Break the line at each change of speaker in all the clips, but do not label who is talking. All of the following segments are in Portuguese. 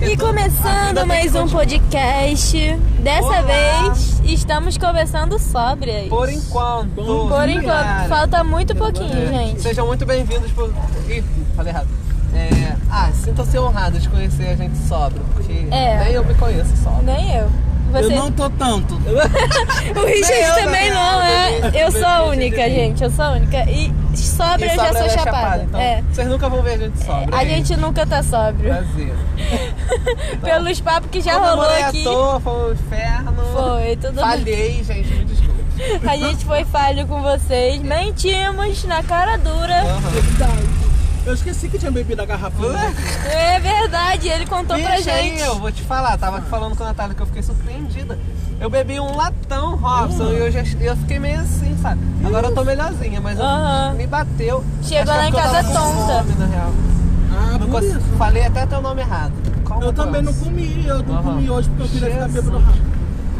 E começando mais um podcast. Dessa
Olá.
vez estamos conversando sóbrias.
Por enquanto.
Por enquanto, falta muito pouquinho,
É,
gente.
Sejam muito bem-vindos por. Ih, falei errado. É, ah, sintam-se honrados de conhecer a gente sobra, porque
É.
nem eu me conheço sobra.
Nem eu. Você...
Eu não tô tanto.
O Richard
Nem eu
também
também
não,
não,
é.
Denise.
Eu sou a
Denise,
única,
Denise.
gente. Eu sou a única. E
E
sobra eu já
sobra
sou
é
chapada.
então
É.
Vocês nunca vão ver a gente sobra.
A
hein?
gente nunca tá sóbrio.
Prazer.
Pelos papos que já
então. Eu
rolou
namorei à
aqui.
toa, foi um inferno.
Foi, tudo bem.
Falhei, gente, me desculpe.
A gente foi falho com vocês. Mentimos na cara dura.
Aham.
Eu esqueci que tinha bebido a garrafinha.
É verdade, ele contou pra
Bicha, aí,
gente.
eu vou te falar, tava falando com a Natália que eu fiquei surpreendida. Eu bebi um latão, Robson,
Hum.
e eu, já, eu fiquei meio assim, sabe? Agora eu tô melhorzinha, mas eu-
Aham.
me bateu.
Chegou
Acho que
lá
é
em
porque eu
casa
tava com
tonta.
fome, na real.
Ah,
Não
por
cons-
isso.
Falei até teu nome errado. é? Calma,
Eu também não
Robson.
comi, eu não
Aham.
comi hoje porque eu queria ficar
Jesus.
bêbado rápido.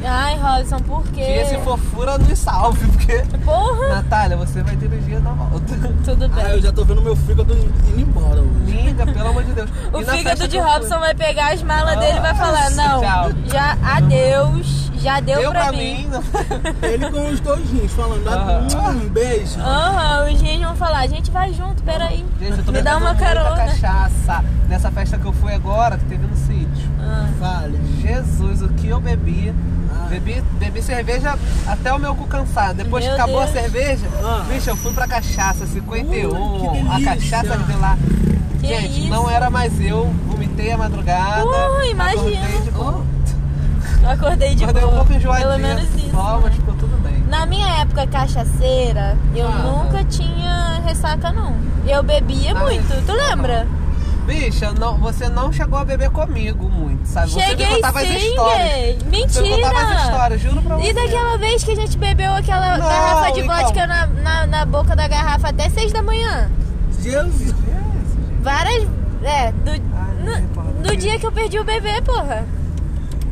Ai, Robson, por quê?
Que esse fofura nos salve, porque.
Porra!
Natália, você vai dirigir na volta.
Tudo bem.
Ah, eu já tô vendo meu fígado indo embora hoje.
Linda, pelo amor de Deus.
O
E na
fígado
festa
de
que eu fui-
Robson vai pegar as malas
Ah,
dele e vai falar: Não,
tchau.
já adeus, já deu,
Deu,
pra, mim.
Ele com os dois rins falando, ah,
Aham.
um beijo.
Aham, os dias vão falar: Gente, vai junto, peraí.
Gente, eu tô
Me dá
bebendo
uma
muita
carona.
cachaça. Nessa festa que eu fui agora, que teve no sítio.
Ah,
Vale.
Jesus, o que eu bebi.
Ah.
Bebi, bebi cerveja até o meu cu cansado. Depois
Meu
que acabou a
Deus.
cerveja,
Ah.
bicho, eu fui pra cachaça 51.
Ui, que
a
delícia.
cachaça de lá.
Que
Gente,
isso?
não era mais eu. Vomitei a madrugada.
Ui, imagina.
acordei de boa.
Oh.
acordei de
Acordei um
boa.
pouco enjoadinha.
Pelo menos isso.
Ó,
né?
mas ficou tudo bem.
Na minha época cachaceira, eu
Ah.
nunca tinha ressaca, não. Eu bebia
Ah,
muito,
isso.
tu lembra?
Bicha, não, você não chegou a beber comigo muito, sabe? você me
Cheguei
contava as
sim,
histórias.
gay.
Você me contava as
Mentira!
histórias, juro pra você.
E daquela vez que a gente bebeu aquela
Não,
garrafa de
então.
vodka na, na, na boca da garrafa até seis da manhã?
Jesus.
Várias. É, do,
Ai,
no-
não sei, porra,
do
porque-
dia que eu perdi o bebê, porra.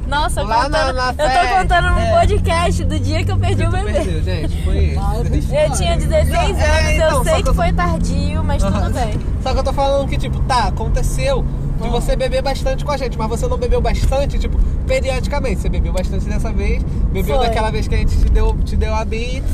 Nossa, eu
Lá na-
contando,
na
eu tô
festa,
contando num
é.
podcast do dia que eu perdi o
Tu
bebê.
perdeu, gente. Foi
Ah,
isso.
bicho.
Eu tinha 16 anos,
É, então,
eu
só
sei
que
que
eu-
foi tardio, mas
Aham.
tudo bem.
Só que eu tô falando que, tipo, tá, aconteceu de você beber bastante com a gente, mas você não bebeu bastante, tipo, periodicamente. Você bebeu bastante dessa vez, bebeu
Foi.
daquela vez que a gente te deu, te deu a beat.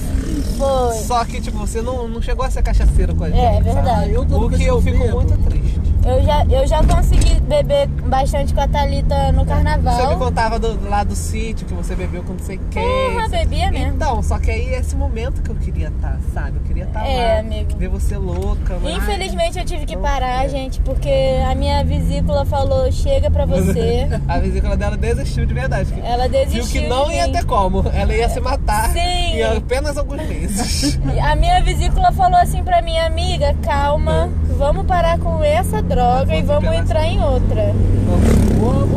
Foi.
Só que, tipo, você não, não chegou a ser cachaceiro com a gente.
É,
sabe?
verdade.
eu
O que eu fico muito triste.
Eu já, eu já consegui beber bastante com a Thalita no
Você me
carnaval.
contava do, lá do sítio que você bebeu com não sei quem.
Porra, bebia mesmo.
Então, só que aí é esse momento que eu queria estar, sabe? Eu queria estar
É,
lá,
amigo.
ver você louca. mas-
Infelizmente eu tive que parar, gente, porque a minha vesícula falou chega pra você.
A vesícula dela desistiu de verdade. que-
Ela desistiu.
Viu que não
de
ia
mim.
ter como. Ela ia se matar
Sim.
em apenas alguns meses.
A minha vesícula falou assim pra minha amiga, calma, vamos parar com essa droga e vamos
É. pegar
entrar em outra.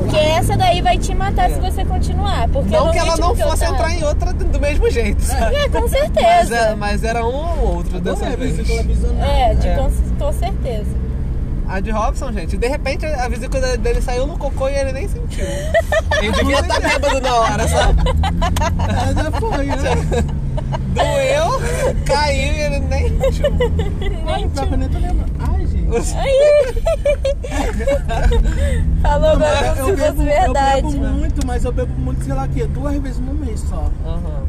Porque essa daí vai te matar
É.
se você continuar. Porque
não
no
que ela
ritmo
não
que eu
fosse
tava-
entrar em outra do mesmo jeito. sabe?
É, com
Mas,
certeza.
era, mas era um ou outro
é
dessa vez.
É, de
É.
con- com certeza.
A de Robson, gente, de repente a vesícula dele saiu no cocô e ele nem sentiu. Ele devia estar bêbado na hora, sabe?
Mas foi, né?
Doeu, caiu e ele nem sentiu.
Ai, pior que
então.
eu nem tô lembrando. Ai, gente.
Falou agora
Eu
como se
bebo,
fosse
eu
é verdade.
bebo muito, mas eu bebo muito, sei lá o quê, duas vezes no mês só.
Aham.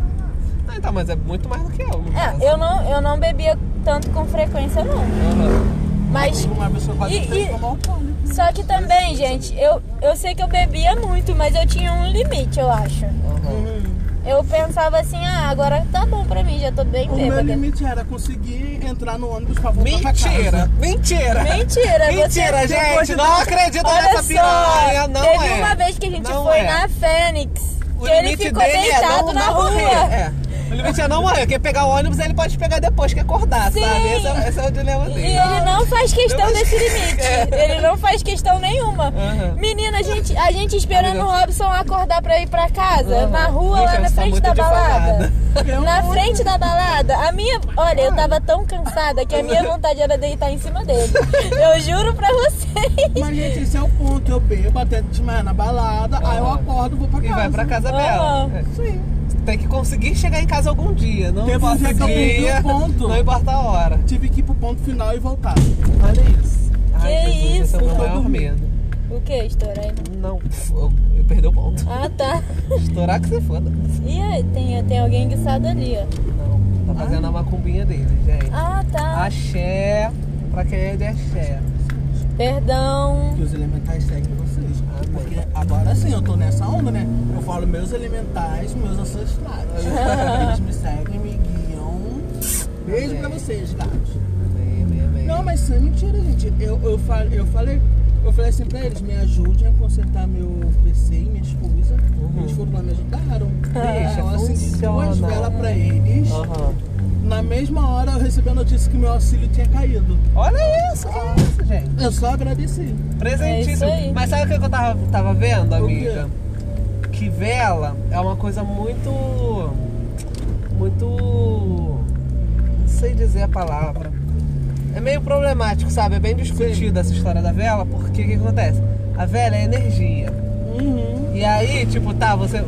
Não, então, mas é muito mais do que eu. no caso.
É, eu não, eu não bebia tanto com frequência, não.
Aham.
Mas.
Uma vez eu quase
E-
fui
e-
tomar um pano.
Só que também, gente, eu, eu sei que eu bebia muito, mas eu tinha um limite, eu acho.
Aham.
Eu pensava assim, ah, agora tá bom pra mim, já tô bem
O meu
bêbada.
limite era conseguir entrar no ônibus pra voltar pra casa.
Mentira, mentira.
Mentira,
Mentira,
você...
gente,
de
não acredito
Olha
nessa piranha,
só,
não
teve
é.
uma vez que a gente
Não
foi
é.
na Fênix,
O
que ele
limite
ficou
dele é
deitado
não-
na
não
rua.
morrer, é. O limite é não morrer, porque pegar o ônibus ele pode pegar depois que acordar,
Sim.
sabe? Esse é, esse é o dilema
E
dele.
ele não faz questão
Eu acho-
desse limite. Ele não faz questão nenhuma.
É. Aham.
Menina, a gente, a gente esperando
Amiga.
o Robson acordar pra ir pra casa,
Aham.
na rua, lá
Ixi,
na
essa tá
frente
muito
da balada.
Eu
Na
não-
frente da balada, a minha. Olha, eu tava tão cansada que a minha vontade era deitar em cima dele. Eu juro pra vocês.
Mas, gente, esse é o ponto. Eu bebo até de manhã na balada, aí eu
Aham.
acordo vou pra
E
casa.
vai pra casa
Aham.
dela. É. Tem que conseguir chegar em casa algum dia, não
Teve um
importa
dia
o
que eu perdi
dia,
o ponto.
não importa a hora.
Tive que ir pro ponto final e voltar.
Olha isso. Ai,
Que
Jesus, esse é o
isso?
meu maior medo.
O que, estourar?
Não, eu, eu perdi o ponto.
Ah, tá.
Estourar que você foda.
E aí, tem, tem alguém enguiçado ali, ó.
Não, tá fazendo a macumbinha dele, gente.
Ah, tá.
Axé, pra quem é de axé.
Perdão.
Que os elementais seguem vocês.
Amém.
Porque agora sim, eu tô nessa onda, né? Eu falo meus elementais, meus ancestrais. Eles me seguem, me guiam. Beijo pra vocês, gatos.
Amém, amém, amém.
Não, mas isso é mentira, gente. Eu, eu, fal- eu falei. Eu falei assim pra eles, me ajudem a consertar meu PC e minhas coisas.
Uhum.
Eles foram lá me ajudaram.
Deixa,
eu acendi duas
funciona.
velas pra eles.
Aham.
Na mesma hora eu recebi a notícia que meu auxílio tinha caído.
Olha isso, que é isso, gente.
Eu só agradeci.
Presentíssimo.
É isso aí.
Mas sabe o que eu tava, tava vendo,
O
amiga? Que vela é uma coisa muito. Muito. Não sei dizer a palavra. É meio problemático, sabe? É bem discutida essa história da vela, porque o que acontece? A vela é energia.
Uhum.
E aí, tipo, tá, você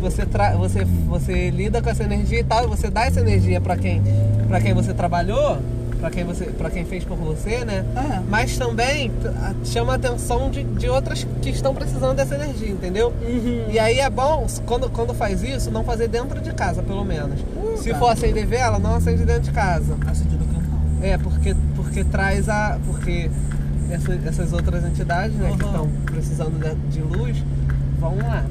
você tra- você você lida com essa energia e tal, e você dá essa energia pra quem para quem você trabalhou, pra quem você para quem fez por você, né?
É.
Mas também t- a- chama a atenção de, de outras que estão precisando dessa energia, entendeu?
Uhum.
E aí é bom, s- quando, quando faz isso, não fazer dentro de casa, pelo menos. Se
tá.
for acender vela, não acende dentro de casa.
Acendido cantar.
É, porque, porque traz a. Porque essa- essas outras entidades, né, que
Aham.
estão precisando de, de luz, vão lá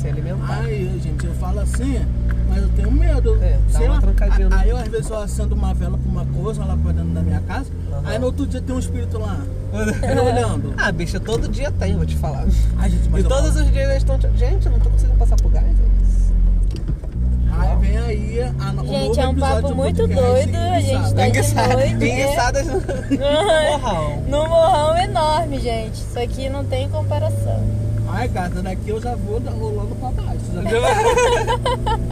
se alimentar.
Aí, gente, eu falo assim, mas eu tenho medo.
É, dá
sei
uma
lá.
trancadinha, né?
A- Aí eu às vezes eu acendo uma vela pra uma coisa lá pra dentro da minha casa.
Aham.
Aí no outro dia tem um espírito lá. Ele olhando.
Ah, bicha, todo dia tem, vou te falar.
Ai, gente, mas
e
eu
todos
falo.
os dias eles estão. Gente, eu não tô conseguindo passar por gás, é isso.
Aí vem aí a
Gente,
o novo
é um
episódio
papo
do
muito
podcast,
doido, a gente
sabe?
tá- de
Enguiçadas,
noite, né?
enguiçadas no no morrão.
Num morrão enorme, gente. Isso aqui não tem comparação.
Ai, gata, daqui eu já vou da- rolando pra baixo. Já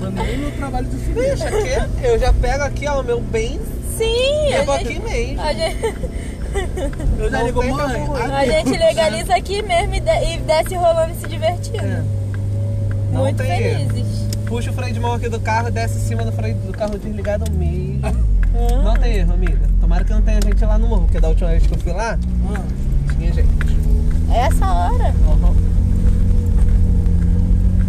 tô nem no trabalho de filho.
Bicha, aqui, eu já pego aqui, ó, meu bem,
Sim!
pego
A
aqui
gente,
mesmo.
a gente,
Eu já
Não
ligo,
tem
mãe.
como
aqui.
a gente legaliza aqui mesmo e, de- e desce rolando e se divertindo.
É. Não
Muito
tem erro.
felizes.
Puxa o freio de mão aqui do carro, desce em cima do freio do carro desligado mesmo. Não tem erro, amiga. Tomara que não tenha gente lá no morro, porque da última vez que eu fui lá,
Ah,
tinha gente.
É essa hora.
Uhum.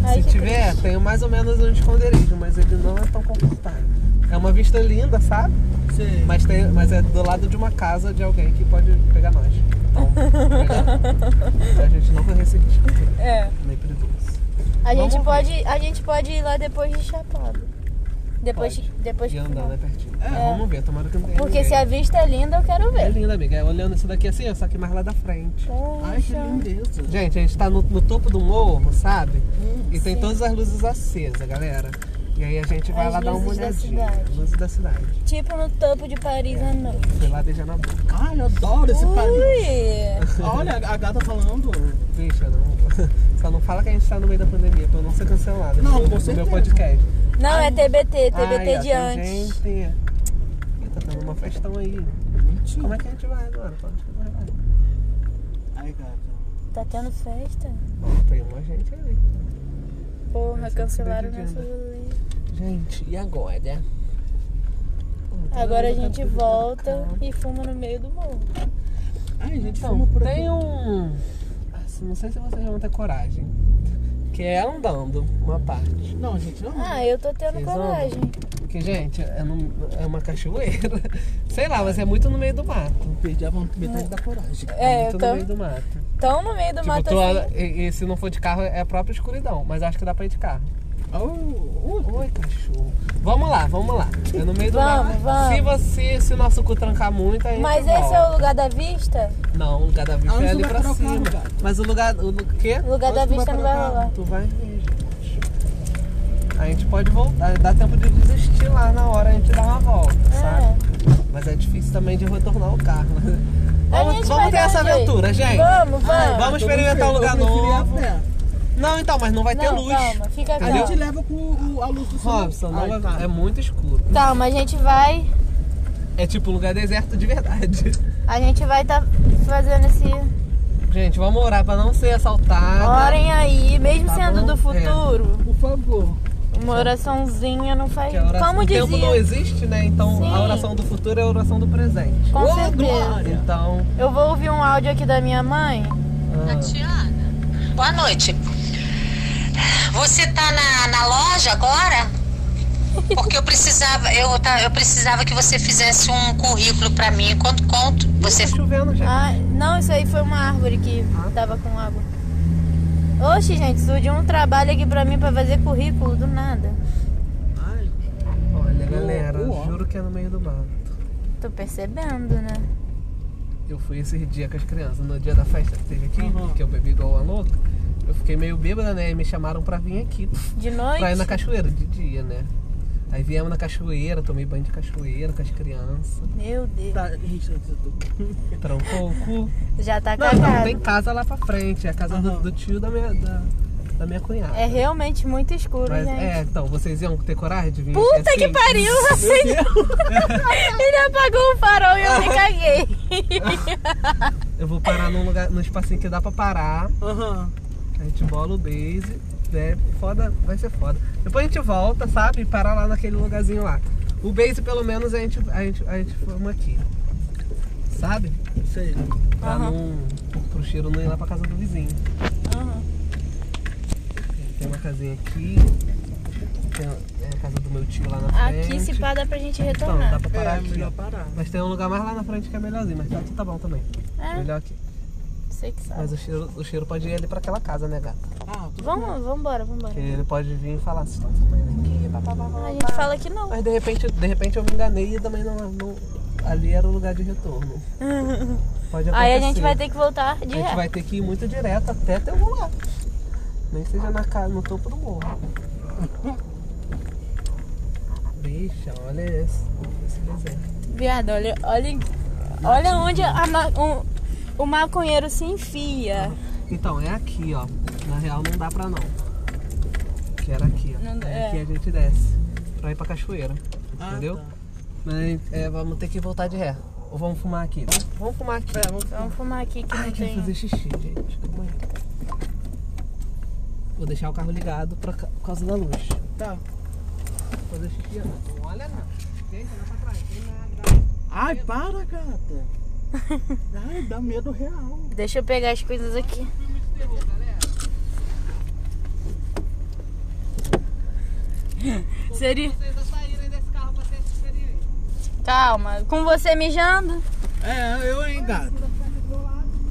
Ai,
Se
que
tiver,
triste.
tem mais ou menos um esconderijo, mas ele não é tão confortável. É uma vista linda, sabe?
sei.
Mas, tem, mas é do lado de uma casa de alguém que pode pegar nós. Então, melhor a gente não correr esse risco.
É.
Meio perigoso.
A gente,
Vamos
pode, a gente pode ir lá depois de chapado. Depois, de- depois
E
de
andando é pertinho.
É.
Mas Vamos ver, tomara que não tenha
Porque se
ninguém.
a vista é linda, eu quero
É
ver.
linda, amiga. É olhando isso daqui assim, ó, só que mais lá da frente.
Ai, que
Poxa.
lindeza.
Gente, a gente tá no, no topo do morro, sabe?
Hum,
E tem
Sim.
todas as luzes acesas, galera. E aí a gente vai
As
lá dar uma
luzes da
olhadinha.
cidade.
luzes da cidade.
Tipo no topo de Paris à noite.
Fui lá beijar na boca.
Ai, eu adoro esse país.
Ui!
Olha, a gata falando.
Bicha, não. Só não fala que a gente tá no meio da pandemia, pra eu não ser cancelada.
Não,
no-
com
no
certeza.
meu podcast.
Não, é TBT, TBT
Ai, ó,
de
tem
antes.
Gente. Ih, tá tendo uma festão aí. Como é
Mentira.
que a gente vai agora? Pra onde que nós vai?
Ai, gata.
Tá tendo festa?
Ó, tem uma gente ali.
Porra,
Essa
cancelaram
cidade de
nossa rolê.
Gente, e agora? Pô, tá
Agora a
dando
gente
pra-
volta e fuma no meio do morro.
Ai, gente,
Então,
fuma por aqui.
tem um. Assim, não sei se vocês vão ter coragem. Que é andando uma parte.
Não, gente, não.
Ah, eu tô tendo
Vocês
coragem.
Porque, gente, é, num- é uma cachoeira. Sei lá, mas é muito no meio do mato.
Perdi a von- metade da coragem.
É, eu
muito
tô
no meio do mato.
tão no meio do
Tipo,
mato
tu
assim.
anda- e, e se não for de carro, é a própria escuridão. Mas acho que dá pra ir de carro.
Oh, oh.
Oi, cachorro. Vamos lá, vamos lá. É no meio do
Vamos,
mato.
vamos.
Se você, se o nosso cu trancar muito, aí.
Mas esse é o lugar da vista?
Não, o lugar da vista
Aonde
é
tu
ali
vai
pra
trocar,
cima.
cara?
Mas o lugar. O lu- quê?
O lugar
Onde
da
tu vai
vista não é vai
colocar?
rolar.
Tu vai ver, gente. A gente pode voltar, eh, dá tempo de desistir lá na hora, a gente dá uma volta, sabe?
É.
Mas é difícil também de retornar o carro. né?
A
Vamos,
gente
vamos
vai
ter
dar um
essa
jeito.
aventura, gente.
Vamos, vamos.
Ai, vamos experimentar um lugar novo.
A pé.
Não, então, mas não vai ter
Não,
luz.
calma, fica
A
Entendeu?
calma.
gente leva com o, a luz do celular.
Robson, não
Ai,
vai-
tá.
é muito escuro.
Calma, a gente vai.
É tipo um lugar deserto de verdade.
A gente vai tá fazendo esse.
Gente, vamos orar pra não ser assaltada.
Orem aí, mesmo
Tá
sendo
bom?
do futuro,
Por favor.
uma oraçãozinha não faz.
Que é a oração,
Como
o tempo não
dizia,
existe, né? Então
Sim.
a oração do futuro é a oração do presente.
com
Ô,
certeza.
glória.
Então,
Eu vou ouvir um áudio aqui da minha mãe
Tatiana, boa noite. Você tá na, na loja agora? Porque eu precisava, eu, tá, eu precisava que você fizesse um currículo pra mim. Quanto conto você
Tá chovendo já.
Ah, não, isso aí foi uma árvore que tava com água. Oxe, gente, surgiu um trabalho aqui pra mim pra fazer currículo do nada.
Ai,
Olha, galera,
Uó.
juro que é no meio do mato.
Tô percebendo, né?
Eu fui esse dia com as crianças, no dia da festa que teve aqui,
Uhum.
que eu bebi igual uma louca. Eu fiquei meio bêbada, né? E me chamaram pra vir aqui.
De noite.
Pra ir na cachoeira, de dia, né? Aí viemos na cachoeira, tomei banho de cachoeira com as crianças.
Meu Deus.
tá, gente, eu tô-
Trancou o cu.
Já tá
Não, não,
cagado.
tem casa lá pra frente. É a casa do,
Aham.
do tio da minha, da, da minha cunhada.
É realmente muito escuro,
Mas,
gente.
é, então, vocês iam ter coragem de vir?
Puta
assim?
que pariu! acendeu. Ele apagou o farol e eu me caguei.
Eu vou parar num lugar, num espacinho que dá pra parar.
Aham.
A gente bola o base, né? Foda, vai ser foda. Depois a gente volta, sabe? E parar lá naquele lugarzinho lá. O base, pelo menos, a gente, a gente, a gente forma aqui. Sabe?
Isso aí.
Pra não. Pro cheiro não ir lá pra casa do vizinho. Tem uma casinha aqui. Tem a- é a casa do meu tio lá na frente.
Aqui se pá dá pra gente
Então, dá
retornar.
pra parar
É,
aqui, ó.
melhor parar.
Mas tem um lugar mais lá na frente que é melhorzinho, mas tá, tá bom também.
É,
Melhor aqui.
sei que sabe.
Mas o cheiro, o cheiro pode ir ali pra aquela casa, né, gata?
Ah, tudo
Vamos, vambora, vambora.
Porque ele pode vir e falar, vocês estão fumando aqui, papapá.
A gente fala que não.
Mas de repente, de repente eu me enganei e também não, não- Ali era o lugar de retorno. Pode acontecer.
Aí a gente vai ter que voltar
A
de
gente
ré.
vai ter que ir muito direto até ter um lugar. Nem que seja na casa, no topo do morro. Bicha, olha esse, esse desenho.
Viado, olha, olha, olha onde a ma- o, o maconheiro se enfia.
Então, é aqui, ó. Na real não dá pra não. Que era aqui, ó.
Não dá,
é aqui
é.
a gente desce. Pra ir pra cachoeira.
Ah,
entendeu?
tá.
Mas é, vamos ter que voltar de ré. Ou vamos fumar aqui? Vamos, vamos fumar aqui.
É, vamos
Vamos fumar aqui que
Ai,
não
quero
tem.
fazer xixi, gente. Calma aí. Vou deixar o carro ligado pra, ca- por causa da luz.
Tá.
Vou fazer xixi antes. Não olha não. Gente, olha pra trás. Tem nada.
Ai, para, gata. Ai, dá medo real.
Deixa eu pegar as coisas aqui.
Filme de terror, galera.
Seria.
Vocês já saírem desse carro pra ter essa experiência.
Calma, com você mijando?
É, eu, hein, gata.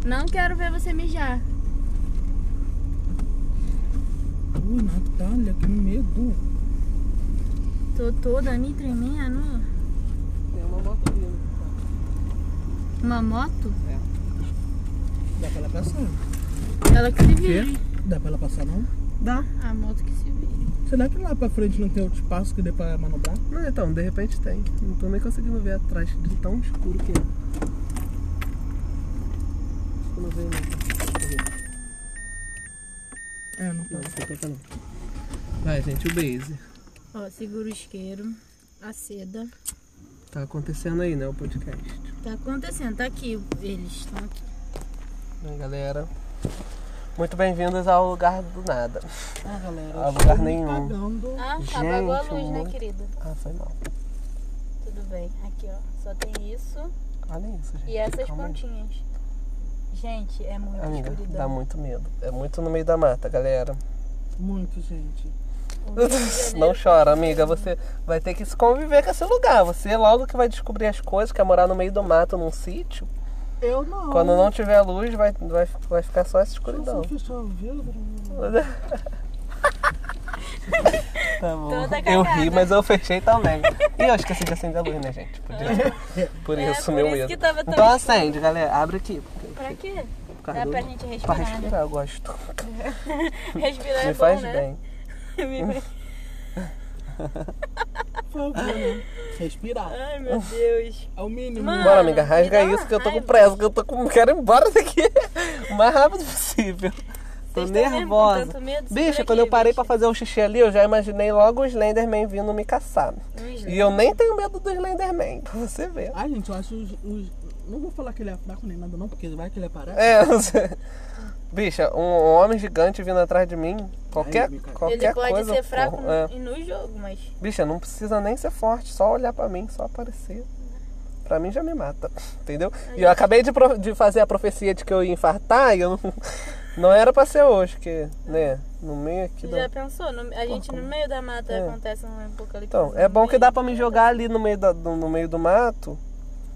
Não quero ver você mijar.
Ui, Natália, que medo.
Tô toda me tremendo.
Tem uma moto vindo.
Uma moto?
Dá pra ela passar?
Ela que se vira.
Dá pra ela passar, não?
Dá.
A moto que se vira.
Será que lá pra frente não tem outro espaço que dê pra manobrar?
Não, então, de repente tem. Não tô nem conseguindo ver atrás de tão escuro que é. Acho que eu não vejo nada.
É, não
Não, não
pode.
tem tempo não. Vai, gente, o base.
Ó, segura o isqueiro. A seda.
Tá acontecendo aí, né, o podcast.
Tá acontecendo, tá aqui. Eles estão aqui.
Bem, galera. Muito bem-vindos ao lugar do nada.
Ah, galera.
A
eu
lugar
estou
nenhum.
Tá pagando.
Ah,
Gente,
apagou a luz, né,
muito-
querida?
Ah, foi mal.
Tudo bem. Aqui, ó. Só tem isso
Olha isso, gente.
e essas
Calma aí.
pontinhas. Gente, é muita
Amiga, dá
escuridão.
muito medo. É muito no meio da mata, galera.
Muito, gente.
O Rio de Janeiro
Não chora, amiga. Você vai ter que se conviver com esse lugar. Você é logo que vai descobrir as coisas, quer morar no meio do mato, num sítio.
Eu não.
Quando não tiver luz, vai, vai, vai ficar só essa escuridão.
Você fechou o vidro?
Tá bom.
Toda
Eu ri,
cagada.
mas eu fechei também. E eu esqueci de acender a luz, né, gente? Podia- Por
É,
isso,
por
meu
isso
erro.
que tava tão
Então
escuro.
acende, galera. Abre aqui.
Pra quê?
Por causa
Dá
do-
pra gente
Pra
respirar. né?
respirar, eu gosto.
Respirar é
Me
bom,
faz
né?
bem.
Me faz-
Foi o quê, né? Respirar.
Ai, meu Deus.
É o mínimo.
Mano.
Bora, amiga, rasga
me dá uma
isso que eu tô com
raiva.
pressa, que eu tô com. Quero ir embora daqui o mais rápido possível. Tô
Vocês tão mesmo com
nervosa.
tanto medo?
Bicha,
Segura
quando
aqui,
eu parei
bicha.
pra fazer um xixi ali, eu já imaginei logo o Slenderman vindo me caçar.
Um
E
Slenderman.
eu nem tenho medo do Slenderman, pra você ver.
Ai, gente, eu acho os, os- Não vou falar que ele é fraco nem nada, não, porque vai que ele é parado.
É, você... Bicha, um, um homem gigante vindo atrás de mim, qualquer,
Ai, cara.
qualquer
Ele pode
coisa.
ser fraco né?
porra, é.
no, no jogo, mas.
Bicha, não precisa nem ser forte, só olhar pra mim, só aparecer. Pra mim já me mata, entendeu? E eu acabei de, pro- de fazer a profecia de que eu ia infartar e eu não, não era pra ser hoje, que, né? No meio aqui da.
Já pensou? No- a gente no meio da mata
É.
acontece um apocalipse.
Então, é bom que dá pra me jogar ali no meio, da- do, no meio do mato,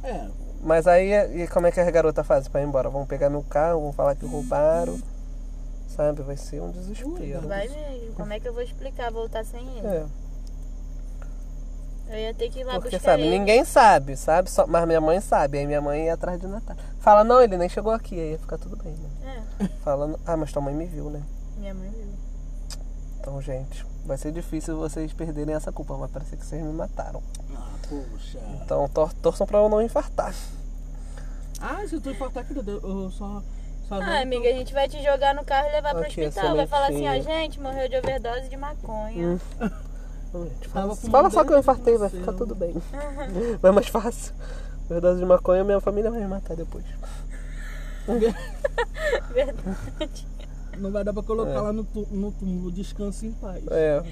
É,
mas aí e como é que a garota faz pra ir embora? Vão pegar meu carro, vão falar que roubaram, sabe? Vai ser um desespero.
Vai mesmo. Como é que eu vou explicar voltar sem ele?
É,
Eu ia ter que ir lá
porque
buscar
sabe,
ele.
ninguém sabe, sabe? Só- mas minha mãe sabe, aí minha mãe ia atrás de Natal. Fala, não, ele nem chegou aqui, aí ia ficar tudo bem, né?
É,
Falando, ah, mas tua mãe me viu, né?
minha mãe viu.
Então, gente, vai ser difícil vocês perderem essa culpa. Vai parecer que vocês me mataram.
ah, poxa.
Então, tor torçam pra eu não infartar.
Ah, se tu importar aqui, eu eu só. só não-
Ah, amiga, a gente vai te jogar no carro e levar pro
Aqui,
hospital. Vai falar assim, ó,
excelentinha.
gente, morreu de overdose de maconha.
Hum. Gente, fala,
Tava com
fala só
medo
que eu
de
infartei, vai
você,
ficar
né?
tudo bem. Vai mais fácil. Verdade de maconha, minha família vai me matar depois.
Verdade.
Não vai dar pra colocar
É.
lá no, tu- no túmulo Descanse em Paz.
É.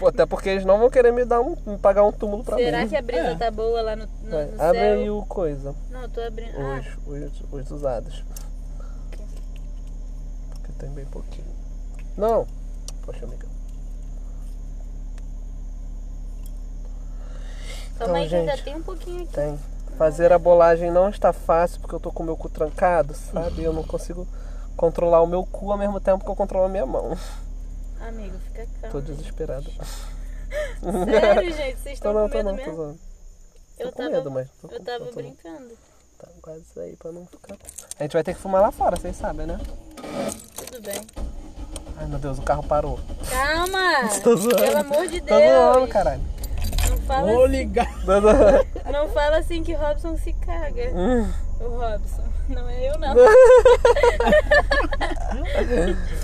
Pô, até porque eles não vão querer me dar um, me pagar um túmulo pra
Será
mim.
que a brisa
É.
tá boa lá no, no,
Vai,
no
Abre
céu?
aí o coisa.
Não, tô abrindo.
Os,
Ah,
os, os usados. Porque tem bem pouquinho. Não! Poxa, amiga.
calma aí que
Então,
ainda
gente.
tem um pouquinho aqui.
Tem. Fazer a bolagem não está fácil porque eu tô com o meu cu trancado, sabe? Eu não consigo controlar o meu cu ao mesmo tempo que eu controlo a minha mão.
Amigo, fica calmo.
Tô desesperada.
Sério, gente, vocês
Tô
estão
não,
com
tô
medo
não, tô
mesmo?
zoando.
eu
Tô com
tava,
medo, mas tô com-
eu tava
tô- tô-
brincando.
Tá quase isso aí pra não ficar. A gente vai ter que fumar lá fora, vocês sabem, né?
Tudo bem.
Ai meu Deus, o carro parou.
Calma!
Tô zoando.
Pelo amor de
Tô zoando,
Deus!
caralho.
Não
Tá
fala, assim,
Vou ligar.
Tô zoando.
não fala assim que Robson se caga. O Robson. Não é eu, não.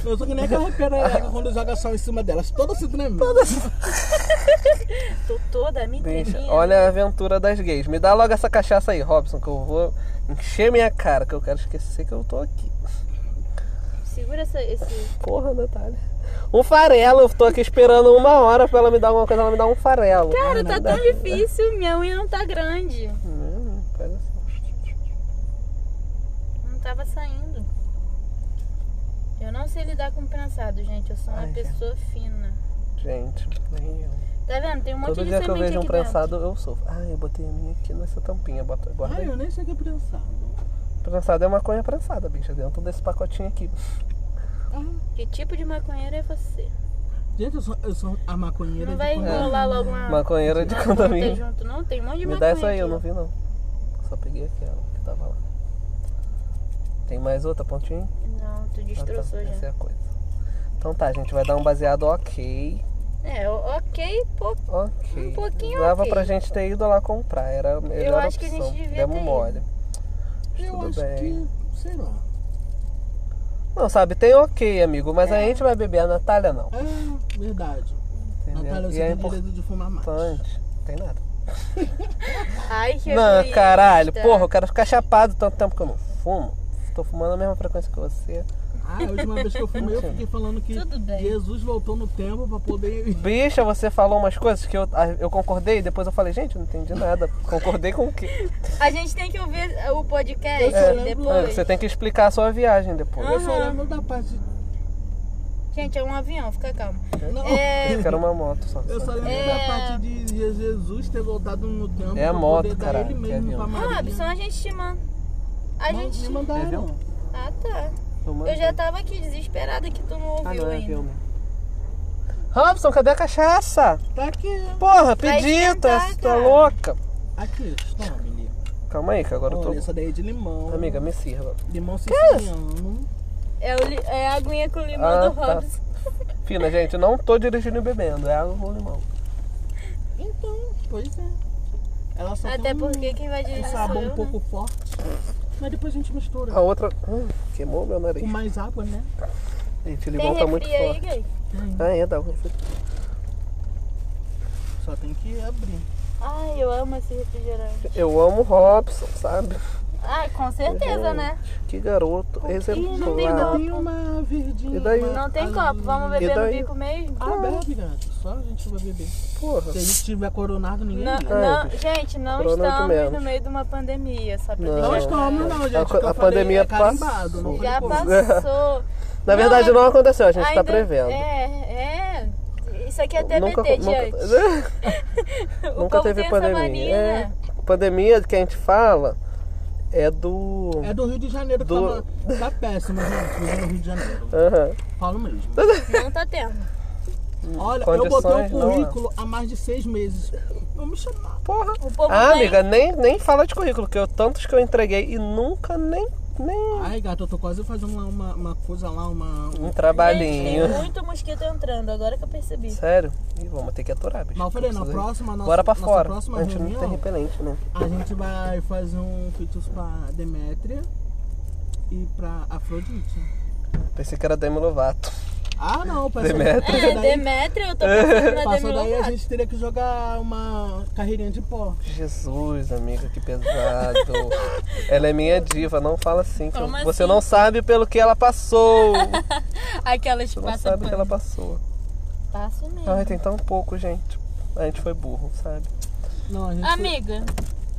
Eu sou que nem aquela perereca quando joga sol em cima delas. assim, né, Toda se tremendo.
assim.
Tô toda me
Deixa.
tremendo.
Olha a aventura das gays. Me dá logo essa cachaça aí, Robson, que eu vou encher minha cara, que eu quero esquecer que eu tô aqui.
Segura essa, esse...
Porra, Natália. Um farelo, eu tô aqui esperando uma hora pra ela me dar alguma coisa, ela me dá um farelo.
Cara, tá tão
Dá-
difícil. Minha unha não tá grande.
Hum, faz assim.
Não tava saindo. Eu não sei lidar com prensado, gente. Eu sou uma
Ai, gente.
pessoa fina.
Gente, nem eu.
Tá vendo? Tem um monte
Todo
de
dia que eu
semente
vejo um
aqui
prensado, eu sofro. Ah, eu botei a minha aqui nessa tampinha. Bota, guarda
Ah,
aí.
eu nem sei o que é prensado.
Prensado é maconha prensada, bicha, dentro desse um pacotinho aqui.
dentro. Que tipo de maconheiro é você?
Gente, eu sou, eu sou a maconheira
Não
de
vai
condomínio.
rolar logo uma...
Maconheira de
uma
condomínio.
conta junto, não? Tem um monte de
Me dá
maconha
essa aí, eu
aqui.
não vi não. Só peguei aquela que tava lá. Tem mais outra pontinha?
Não, tu
Ah, tá.
destroçou
Essa
já.
é a coisa. Então tá, gente vai dar um baseado ok.
É, o- ok, pô.
Ok.
Um pouquinho
Dava
ok.
pra gente ter ido lá comprar, era a melhor
acho que a
opção.
gente devia
Demos
ter ido.
mole. Mas
Eu
tudo
acho
bem.
que. Sei lá.
Não, sabe, tem ok, amigo, mas
É.
a gente vai beber, a Natália não.
É verdade.
Entendeu?
Natália,
e
você
é
tem direito de fumar mais.
importante. Tem nada.
Ai, que
Não,
egoísta.
caralho, porra, eu quero ficar chapado tanto tempo que eu não fumo. Tô fumando a mesma frequência que você.
Ah, a última vez que eu fumei, eu fiquei falando que
Tudo bem.
Jesus voltou no tempo pra poder.
Bicha, você falou umas coisas que eu, eu concordei, depois eu falei, gente, eu não entendi nada. Concordei com o quê?
A gente tem que ouvir o
Eu
podcast
só lembro-
Ah,
depois.
Você tem que explicar a sua viagem depois.
Ah.
Eu só lembro da parte.
Gente, é um avião, fica calmo.
Não.
É,
Eu quero uma moto só.
Eu só lembro
É.
da parte de Jesus ter voltado no tempo.
É a
pra
moto,
poder dar
caralho,
Ele
que
mesmo
avião.
pra Maria.
Robson, a gente te manda. Ah, A
Ma-
gente.
Me
Avião?
mandaram.
Ah, tá.
Eu mando.
Eu já um tava aqui desesperada que tu não
Ah,
ouviu
não, é
né,
ainda.
filme. Robson, cadê a cachaça?
Tá aqui.
Porra,
Vai
pedi, tá,
esquentar,
tá
cara.
louca.
Aqui, toma, menino.
Calma aí, que agora eu
Olha,
tô.
essa daí é de limão.
Amiga, me sirva.
Limão siciliano.
É, o li- é a aguinha com limão
Ah,
do
tá.
Robson.
Fina, gente, eu não tô dirigindo e bebendo, é água com limão.
Então, pois é. Ela só
Até
tem um-
porque quem vai
um
dirigir sou
sabor
eu, né?
um pouco forte. Mas depois a gente mistura.
A outra. Hum, queimou meu
Com
nariz.
mais água, né?
Gente, o
né? Tem
limão tá muito
refri aí,
forte.
gay?
Ah, é, dá um refri.
Só tem que abrir.
Ai, eu amo esse refrigerante.
Eu amo Robson, sabe?
Ai, com certeza, né?
Que garoto é
não tem
exemplar.
copo.
uma verdinha.
E daí?
Não tem copo. Vamos beber no
Ah, daí?
bico mesmo?
Tá
Ah, bebe, gato. Só a gente vai beber.
Porra.
Se a gente tiver coronado, ninguém
Não,
liga.
não- gente, não
Corona Ah, é o que
estamos no
menos.
meio de uma pandemia, só pra
Não.
Não
deixar claro.
estamos, não, gente.
É. A
O que eu
co- a
falei
pandemia
é carimbado,
passou.
não foi
Já
Covid.
passou.
Na verdade
mas
não, aconteceu, a gente tá
ainda-
prevendo.
É, é. Isso aqui é até
nunca
BT diante.
nunca-
O
nunca
povo
teve
tem essa
pandemia.
mania,
É,
né?
pandemia que a gente fala é do.
É do Rio de Janeiro que
Do- É.
tava, tá péssimo, gente. É do Rio de Janeiro.
Aham.
Falo mesmo.
É.
Não tá tendo.
Olha, eu
Condições
botei o
não é. há.
currículo há mais de seis meses. Não me chamaram.
Porra.
O povo
Ah,
tá em-
amiga, nem, nem fala de currículo, que eu tantos que eu entreguei e nunca nem. nem...
Ai, gato, eu tô quase fazendo lá uma, uma coisa lá, uma.
Um
Gente, é.
trabalhinho.
tem muito mosquito entrando, agora que eu percebi.
Sério? Ih, vamos ter que aturar, bicho.
Mas eu falei, na
Precisa ir.
próxima nossa,
Bora pra
nossa
fora.
próxima
A gente não tem
reunião,
repelente, né?
a gente vai fazer um feitiço pra Demétria e pra Afrodite.
Pensei que era Demi Lovato.
Ah, não, pra essa-
Demétria.
essa
É,
daí-
Demetrio, eu tô pensando na
Passou
Demi
daí, a
Lovato.
gente teria que jogar uma carreirinha de pó.
Jesus, amiga, que pesado. ela é minha diva, não fala assim. que eu-
Como
Você
assim?
não sabe pelo que ela passou.
Aquelas
Você
que
não
passam
sabe o que ela
pano.
passou.
Passo mesmo.
Ai, tem tão pouco, gente. A gente foi burro, sabe?
Não, a gente.
Amiga,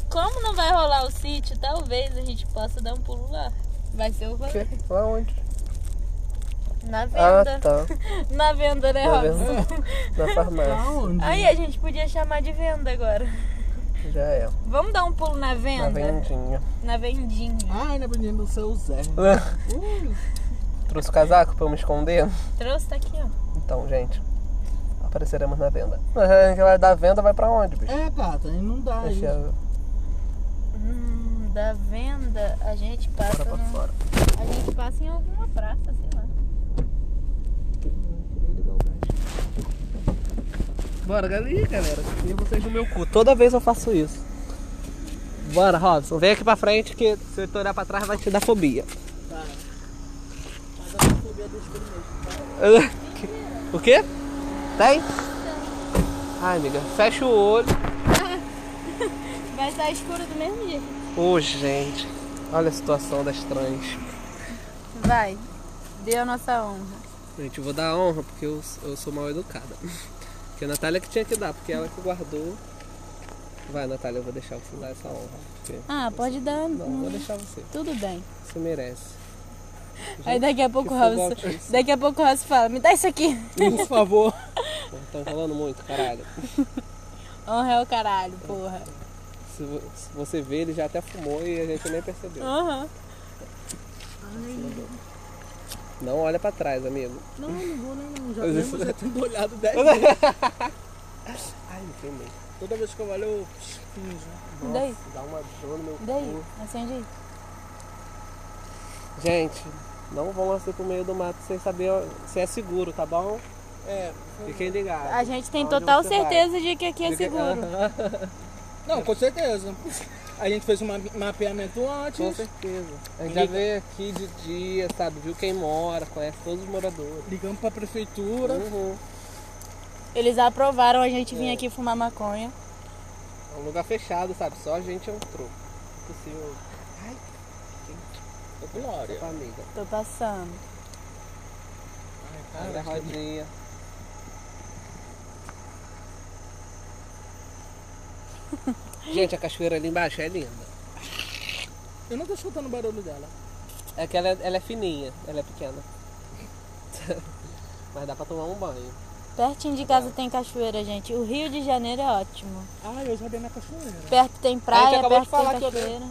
como não vai rolar o sítio, talvez a gente possa dar um pulo lá. Vai ser o rolê.
Quê? Lá onde?
Na
Ah,
venda.
tá.
Na venda, né,
Na
Robson?
Na
Pra
farmácia.
onde?
Aí é- a gente podia chamar de venda agora.
Já é.
Vamos dar um pulo na
Na Ah.
venda?
vendinha.
Na vendinha.
Ai, na menina do seu Zé. Ui,
Trouxe o casaco pra eu me esconder?
Trouxe, tá aqui, ó.
Então, gente, apareceremos na venda. Mas é a gente vai dar venda, vai pra onde, bicho?
É, gata, aí não dá.
Deixa
Aí.
eu-
Hum, da venda a gente passa.
Bora pra
no-
fora.
A gente passa em alguma praça, sei lá.
Bora, galera, galera. Tira vocês do meu cu. Toda vez eu faço isso. Bora, Robson. Vem aqui pra frente que se eu olhar pra trás vai te dar fobia. O quê? Tem? Ai, amiga, fecha o olho.
Vai estar escuro do mesmo jeito.
Ô, gente. Olha a situação das trans.
Vai. Deu a nossa honra.
Gente, eu vou dar honra porque eu, eu sou mal educada. Porque a Natália que tinha que dar, porque ela que guardou. Vai, Natália, eu vou deixar você dar essa honra. porque-
Ah, pode dar. Hum,
Não, vou deixar você.
Tudo bem.
Você merece.
Aí daqui a pouco o
que
Robson.
fogão que é isso?
Daqui a pouco o Robson fala, me dá isso aqui.
Por favor.
Estão falando muito, caralho.
Honra é o caralho, porra.
Se, vo- se você vê, ele já até fumou e a gente nem percebeu.
Aham.
Não olha pra trás, amigo.
Não, não vou, não, não. Já mesmo já tendo olhado 10
Ai, não tem mesmo.
Toda vez que eu olho, eu finjo.
E Daí,
Dá uma dor no meu
e daí,
cu.
acende aí.
Gente, não vão assim pro meio do mato sem saber se é seguro, tá bom?
É.
Fiquem ligados.
A gente tem
Aonde
total
Tá você vai?
certeza de que aqui é
Fica-
seguro.
Não, com certeza. A gente fez um ma- mapeamento
Com
antes.
certeza. A gente já veio aqui de dia, sabe? Viu quem mora, conhece todos os moradores.
Ligamos pra prefeitura.
Uhum.
Eles aprovaram a gente vir aqui fumar maconha.
É um lugar fechado, sabe? Só a gente é um entrou. Impossível. Ai,
Glória.
sua amiga.
Tô passando.
Ah,
Abre a rodinha. Gente, a cachoeira ali embaixo é linda.
Eu não tô escutando o barulho dela.
É que ela, é- ela é fininha, ela é pequena. Mas dá pra tomar um banho.
Pertinho de casa tem cachoeira, gente. O Rio de Janeiro é ótimo.
Ah, eu já dei na cachoeira.
Perto tem
A gente
praia,
acabou de
perto
falar
tem
que eu dei.
cachoeira.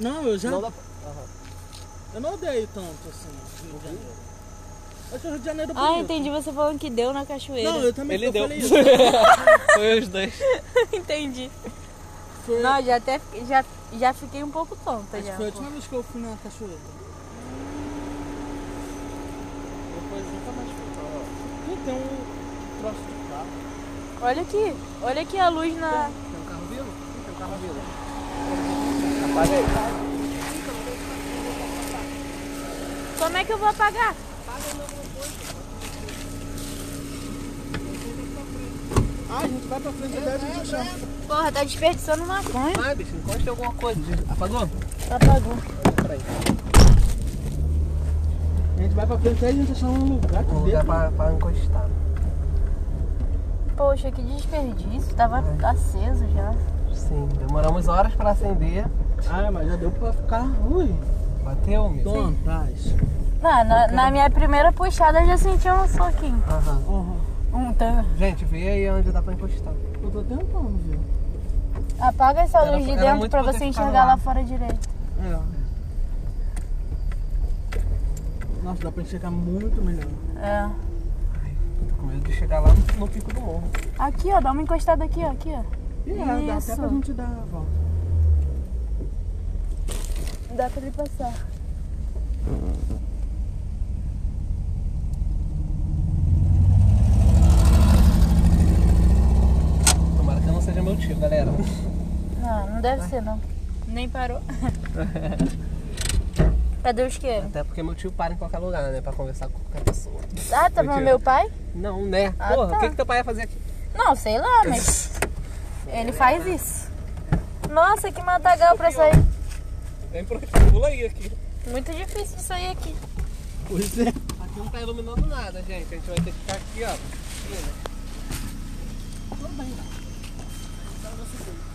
Não, eu já.
Não dá pra... Aham.
Eu não odeio tanto assim, Rio de Janeiro. Acho o Rio de Janeiro bonito.
Ah, entendi você falando que deu na cachoeira.
Não, eu também
Ele
é eu
deu.
falei isso.
Foi os dois.
entendi.
Foi,
Não, já até já, já fiquei um pouco tonta
acho
já.
que foi a última vez que eu fui na cachoeira.
Depois nunca mais fui pra lá.
Ih, tem um troço de carro.
Olha aqui, olha aqui a luz na.
Tem um carro vindo? Tem um carro vindo. Apaga aí.
Como é que eu vou apagar?
Ah, a gente vai pra frente até a gente achar.
Porra, tá desperdiçando maconha.
Vai, bicho, encosta em alguma coisa. Apagou?
Apagou.
A gente vai pra frente até a gente achar um lugar que
Um
dê
lugar pra, pra encostar.
Poxa, que desperdício. Tava aceso já.
Sim, demoramos horas pra acender.
Ah, mas já deu pra ficar ruim.
Bateu, amigo?
Toma, traz.
Na, Ah, na, na minha primeira puxada eu já senti um soquinho.
Aham.
Porra,
Um tan.
Gente, vê aí onde dá pra encostar.
eu tô tentando, viu?
Apaga essa
Era-
luz de
era
dentro
muito
pra
pra ter
você
ficado
enxergar
lá.
lá fora direito.
É. Nossa, dá pra enxergar muito melhor.
É.
Tô com medo de chegar lá no pico do morro.
Aqui, ó. Dá uma encostada aqui, ó. Aqui, ó.
E é, dá até
Isso.
pra gente dar a volta.
Dá pra ele passar.
Tomara que não seja meu tio, galera.
Não, não deve ser, não. Nem parou. Cadê os que? é.
Até porque meu tio para em qualquer lugar, né? Pra conversar com qualquer pessoa.
Ah, tava
Mentira.
meu pai?
Não, né?
Ah,
Porra,
tá.
o que, que teu pai ia fazer aqui?
Não, sei lá, mas. Ele faz isso. Nossa, que matagal pra sair.
Vem por aqui, pula aí aqui.
Muito difícil de sair aqui.
Pois é.
Aqui não tá iluminando nada, gente. A gente vai ter que ficar aqui, ó.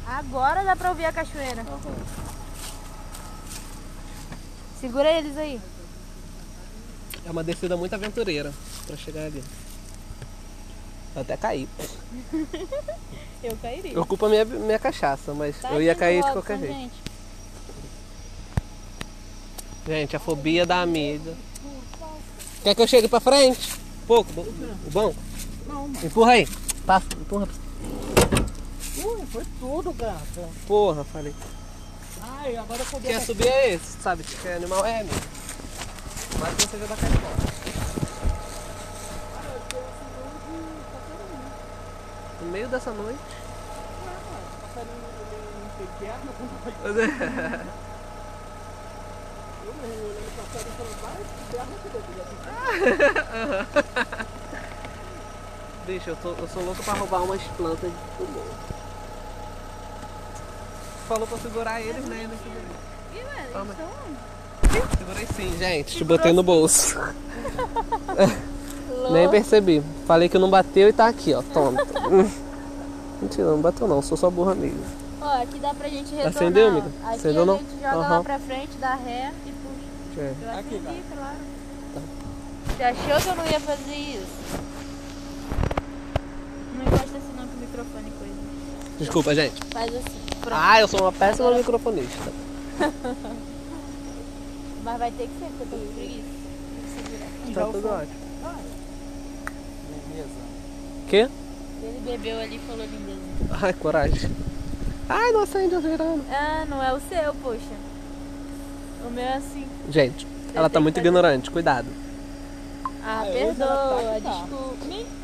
Agora dá pra ouvir a cachoeira. Segura eles aí.
É uma descida muito aventureira pra chegar ali. Eu até caí.
Eu cairia.
Preocupa minha, minha cachaça, mas
Tá
Tá
eu ia cair de
né?
qualquer jeito. Gente, a fobia da amiga. Quer que eu chegue pra frente? Pouco, bo- o banco?
Não, mano.
Empurra aí. Passa, empurra.
Ui, foi tudo, gata.
Porra, falei.
Ai, agora eu poder.
Quer subir é esse, sabe? Que é animal é, amigo. Mas tá não seja da cachorra. No meio dessa noite. Bicho, eu, tô, eu sou louco pra roubar umas plantas de pulmão. Falou pra segurar eles, né? Eles seguram.
Ih,
Toma.
mano, eles
Segurei sim, gente. Te botei no bolso.
estão
Nem
loucos.
percebi. Falei que não bateu e tá aqui, ó. Toma. Mentira, não bateu não. Sou só burra mesmo.
Ó, aqui dá pra gente retornar.
Acendeu,
ó.
amiga?
Aqui
Acendeu,
a
não?
gente joga
Aham.
lá pra frente, dá ré e puxa.
É.
Eu acendi, claro.
Tá.
Você achou que eu não ia fazer isso? Não encosta assim não pro microfone coisa.
Desculpa, gente.
Faz assim. Pronto.
Ah, eu sou uma péssima microfonista.
Mas vai ter que ser, porque eu tô com preguiça. Tem que segurar.
Tá tudo ótimo. Beleza. Quê?
Ele bebeu ali e falou lindeza.
Ai, coragem. Ai, não acende as viranas.
Ah, não é o seu, poxa. O meu é assim.
Gente, ela tá
tenho
muito
que fazer.
ignorante. Cuidado.
É,
Ah,
um
perdoa,
tá?
desculpa. Me...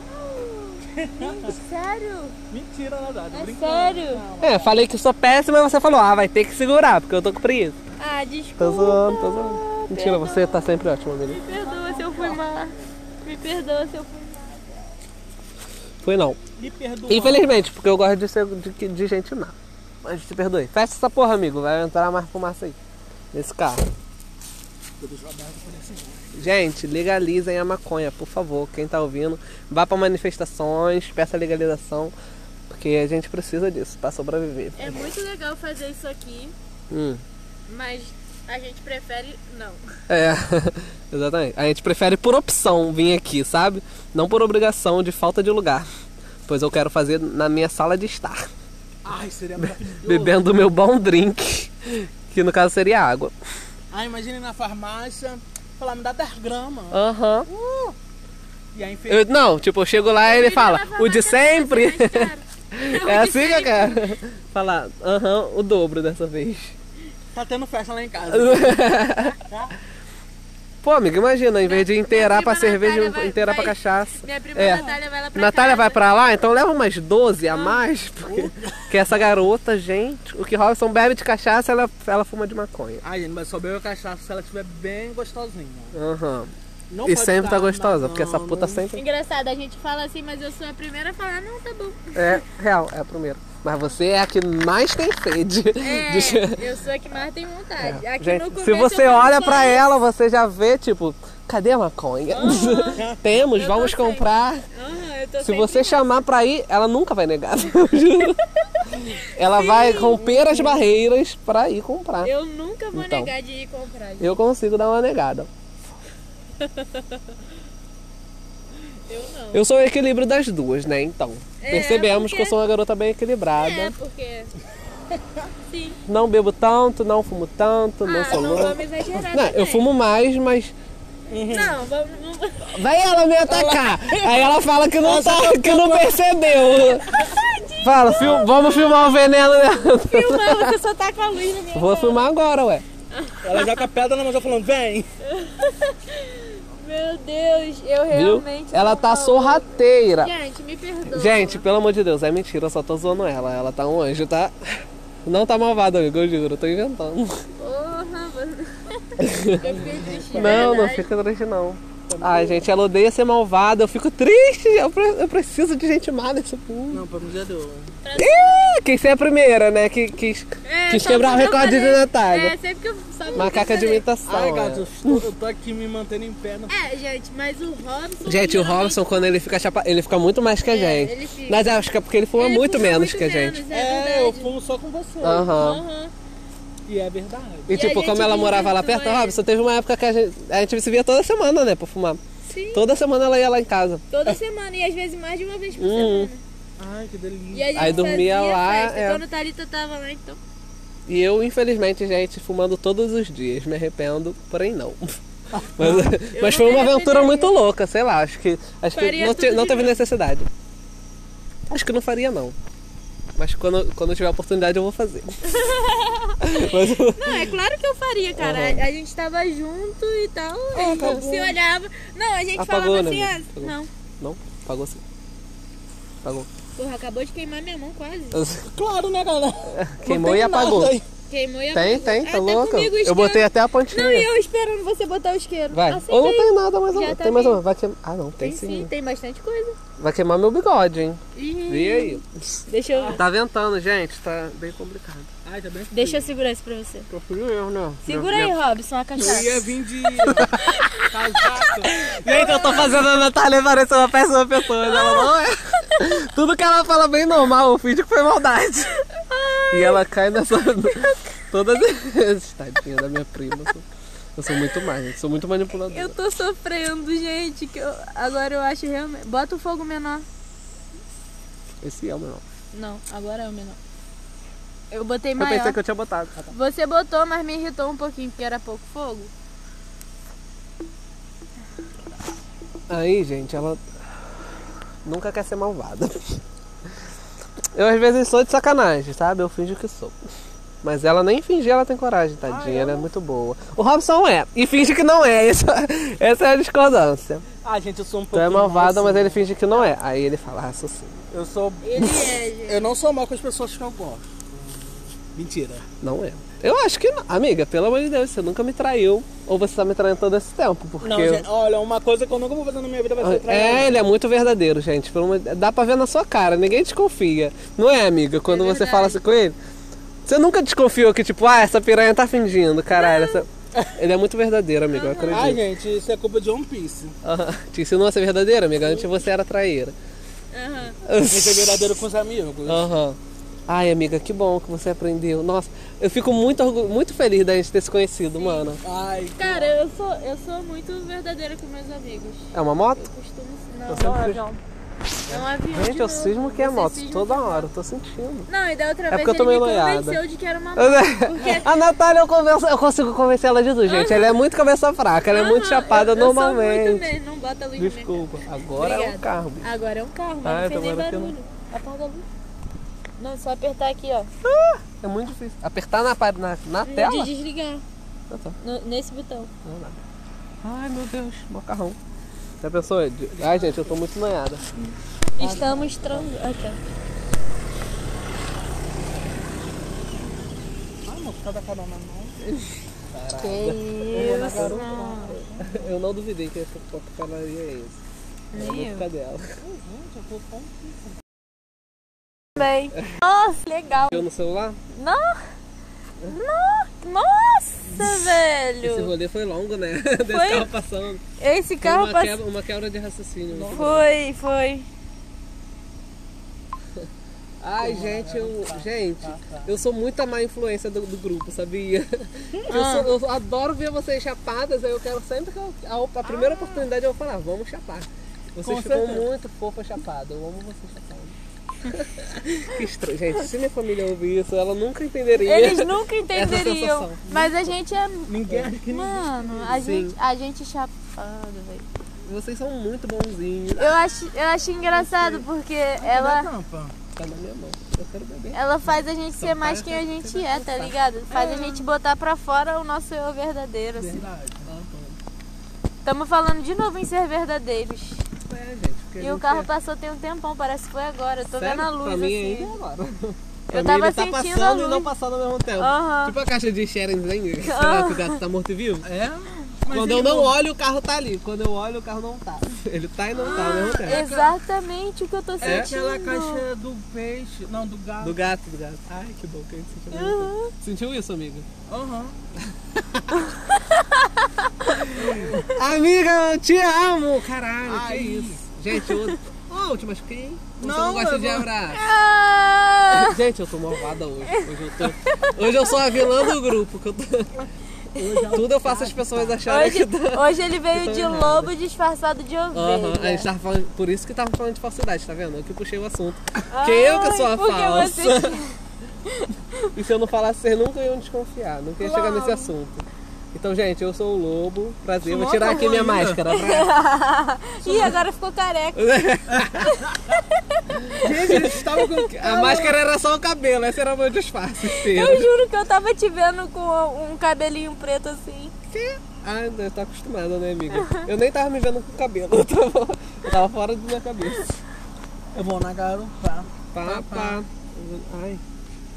Hum, sério?
Mentira, nada.
É sério?
É, falei que sou péssima e você falou, ah, vai ter que segurar, porque eu tô com preguiça.
Ah, desculpa.
Tô zoando, tô
Uhum.
zoando. Mentira, você tá sempre ótima, menina.
Me perdoa se eu fui mal. Me perdoa se eu fui mal.
Foi não.
Me perdoa.
Infelizmente, porque eu gosto de, ser, de, de gente má. Mas te perdoe. Fecha essa porra, amigo. Vai entrar mais fumaça aí. Nesse carro. Gente, legalizem a maconha, por favor. Quem tá ouvindo, vá pra manifestações, peça legalização. Porque a gente precisa disso pra sobreviver.
É muito legal fazer isso aqui,
Hum.
mas a gente prefere não.
É, exatamente. A gente prefere por opção vir aqui, sabe? Não por obrigação de falta de lugar. Pois eu quero fazer na minha sala de estar.
Ai, seria maravilhoso.
Bebendo meu bom drink. Que no caso seria água.
Ai, imagina ir Ah, na farmácia. Falar, me dá 10 gramas.
Aham.
E a enfermeira.
Eu- Não, tipo, eu chego lá e ele fala, o de
tá
sempre. É assim que eu quero. Falar, aham, o dobro dessa vez.
Tá tendo festa lá em casa.
Pô, amigo, imagina, em vez de inteirar pra
prima
cerveja,
Natália vai-
inteirar pra
vai-
cachaça.
Minha prima
É.
Natália vai lá pra
Natália
casa.
vai pra lá, então leva umas 12
Ah.
a mais, porque que essa garota, gente, o que Robson bebe de cachaça, ela, ela fuma de maconha.
Ai, gente, mas só bebe cachaça se ela estiver bem gostosinha.
Aham.
Não
Então
E
pode né?
sempre tá
estar
gostosa,
na
porque essa
mão,
puta sempre.
Engraçado, a gente fala assim, mas eu sou a primeira a falar, não, tá bom.
É, real, é a primeira. Mas você é a que mais tem sede. de-
É, eu sou a que mais tem vontade. Aqui
É, Gente,
no começo
se você
eu
olha
pensei-
pra ela, você já vê, tipo, cadê a maconha? Temos,
Eu
vamos
tô sem.
comprar.
Aham, eu tô
Se
sempre
você chamar pra ir, ela nunca vai negar. ela vai romper as barreiras pra ir comprar.
Eu nunca vou
Então.
negar de ir comprar. gente.
Eu consigo dar uma negada.
Eu não.
Eu sou o equilíbrio das duas, né? Então.
É,
Percebemos que eu
porque-
sou uma garota bem equilibrada.
É, porque. Sim.
Não bebo tanto, não fumo tanto, não
ah,
sou
não
louco.
vamos exagerar.
Não, eu
também.
fumo mais, mas.
Não, vamos. vamos-
Vai ela me atacar! Aí ela fala que não, tá, que não percebeu. Fala, fil- vamos filmar o veneno dela.
Filmar, você só tá com a luz na minha
Vou
cara.
filmar agora, ué.
Ela joga pedra na mão já falando, vem!
Meu Deus, eu
Viu?
realmente.
Ela
não
tá
vou-
sorrateira.
Gente, me perdoa.
Gente, pelo amor de Deus, é mentira, eu só tô zoando ela. Ela tá um anjo, tá? Não tá malvada, amigo, eu juro, eu tô inventando.
Porra, mano. Eu fiquei triste. de
Não, não
É verdade.
fica triste não. Ai, gente, ela odeia ser malvada, eu fico triste, eu, pre- eu preciso de gente má nesse mundo.
Não, pelo amor de Deus.
Ih, Quem ser a primeira, né? Que quis,
É,
quis
só
quebrar o
porque eu
recorde de
falei-
Natália.
É, sempre que eu. só porque eu
Macaca de
falei.
imitação.
Ai,
é.
gato, eu tô, eu tô aqui me mantendo em pé. Não...
É, gente, mas o Robson.
Gente, o
geralmente-
Robson, quando ele fica chapa, ele fica muito mais que a
É,
gente.
ele fica.
Mas acho que é porque ele fuma
ele
muito
fuma
menos que a
menos,
gente.
É,
É, eu
verdade.
fumo só com você.
Aham.
Aham.
E é verdade.
E,
E a
tipo,
gente
como ela
vive
morava lá
junto,
perto,
né?
Robson, teve uma época que a gente, a gente se via toda semana, né, pra fumar.
Sim,
Toda semana ela ia lá em casa.
toda semana e às vezes mais de uma vez por
Hum.
semana.
Ai, que delícia.
E a gente
Aí dormia
fazia
lá,
Festa.
é.
Quando o Thalita tava lá, então.
E eu, infelizmente, gente, fumando todos os dias. Me arrependo, porém não. Mas, mas
não me
foi uma aventura
arrependeria.
muito louca, sei lá. Acho que, acho que
Faria
não, te-
tudo
não
de
teve
novo.
necessidade. Acho que não faria, não. Mas quando, quando eu tiver a oportunidade, eu vou fazer. Mas eu-
Não, é claro que eu faria, cara. A, a gente tava junto e tal. a gente
acabou.
se olhava. Não, a gente
Ah, tá Apagou,
falava
né,
assim,
gente?
ah,
Apagou.
não.
Não, pagou sim. Pagou.
Porra, acabou de queimar minha mão quase.
Claro, né, galera?
Queimou
Não tem
e apagou.
nada aí.
Queimou e
Tem,
apagou.
tem,
Ah,
tá louca?
comigo o
Eu
isqueiro.
botei até a
Não, e
pontinha.
eu esperando você botar o isqueiro.
Vai.
Aceita
Ou não
aí.
tem nada, mas
Já
tem
tá
mais
bem.
uma. Vai queimar. Ah, não, tem,
Tem
sim.
sim, tem bastante coisa.
Vai queimar meu bigode, hein?
Ih,
E aí?
Deixa eu,
Tá ventando, gente. Tá bem complicado.
Ai, tá bem frio.
deixa eu segurar isso pra você.
Prefiro eu, né?
Segura aí, Robson, a cachaça.
Eu ia vir de casaco.
Gente, eu tô fazendo a Natália parecer uma péssima pessoa, mas ela não é. Tudo que ela fala bem normal, eu finge que foi maldade. E ela cai nessa. Todas as vezes. Tadinha da minha prima. eu sou- Eu sou muito má, gente. Sou muito manipuladora.
Eu tô sofrendo, gente. Que eu- agora eu acho realmente. Bota o fogo menor.
Esse é o menor.
Não, agora é o menor. Eu botei
Eu
maior.
pensei que eu tinha botado.
Você botou, mas me irritou um pouquinho, porque era pouco fogo.
Aí, gente, ela nunca quer ser malvada. Eu às vezes sou de sacanagem, sabe? Eu finjo que sou. Mas ela nem fingir, ela tem coragem, tadinha, ela é muito boa. O Robson é, e finge que não é, essa, essa é a discordância.
Ah, gente, eu sou um pouco.
Então é malvada, mas ele finge que não é. Aí ele fala, ah, sou sim.
Eu sou.
Ele é, gente.
Eu não sou mal com as pessoas que eu gosto. Mentira.
Não é. Eu acho que não. Amiga, pelo amor de Deus, você nunca me traiu. Ou você tá me traindo todo esse tempo, porque...
Não,
eu-
gente, olha, uma coisa que eu nunca vou fazer na minha vida vai ser trair.
É, ele é muito verdadeiro, gente. Pelo amor de- Dá pra ver na sua cara, ninguém desconfia. Não é, amiga? Quando
É
você
verdade.
fala assim com ele, você nunca desconfiou que, tipo, ah, essa piranha tá fingindo, caralho. essa- Ele é muito verdadeiro, amiga, eu acredito.
Ai, gente, isso é culpa de One Piece.
Aham. Te ensinou a ser verdadeira, amiga? Antes você era traíra.
Aham.
Esse é verdadeiro com os amigos.
Aham. Ai, amiga, que bom que você aprendeu. Nossa, eu fico muito, orgu- muito feliz da gente ter se conhecido, mano.
Ai, que
Cara, eu sou, eu sou muito verdadeira com meus amigos.
É uma moto?
Eu costumo. Não,
sempre
não é um
fui-
avião. É um avião.
Gente,
de
eu
novo.
cismo que é
Você
moto
cisma
toda
que é
hora, eu
moto.
tô sentindo.
Não, e da outra
É
vez
porque eu
ele
tô
me
meio noiada.
convenceu de que era uma moto. Porque
A Natália, eu, convenço- eu consigo convencer ela de tudo, gente. Ela é muito cabeça fraca, ela é muito
Aham,
chapada
eu- eu sou muito
normalmente.
mesmo, não bota a luz no mercado.
Desculpa, agora é o
Obrigada.
carro. bicho.
Agora é um carro, mas
Ah,
não fez nem
tomara que não.
barulho. Apaga a luz. Não, é só apertar aqui, ó.
É muito difícil. Apertar na, pa- na, na
De
tela?
desligar.
Ah, tá.
No- nesse botão.
Não dá. Ai, meu Deus, macarrão. Já pensou? De- Ai, gente, eu tô muito noiada.
Estamos transando. Aqui,
Ah,
cada
um é
cada na mão.
ó. Que isso. mano.
Eu não duvidei que essa papelaria é isso. Eu vou
Meu.
ficar dela.
também. Nossa, legal.
Eu no celular?
Não. Não. Nossa,
Esse
velho.
rolê foi longo, né? Desse
Foi?
carro passando.
Esse
Foi
carro
uma,
passou.
quebra, uma quebra de raciocínio.
Foi, foi.
Ai, gente, eu, gente, eu sou muita má influência do, do grupo, sabia? Eu,
Ah.
sou- eu adoro ver vocês chapadas, aí eu quero sempre que eu, a, op- a
Ah.
primeira oportunidade eu vou falar, vamos chapar. Vocês
Com
ficam
certeza.
muito fofa chapada, eu amo vocês chapadas. que estranho, gente. Se minha família ouvir isso, ela nunca entenderia.
Eles nunca
Essa
entenderiam.
sensação.
Mas a gente é.
Ninguém acha que ninguém.
Mano, a
Sim.
gente, a gente é chapado, velho.
Vocês são muito bonzinhos.
Eu acho, eu acho engraçado porque ela.
Tampa.
Tá na minha mão. Eu quero beber.
Ela faz a gente ser mais quem a gente é, tá ligado? Faz a gente botar pra fora o nosso eu verdadeiro, assim.
Verdade.
Tamo falando de novo em ser verdadeiros.
É, gente. porque a
E
gente
o carro
é-
passou tem um tempão, parece que foi agora. Eu tô
Sério?
vendo a luz,
pra mim ainda é
assim.
agora.
Eu
Pra mim,
tava
ele tá
sentindo a
passando e
luz.
não passando ao mesmo tempo.
Aham.
Tipo a caixa de Sharon Zenger, que
Aham.
o gato tá morto e vivo.
É? Mas é
Quando
e
eu
o-
não olho, o carro tá ali. Quando eu olho, o carro não tá. Ele tá e não tá ao mesmo tempo.
Exatamente o que eu tô
É
sentindo.
aquela caixa do peixe. Não, do gato.
Do gato, do gato. Ai, que bom que a gente sentiu. ao mesmo
Uhum.
tempo. Ah. Sentiu isso, amiga?
Aham.
Amiga, eu te amo! Caralho,
Ai.
que isso. Gente, eu... Ó, eu te machuquei. hein? Você
Não,
não, gosta
eu
de
não-
abraço.
Ah!
Gente, eu tô malvada hoje. Hoje eu, tô... hoje eu sou a vilã do grupo. Que eu tô... Tudo eu faço as pessoas acharem
Hoje,
que tá...
hoje ele veio
Então
de
é nada.
lobo disfarçado de
Aham, é, a gente
ovelha.
tava falando, por isso que tava falando de falsidade, tá vendo? Eu que puxei o assunto. que eu é que sou a
Ai, porque
falsa.
você-
E se eu não falasse, vocês nunca iam desconfiar, nunca ia chegar nesse assunto. Então, gente, eu sou o Lobo, prazer. Vou
Nossa,
tirar aqui minha
Luísa.
máscara. pra-
Ih, agora ficou careca.
Gente, eles estavam com- A máscara era só o cabelo, esse era o meu disfarce
Eu
inteiro.
juro que eu tava te vendo com um cabelinho preto assim.
Ah, eu tô acostumada, né, amiga? Eu nem tava me vendo com o cabelo, eu tava, eu tava fora da minha cabeça.
Eu vou na garupa.
Pá, pá. Ai,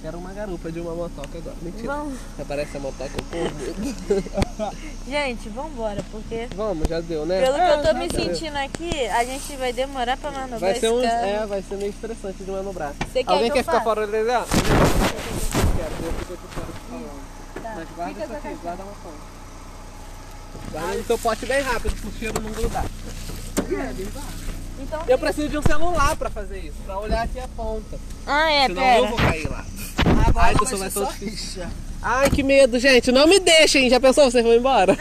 era uma garupa de uma motoca agora. Mentira.
Vamos.
Aparece a motoca, eu corro.
Gente, vambora, porque
Vamos, já deu, né?
pelo que eu tô me
já deu.
sentindo aqui, a gente vai demorar pra manobrar
Vai ser,
esse
um,
carro.
é, vai ser meio estressante de manobrar.
Você quer
Alguém
É que
quer
eu
ficar
faça?
fora dele? ó? Quero, eu fico aqui fora falando.
Tá.
Mas guarda isso aqui, guarda uma fonte. Guarda no seu pote bem rápido, pro cheiro não grudar.
Então,
Eu preciso de um celular pra fazer isso, pra olhar aqui a ponta.
Ah, é,
Senão eu
pera.
vou cair lá.
Agora
Ai, que
vai
você vai
ser
todo
só
fixe.
ficha.
Ai, que medo, gente. Não me deixem. Já pensou? Vocês vão embora?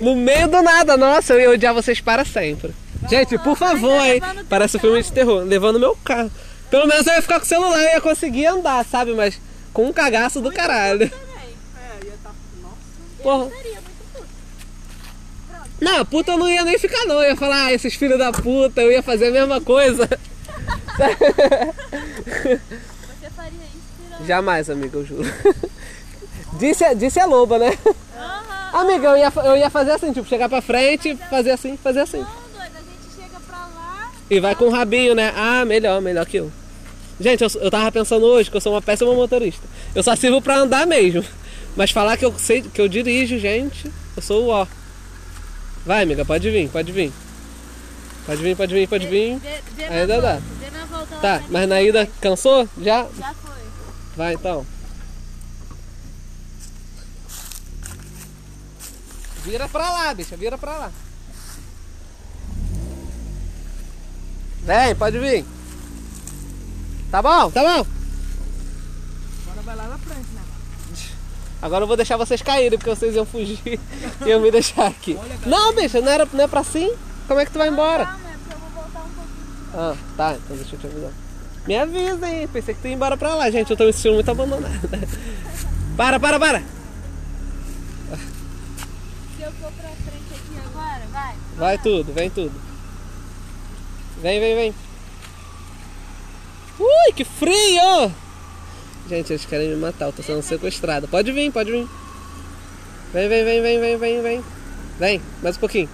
no meio do nada. Nossa, eu ia odiar vocês para sempre. Gente, por favor, hein?
levando teu
Parece um filme de terror. Levando meu carro. Pelo menos eu ia ficar com o celular. Eu ia conseguir andar, sabe? Mas com um cagaço do caralho. Porra. Não, puta eu não ia nem ficar não, eu ia falar, ah, esses filhos da puta, eu ia fazer a mesma coisa.
Você faria isso, Piranha?
Jamais, amiga, eu juro. Disse, disse a loba, né?
Aham.
Amiga, eu ia, fa- eu ia fazer assim, tipo, chegar pra frente, fazer assim, fazer assim.
Não, doida, a gente chega pra lá.
E vai com o rabinho, né? Ah, melhor, melhor que eu. Gente, eu, eu tava pensando hoje que eu sou uma péssima motorista. Eu só sirvo pra andar mesmo. Mas falar que eu sei, que eu dirijo, gente, eu sou o ó. Vai, amiga, pode vir, pode vir. Pode vir, pode vir, pode vir.
Vê, vê
Ainda
na
dá.
volta, Vê na volta lá
Tá,
pra
mas
mim.
na ida cansou? Já?
Já foi.
Vai então. Vira pra lá, bicha, vira pra lá. Vem, pode vir. Tá bom, tá bom.
Agora vai lá na frente, né?
Agora eu vou deixar vocês caírem, porque vocês iam fugir e eu me deixar aqui. Não, bicha, não, era, não é pra sim? Como é que tu vai embora?
Calma, é porque eu vou voltar um pouquinho.
Ah, tá, então deixa eu te avisar. Me avisa aí, pensei que tu ia embora pra lá, gente, eu tô me sentindo muito abandonada. Para, para, para!
Se eu for pra frente aqui agora, vai.
Vai tudo, vem tudo. Vem, vem, vem. Ui, que frio! Gente, eles querem me matar, eu tô sendo sequestrada. Pode vir, pode vir. Vem, vem, vem, vem, vem, vem, vem. Vem, mais um pouquinho.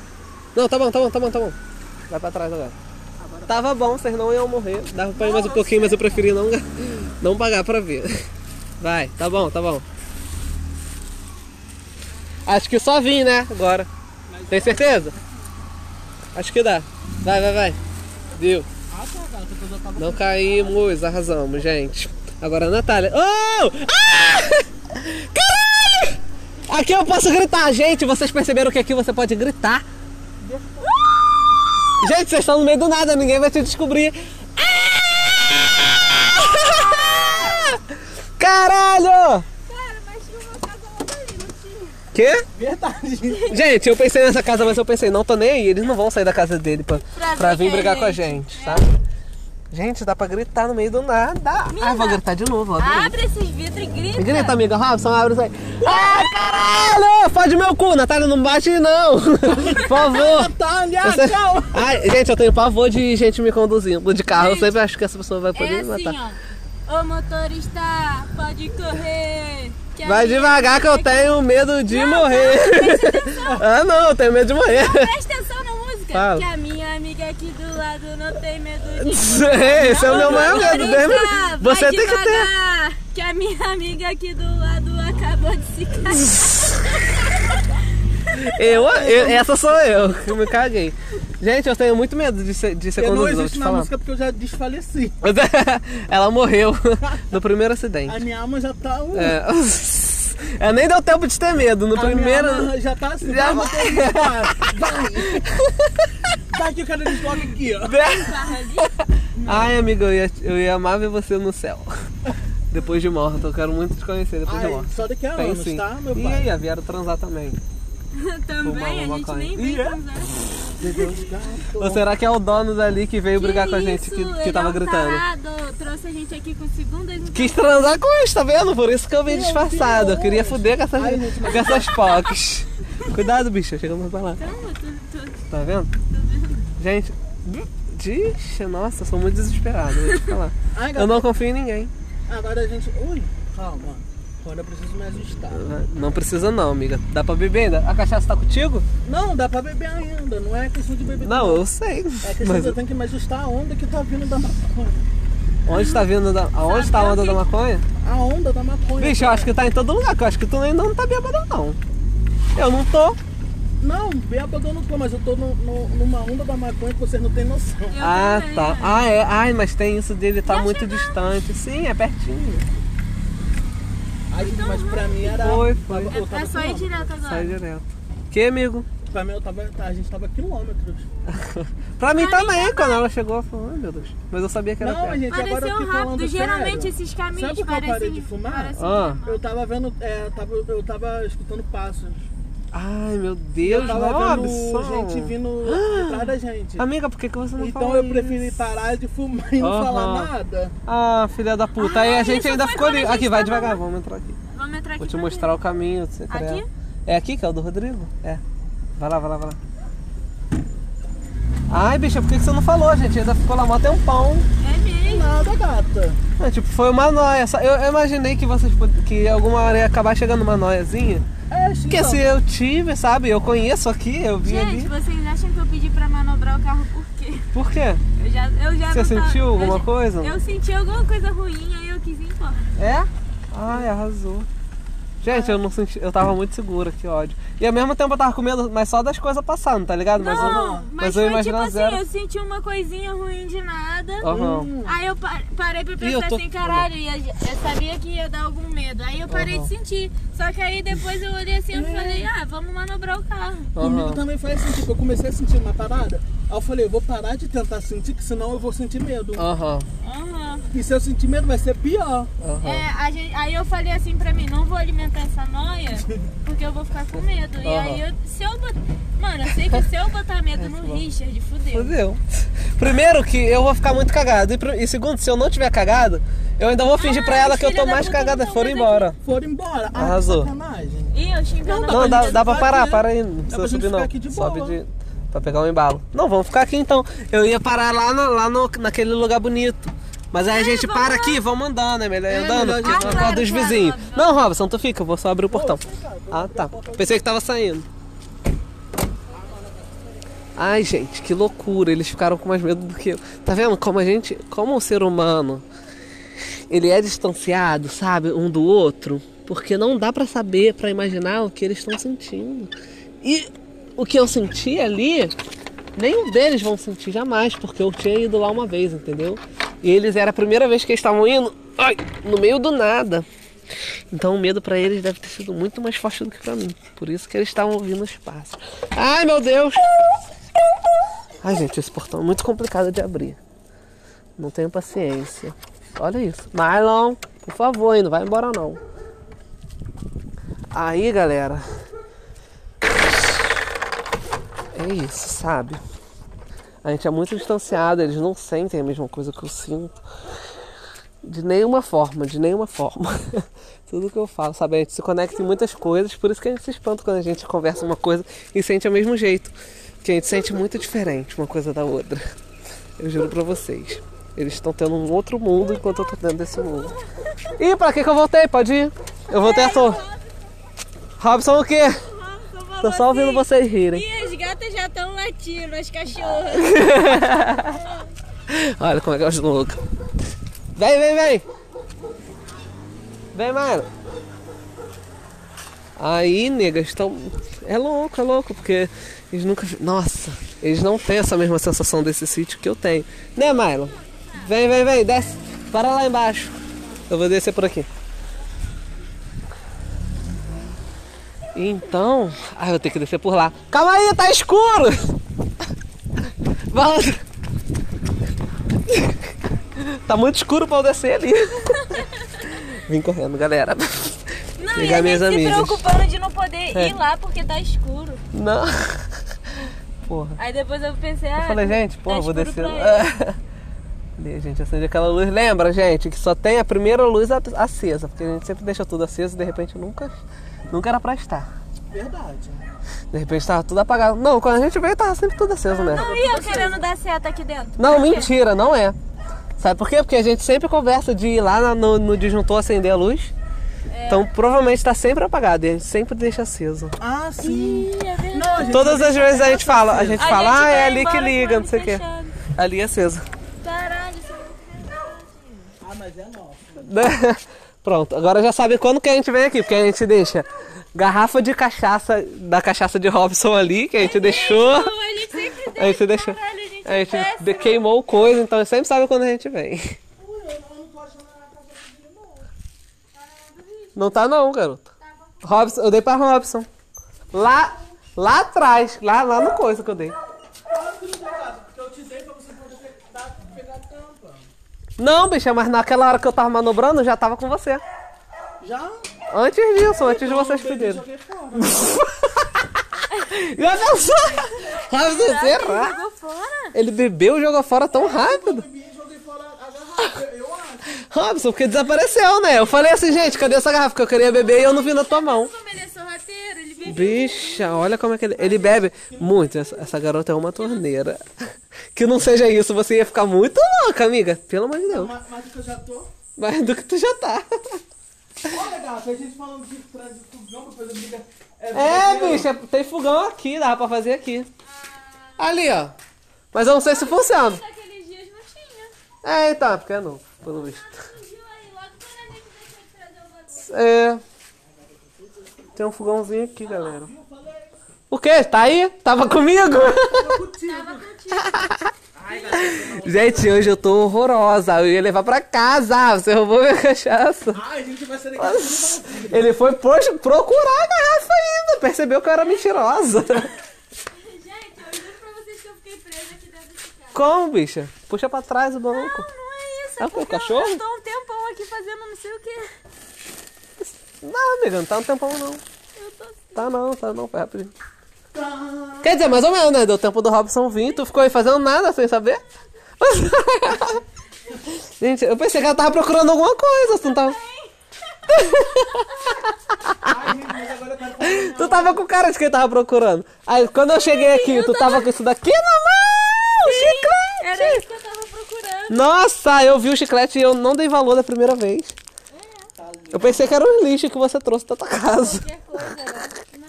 Não, tá bom, tá bom, tá bom, tá bom. Vai pra trás agora. Tava bom, vocês não iam morrer. Dava pra ir mais um pouquinho, mas eu preferi não, não pagar pra ver. Vai, tá bom, tá bom. Acho que só vim, né? Agora. Tem certeza? Acho que dá. Vai, vai, vai. Deu.
Ah, tá, cara, porque eu já tava
Não caímos, arrasamos, gente. Agora a Natália. Oh! Ah! Caralho! Aqui eu posso gritar, gente. Vocês perceberam que aqui você pode gritar? Ah! Gente, vocês estão no meio do nada, ninguém vai te descobrir. Ah! Caralho!
Cara, mas tinha uma casa lá dali, não tinha?
Quê?
Verdade.
Gente, eu pensei nessa casa, mas eu pensei, não tô nem aí, eles não vão sair da casa dele pra,
Pra
pra vir
ver
brigar
quem é
com a gente, tá? Gente, dá pra gritar no meio do nada. Ai, vou gritar de
Ah,
novo, ó.
Abre esses vidros e grita.
Grita, amiga Robson, abre isso aí. Ah, caralho! Fode meu cu, Natália, não bate não! Por favor!
Natália,
Você-
tchau.
Ai, gente, eu tenho pavor de gente me conduzindo de carro. Eu sempre acho que essa pessoa vai poder
É
me matar.
assim, ó. Ô motorista, pode correr. que a
Vai
minha-
devagar que eu tenho medo de morrer. ah, não, eu tenho medo de morrer.
Presta atenção na música.
Fala.
Que a minha amiga aqui do lado não tem medo de
Esse é o meu maior medo. Deus me livre.
Motorista,
Você
vai
tem que ter.
devagar, Que a minha amiga aqui do lado acabou de se cair.
Eu, eu- essa sou eu, que me caguei. Gente, eu tenho muito medo de ser, de ser
Eu não
conduzida, vou te
existo É na
falar.
música porque eu já desfaleci.
Ela morreu no primeiro acidente.
A minha alma já tá. Uh,
É. É, nem deu tempo de ter medo. No
a minha
primeiro.
alma já tá assim.
Já
vai, motorista, vai. Tá aqui, eu quero desloca aqui, ó.
Ai, amiga, eu ia, eu ia amar ver você no céu. Depois de morta. Eu quero muito te conhecer depois de
Ai,
morta.
só daqui a
Tem
anos,
sim.
tá, meu
e
pai?
aí, vieram transar também.
Também, a gente nem vem
é?
transar.
tá,
Ou será que é o dono dali que veio brigar com a
Que
gente que,
isso,
que tava
ele é um
gritando?
tá.
tarado, Trouxe a gente aqui com segundas no
Quis transar com isso, tá vendo? Por isso que eu vim disfarçado. Eu queria foder com essas, com essas pocs. Cuidado, bicho, chegamos pra lá.
Calma, tu- tu-
Tá vendo? Gente, dixe, nossa, eu sou muito desesperado, vou te falar.
Ai,
Eu
gato,
não confio em ninguém.
Agora a gente. Ui, calma. Agora eu preciso me ajustar.
Não precisa não, amiga. Dá pra beber ainda? A cachaça tá contigo?
Não, dá pra beber ainda. Não é questão de beber.
Não, eu sei.
É questão
Mas
de eu tenho que me ajustar a onda que tá vindo da maconha.
onde tá vindo da. Aonde tá a onda da maconha?
A onda da maconha.
Bicho, eu acho que tá em todo lugar, que eu acho que tu ainda não tá bêbada não. Eu não tô.
Não, bêbado eu não tô, mas eu tô no- no- numa onda da maconha que vocês não têm noção.
eu
Ah,
também,
tá.
né?
Ah, é. Ai, mas tem isso dele, tá muito distante. Sim, é pertinho.
Ai, gente, mas pra mim era.
Foi, foi.
eu tava
É só ir
quilômetros.
direto
Sai
agora.
direto. Que, amigo?
Pra mim eu tava. tá, A gente tava quilômetros.
Pra mim também, quando ela chegou, eu falei, ai meu Deus. Mas eu sabia que era
Não,
perto.
mas gente, agora eu
Pareceu
fico
rápido.
falando
um Geralmente
sério.
esses caminhos
Sabe por que eu
é
parecem.
parei de fumar?
parecem
Ah.
normal.
Eu tava vendo. É, tava, eu tava escutando passos.
Ai, meu
Eu
Deus, tá
tava vendo
Robson.
gente vindo atrás da gente.
Amiga, por que, que você não
Então
falou
eu preferi
isso?
parar de fumar e não
Aham.
falar nada.
Ah, filha da puta. Aí a gente
isso
ainda
foi
ficou
quando a
ali.
gente
Aqui, vai
tava
devagar,
lá.
vamos entrar aqui.
Vamos entrar aqui.
Vou te
pra
mostrar o caminho. Você
Aqui?
É aqui que é o do Rodrigo? É. Vai lá, vai lá, vai lá. Ai, bicha, por que, que você não falou, gente? Ainda ficou lá mó tempão.
ver. É mesmo.
Nada, gata.
É, tipo, foi uma noia. Só- Eu, eu imaginei que vocês pod- que alguma hora ia acabar chegando uma noiazinha.
É, Chico.
Porque se eu tive, sabe? Eu conheço aqui, eu vim
Gente,
ali.
vocês acham que eu pedi pra manobrar o carro por quê?
Por quê?
Eu já, eu já
Você
não tava-
sentiu
eu
alguma
já-
coisa?
Eu senti alguma coisa ruim, aí eu quis ir embora.
É? Ai, arrasou. Gente,
Ah.
eu não senti. Eu tava muito segura, que ódio. E ao mesmo tempo eu tava com medo, mas só das coisas passando, tá ligado? mas eu
não, mas,
mas eu
foi tipo
imaginava
assim, Hum.
zero.
eu senti uma coisinha ruim de nada.
Aham.
Aí eu pa- parei pra
eu
pensar
tô-
assim, caralho, ia- eu sabia que ia dar algum medo. Aí eu parei de sentir. Só que aí depois eu olhei assim
É.
e falei, ah, vamos manobrar o carro.
Aham.
Comigo também faz sentido. Eu comecei a sentir uma parada. Aí eu falei, eu vou parar de tentar sentir, que senão eu vou sentir medo.
Aham.
Aham.
E se eu sentir medo, vai ser pior.
Aham.
É, a gente- aí eu falei assim pra mim, não vou alimentar essa noia, porque eu vou ficar com medo. E aí eu, se eu bot... Mano, eu sei que se eu botar
É
medo no Richard, fudeu.
Fudeu. Primeiro que eu vou ficar muito cagado. E, pr- e segundo, se eu não tiver cagado, eu ainda vou fingir pra
Ai,
ela que eu
Ah, filha
tô
da
mais
puta,
cagada
não
foram
vai
embora.
Foram embora. Ah,
Arrasou.
que sacanagem.
Ih, eu xingando
Não,
a
dá,
gente
dá pra
ficar
parar,
aqui,
para aí. Não
Dá
precisa
pra gente
subir não.
ficar aqui de
Sobe
boa.
de. Pra pegar um embalo. Não, vamos ficar aqui então. Eu ia parar lá, na- lá no, naquele lugar bonito. Mas aí a gente para aqui, vamos andando, é melhor ir andando,
melhor
porque
ir
senão
andando.
acorda os
Ah, claro,
vizinhos.
claro,
Não, Robson, tu fica, eu vou só abrir o portão. Ah, tá. Pensei que tava saindo. Ai, gente, que loucura. Eles ficaram com mais medo do que eu. Tá vendo como a gente, como o ser humano, ele é distanciado, sabe, um do outro, porque não dá pra saber, pra imaginar o que eles estão sentindo. E o que eu senti ali Nenhum deles vão sentir jamais, porque eu tinha ido lá uma vez, entendeu? E eles era a primeira vez que eles estavam indo, ai, no meio do nada. Então o medo pra eles deve ter sido muito mais forte do que pra mim. Por isso que eles estavam ouvindo os passos. Ai, meu Deus! Ai, gente, esse portão é muito complicado de abrir. Não tenho paciência. Olha isso. Marlon, por favor, hein, não vai embora não. Aí, galera. É isso, sabe? A gente é muito distanciado, eles não sentem a mesma coisa que eu sinto. De nenhuma forma, de nenhuma forma. Tudo que eu falo, sabe? A gente se conecta em muitas coisas, por isso que a gente se espanta quando a gente conversa uma coisa e sente o mesmo jeito. Que a gente sente muito diferente uma coisa da outra. Eu juro pra vocês. Eles estão tendo um outro mundo enquanto eu tô dentro desse mundo. Ih, pra que que eu voltei? Pode ir? Eu voltei à toa. Robson o quê? Tô só ouvindo vocês rirem.
E as gatas já estão latindo, as cachorras.
Olha como é que é os loucos. Vem, vem, vem! Vem, mano! Aí, nega, estão. É louco, é louco, porque eles nunca. vi- Nossa, eles não têm essa mesma sensação desse sítio que eu tenho. Né, Milo? Vem, vem, vem, desce. Para lá embaixo. Eu vou descer por aqui. Então. Ai, eu vou ter que descer por lá. Calma aí, tá escuro! Volta! Tá muito escuro pra eu descer ali. Vim correndo, galera.
Não,
Ligar
e a
minhas
gente se
amigas.
preocupando de não poder
É.
ir lá porque tá escuro.
Não. Porra.
Aí depois eu pensei, ah,
Eu falei, gente, porra, vou
escuro
descer.
pra
Ali, gente, acende aquela luz. Lembra, gente, que só tem a primeira luz a- acesa, porque a gente sempre deixa tudo aceso e de repente nunca, nunca era pra estar.
Verdade.
De repente tava tudo apagado. Não, quando a gente veio tava sempre tudo aceso, né?
não, e eu querendo dar seta aqui dentro?
Não, mentira, não é. Sabe por quê? Porque a gente sempre conversa de ir lá na- no, no disjuntor acender a luz.
É.
Então provavelmente tá sempre apagado e a gente sempre deixa aceso.
Ah, sim.
Não,
Todas as vezes a gente fala, a gente
A
fala,
gente
ah, é
vai
ali que
embora com
liga, não
olho
sei o quê.
fechado.
Ali é aceso.
Caralho, isso é muito
Ah, mas é nossa.
Né? Pronto, agora já sabe quando que a gente vem aqui, porque a gente deixa garrafa de cachaça da cachaça de Robson ali, que a
É
gente deixou.
bom, a gente sempre
A gente deixou.
Caralho, a gente
A gente
é péssimo.
de- queimou coisa, então a gente sempre sabe quando a gente vem. Não tá não, garoto. Robson, eu dei pra Robson. Lá, lá atrás, lá, lá no coisa que eu dei. Não, bicha, mas naquela hora que eu tava manobrando, eu já tava com você.
Já?
Antes disso, antes de vocês pedirem.
Joguei fora.
Já pensou? Robson, será?
Jogou fora?
Ele bebeu e jogou fora tão rápido.
Bebi, joguei fora a garrafa. Eu acho.
Robson, porque desapareceu, né? Eu falei assim, gente, cadê essa garrafa que eu queria beber e eu não vi na tua mão.
Como ele é sorrateiro, ele bebeu.
Bicha, olha como é que ele... Ele bebe muito. Essa, essa garota é uma torneira. Que não seja isso, você ia ficar muito louca, amiga. Pelo amor de Deus.
Mas, mas que eu já tô.
Mais do que tu já tá.
Olha, garrafa, a gente falando de trânsito, não, depois eu briga.
É, bicha, tem fogão aqui, dá pra fazer aqui. Ali, ó. Mas eu não sei se funciona.
Naqueles dias não tinha.
É, então, porque é novo, pelo visto.
Surgiu aí, logo quando a gente deixou de trazer o bagulho.
É. Tem um fogãozinho aqui, galera. O quê? Tá aí? Tava comigo? Gente, hoje eu tô horrorosa. Eu ia levar pra casa. Você roubou minha cachaça.
Ai, a gente vai ser daqui.
Ele foi pro- procurar a garrafa ainda. Percebeu que eu era mentirosa.
Gente, eu juro pra vocês que eu fiquei presa aqui dentro desse carro.
Como, bicha? Puxa pra trás o banco.
Não é isso,
Ah,
é
o
porque
cachorro?
eu eu tô um tempão aqui fazendo não sei o que.
Não, amiga, não tá no tempão, não.
Eu tô assim.
Tá não, tá não. Foi rapidinho. Quer dizer, mais ou menos, né? Deu tempo do Robson vir, tu ficou aí fazendo nada sem saber? Gente, eu pensei que ela tava procurando alguma coisa, tu não tava.
Ai, gente, mas agora eu quero falar.
Tu tava com cara de quem tava procurando. Aí quando eu cheguei aqui, tu tava com isso daqui na mão! Chiclete!
Era isso que eu tava procurando.
Nossa, eu vi o chiclete e eu não dei valor da primeira vez. Eu pensei que era um lixo que você trouxe da tua casa.
Qualquer coisa, né?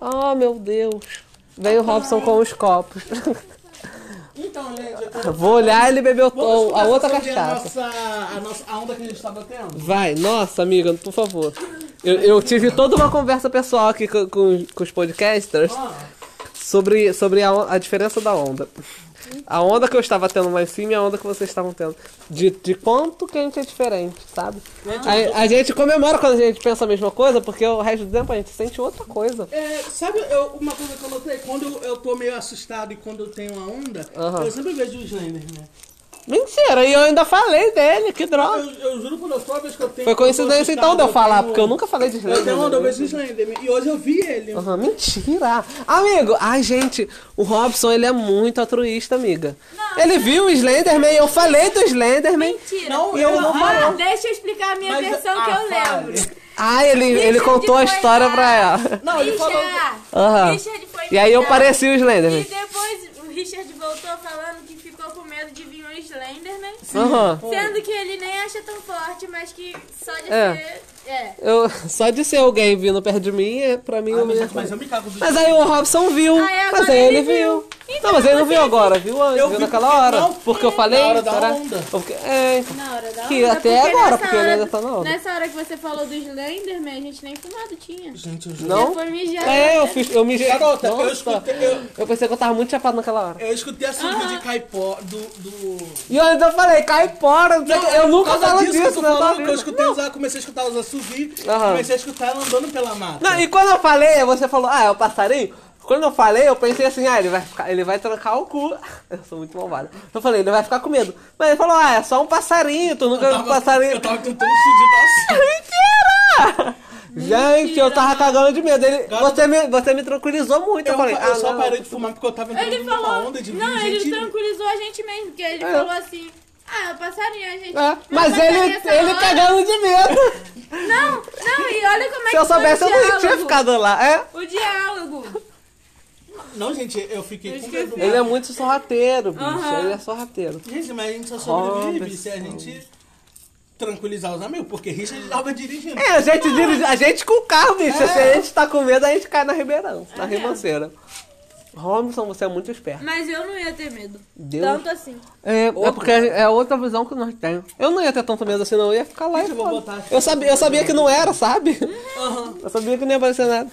Oh, meu Deus. Veio o Robson com os copos.
Então, gente, eu quero.
Vou olhar, ele bebeu
Vamos
to- a outra
conversar sobre
cachaça.
A nossa, a nossa a onda que a gente tá batendo?
Vai, nossa, amiga, por favor. Eu, eu tive toda uma conversa pessoal aqui com, com- com os podcasters
Ah,
sobre, sobre a, on- a diferença da onda. A onda que eu estava tendo lá em cima e a onda que vocês estavam tendo. De, de quanto que a gente é diferente, sabe? A, a gente comemora quando a gente pensa a mesma coisa, porque o resto do tempo a gente sente outra coisa.
É, sabe eu- uma coisa que eu notei? Quando eu, eu tô meio assustado e quando eu tenho uma onda,
Aham.
eu sempre vejo o né? Slenderman.
Mentira, e eu ainda falei dele, que droga.
Eu, eu juro por Deus, toda vez que eu
Ah.
tenho.
Foi coincidência então de eu falar, porque eu nunca falei de
Eu tenho onda, eu
Slenderman.
vejo o Slenderman. E hoje eu vi ele.
Aham, mentira! Amigo, ai gente, o Robson ele é muito altruísta, amiga.
Não,
ele viu o Slenderman, eu falei do Slenderman.
Mentira.
Não, é eu não
ah,
falei.
deixa eu explicar a minha
Mas-
versão
ah,
que eu
fala.
lembro.
Ai, ele, ele
Richard
contou a
foi
história
lá.
pra ela.
Não, ele falou.
Richard,
Aham.
Richard foi
E aí eu
lá.
pareci o
E
Slenderman.
depois o Richard voltou falando que ficou com medo de vir um Slenderman.
Aham.
Sendo que ele nem acha tão forte, mas que só de
É.
ser. É.
Eu, só de ser alguém vindo perto de mim, é, pra mim. eu
Ah,
ia-
mas, mas eu me cago do
mas aí o Robson viu.
Ah, é,
mas
agora
aí ele
ele viu.
viu.
Então,
não, mas ele não viu
você-
agora, viu antes,
Eu
viu
vi
naquela
porque-
hora.
não,
porque eu falei.
hora da
será?
onda.
Porque- é,
Na hora da
Que
onda,
até
porque
agora,
nessa
porque ele ainda tá na onda.
Nessa hora que você falou do Slenderman, a gente nem fumado tinha.
Gente, eu juro.
não?
Eu fui mijar.
É, eu, fiz, eu me
Garota, eu
Nossa.
escutei, eu,
Eu pensei que eu tava muito chapado naquela hora.
eu escutei a surra
Ah.
de caipó do. do...
E eu ainda falei, cai fora. não sei o quê. eu nunca
por causa
falo disso,
que eu tô
né?
falando, que eu
Não.
escutei os, comecei a escutar os assovios,
Aham.
comecei a escutar ela andando pela mata.
Não, e quando eu falei, você falou, ah, é o passarinho? Quando eu falei, eu pensei assim, ah, ele vai ficar, ele vai trancar o cu. Eu sou muito malvada. Eu falei, ele vai ficar com medo. Mas ele falou, ah, é só um passarinho, tu nunca
eu
viu um
tava,
passarinho.
eu tava tentando fugir da
Mentira! Gente, eu tava cagando de medo. Ele,
Cara,
você, me, você me tranquilizou muito. Eu,
Eu,
falei,
eu
ah,
só
não.
parei de fumar porque eu tava entrando
Ele
numa
falou.
onda de
não,
vir,
ele
gente.
tranquilizou a gente mesmo, porque ele
É.
falou assim. Ah, eu passaria, a gente.
É,
eu
mas
passaria
ele,
essa
ele
hora."
cagando de medo.
Não, não, e olha como é
Se
que
eu
foi
soubesse,
o
eu não tinha
diálogo.
ficado lá. É?
O diálogo.
Não, gente, eu fiquei
Eu
com
esqueci.
medo.
Ele é muito sorrateiro, bicho.
Aham.
Ele é sorrateiro.
Gente, mas a gente só sobrevive
Robson.
se a gente tranquilizar os amigos, porque Richard tava dirigindo.
É, a gente, dirige- a gente com o carro, bicho. Se a gente tá com medo, a gente cai na Ribeirão, na
É.
ribanceira. Robinson, você é muito esperto.
Mas eu não ia ter medo.
Deus.
Tanto assim.
É, é porque é outra visão que nós temos. Eu não ia ter tanto medo assim, não. Eu ia ficar lá e
Eu vou
fora.
botar aqui.
eu sabia, eu sabia que não era, sabe?
Uhum.
Aham.
Eu sabia que não ia aparecer nada.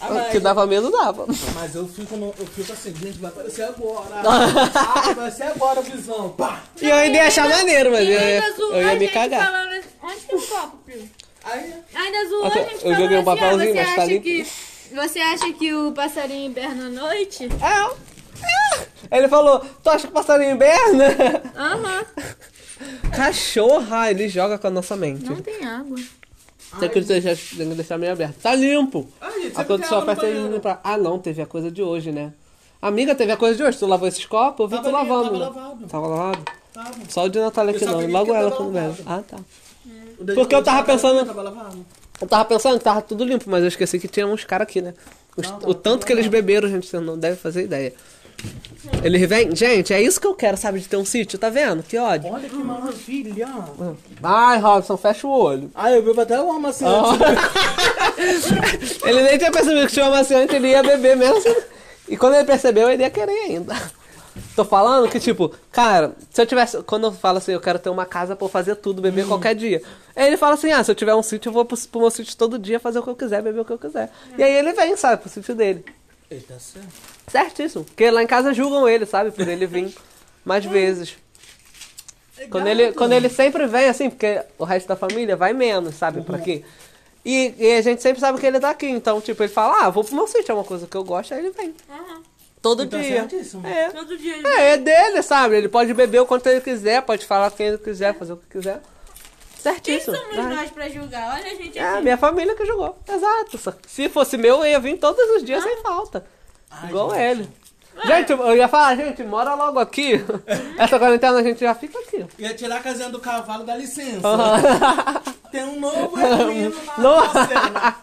Ah,
O que
mas,
dava medo, dava.
mas eu fico no, eu fico assim, gente, vai aparecer agora. ah, vai ser agora, visão. Pá!
E eu ainda ia achar maneiro, mas
E
eu ia,
ainda zoou
eu
a
ia me
gente
cagar.
falando- Onde tem um copo, Pio?
Aí,
Ainda zoou a
Nossa,
gente
eu joguei um
falando assim,
papelzinho,
ah, você
mas tá
acha
limpo.
que Você acha que o passarinho hiberna à noite?
É. Ele falou, tu acha que passarinho é inverno?
Aham.
Cachorra, ele joga com a nossa mente.
Não tem água.
Tem que, deixar, tem que deixar meio aberto. Tá limpo!
Ai, gente,
a
sempre tem
condição
água no
aperta de
banheiro.
limpar. Ah, não, teve a coisa de hoje, né? Amiga, teve a coisa de hoje. Tu lavou esses copos? Eu vi
Tava
tu
ali,
lavando.
tava
né?
lavado.
Tava lavado?
tava.
Só o de Natália
Eu
que
só
não.
queria
Logo
que
ela
tava
quando
lavado.
leva. Ah, tá.
O dedo
Porque eu tava
do Richard
pensando-
Tava lavado.
Eu tava pensando que tava tudo limpo, mas eu esqueci que tinha uns caras aqui, né? Os- o tanto que eles beberam, gente, você não deve fazer ideia. Eles vêm. Gente, é isso que eu quero, sabe? De ter um sítio, tá vendo? Que ódio.
Olha que maravilha.
Ai, Robson, fecha o olho.
Ai, eu bebo até uma maçã.
Ah. Ele nem tinha percebido que tinha uma maciante, ele ia beber mesmo. assim. E quando ele percebeu, ele ia querer ainda. Tô falando que, tipo, cara, se eu tivesse. Quando eu falo assim, eu quero ter uma casa pra eu fazer tudo, beber qualquer dia. Aí ele fala assim: ah, se eu tiver um sítio, eu vou pro, pro meu sítio todo dia fazer o que eu quiser, beber o que eu quiser. E aí ele vem, sabe, pro sítio dele.
Ele tá certo.
Certíssimo. Porque lá em casa julgam ele, sabe, por ele vir
É.
mais vezes. Quando
né?
ele, quando ele sempre vem, assim, porque o resto da família vai menos, sabe,
Uhum.
pra quê? E, e a gente sempre sabe que ele tá aqui. Então, tipo, ele fala, ah, vou pro meu sítio, é uma coisa que eu gosto, aí ele vem.
Aham. assim,
Todo
Então,
um
dia.
certíssimo.
É.
Todo dia ele.
é, é dele, sabe? Ele pode beber o quanto ele quiser, pode falar com quem ele quiser, fazer o que quiser.
Quem
Certíssimo.
somos
Ah,
nós pra julgar? Olha a gente
É,
aqui.
minha família que jogou. Exato. Só- Se fosse meu, eu ia vir todos os dias
Ah.
sem falta. Igual ele. Gente, eu ia falar, gente, mora logo aqui. Essa quarentena a gente já fica aqui.
Ia tirar a casinha do cavalo, dá licença.
Aham.
Tem um novo equino na
Não.
cena.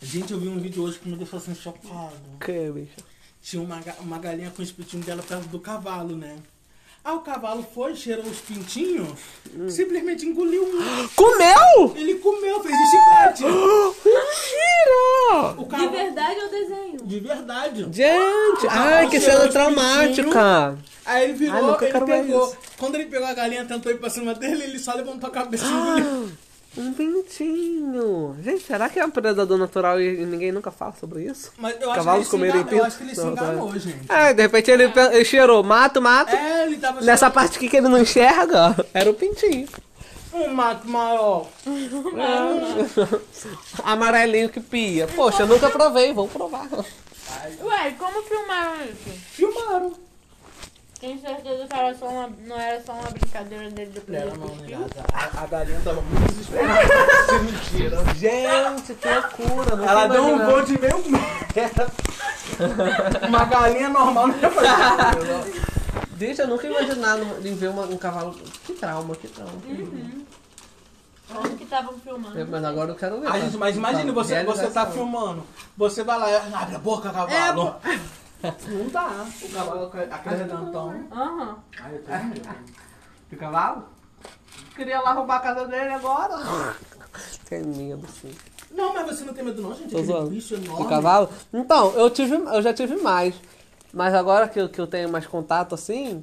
Gente, eu vi um vídeo hoje que me deixou assim chocado.
Que bicho.
Tinha uma, ga- uma galinha com os pintinhos dela perto do cavalo, né? Aí o cavalo foi, cheirou os pintinhos,
Hum.
simplesmente engoliu um.
Comeu?
Ele comeu, fez de chiclete.
Mentira!
O
De
cavalo,
É verdade eu desenho.
de verdade.
Gente, ai, que cena traumática.
Aí
Ai,
ele virou,
nunca
ele
quero ver
pegou.
isso.
Quando ele pegou a galinha, tentou ir pra cima dele, ele só levantou a cabeça e engoliu.
Um pintinho. Gente, será que é um predador natural e ninguém nunca fala sobre isso?
Mas eu acho que ele
Cavalos
se
comerem
enganou, eu
pinto?
acho que ele se
Não, tá.
enganou, gente.
É, de repente ele, pe- ele cheirou, mato, mato.
É, ele tava
Nessa parte aqui que ele não enxerga, ó, era o pintinho.
um mato maior.
Ah. Amarelinho que pia. Poxa, eu nunca provei, vou provar.
Ué, como filmaram isso?
Filmaram.
Tenho certeza que era só uma, não era só uma brincadeira dele do
Era
primeiro
uma
cuspir.
unidade. A, a galinha tava muito desesperada. Isso é mentira.
Gente, que loucura. nunca
Ela deu um
imaginava.
gol de meio metro. Uma galinha normal né? não ia fazer isso.
Gente, eu nunca imaginava em ver uma- um cavalo. Que trauma, que trauma.
Onde que estavam filmando?
Mas agora eu quero ver.
Ah, gente, mas imagine, você, você tá filmando, você vai lá, e abre a boca,
É,
cavalo. Não dá. O cavalo cai- aquele redantão.
Aham.
Ai, eu tô com medo.
De cavalo? Queria lá roubar a casa dele agora.
Tem medo, sim.
Não, mas você não tem medo não, gente.
Tô
Aquele
zoando.
bicho é enorme.
O assim. cavalo? Então, eu, tive, eu já tive mais. Mas agora que eu, que eu tenho mais contato assim,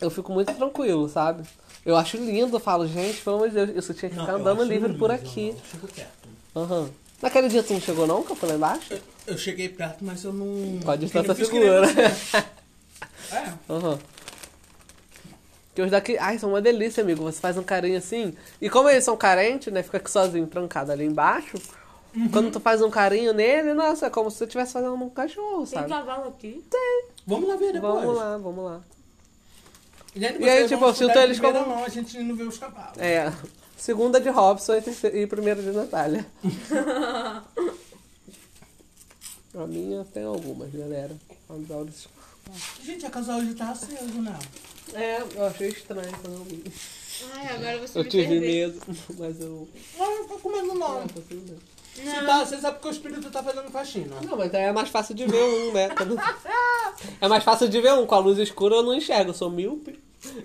eu fico muito tranquilo, sabe? Eu acho lindo, eu falo, gente, pelo amor de Deus, isso tinha que
Não,
ficar
eu
Tá andando
acho
livre por
lindo,
aqui.
não. Fica quieto.
Aham. Naquele dia tu não chegou não, que eu fui lá embaixo?
Eu cheguei perto, mas eu não...
Com a distância
eu fiz que nem
segura.
você. É.
Aham. Uhum. Que os daqui. Ai, são uma delícia, amigo. Você faz um carinho assim. E como eles são carentes, né? Fica aqui sozinho, trancado ali embaixo. Quando tu faz um carinho nele, nossa, é como se tu estivesse fazendo um cachorro,
Tem
sabe?
cavalo aqui?
Vamos lá ver depois.
Vamos lá, vamos lá.
Gente,
E aí,
vocês
tipo,
vão
se o
escutar
Teles
em primeira
como-
mão, a gente não vê os cavalos.
É. Segunda de Robson e, terceira, e primeira de Natália. A minha tem algumas, galera. Vamos dar uns-
Gente, a casal hoje tá aceso, né?
É, eu achei estranho quando eu vi.
Ai, agora você
Eu
me
tive
perdeu.
medo, mas eu.
Não, não tô comendo não.
Não, tudo bem.
Se tá aceso é porque o espírito tá fazendo faxina.
Não, mas é mais fácil de ver um, né? Quando- É mais fácil de ver um. Com a luz escura eu não enxergo, eu sou míope.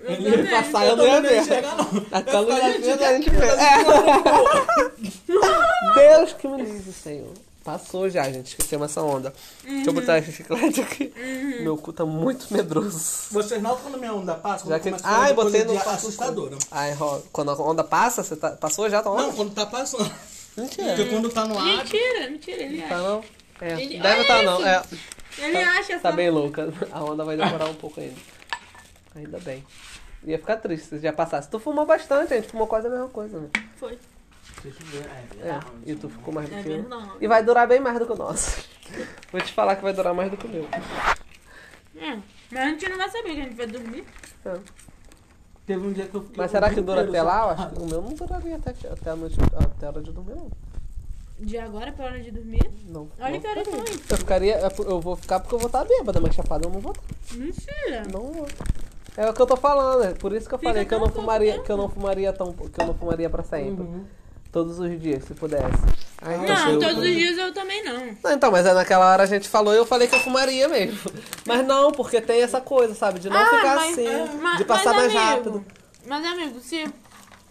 Ele tá passar eu não ia
também não
ver.
enxerga, não.
Até a
Eu
luz
falo,
acesa a gente vê. É. Deus que me livre, Senhor. Passou já, gente. Esquecemos essa onda. Deixa eu botar esse chiclete aqui. Meu cu tá muito medroso.
Vocês notam quando minha onda passa?
Já
quando
que...
começa a
Ai,
falar de
botei
coisa
no
de
saco.
assustadora.
Ai, Ro- quando a onda passa, você tá... passou já? Tá
Não,
onda?
quando tá passando.
Mentira.
Porque quando tá no ar...
Mentira, mentira, ele
Tá
acha.
não? É.
Ele-
Deve
Olha
estar não.
isso.
É.
Ele acha
Tá
essa
bem louca. A onda vai demorar um pouco ainda. Ainda bem. Ia ficar triste se já passasse. Tu fumou bastante, a gente fumou quase a mesma coisa, né?
Foi.
Deixa eu ver, é,
É. E tu ficou mais do
Tá É
que eu.
verdade.
E vai durar bem mais do que o nosso. Vou te falar que vai durar mais do que o meu.
Hum, Mas a gente não vai saber que a gente vai dormir.
Teve um dia que eu fiquei...
Mas será que dura até lá? Eu acho que o meu não duraria até, até, a, noite, até a hora de dormir, não.
De agora pra hora de dormir?
Não.
Olha
não
que é horas
ficaria.
são
Eu ficaria. Eu vou ficar porque eu vou estar bêbada, mas chapada eu não vou estar.
Mentira.
Não vou. É o que eu tô falando, é por isso que eu
Fica né?
falei que eu
tão
não
pouco
fumaria,
tempo.
que eu não fumaria tão, que eu não fumaria para sempre.
Uhum.
Todos os dias, se pudesse. Ai, então
Não,
eu-
todos os dias eu também não.
Não, então, mas é naquela hora a gente falou e eu falei que eu fumaria mesmo. Mas não, porque tem essa coisa, sabe? De não ficar assim,
ma-
de passar
Ah, mas,
mais
amigo,
rápido.
Mas, amigo, se...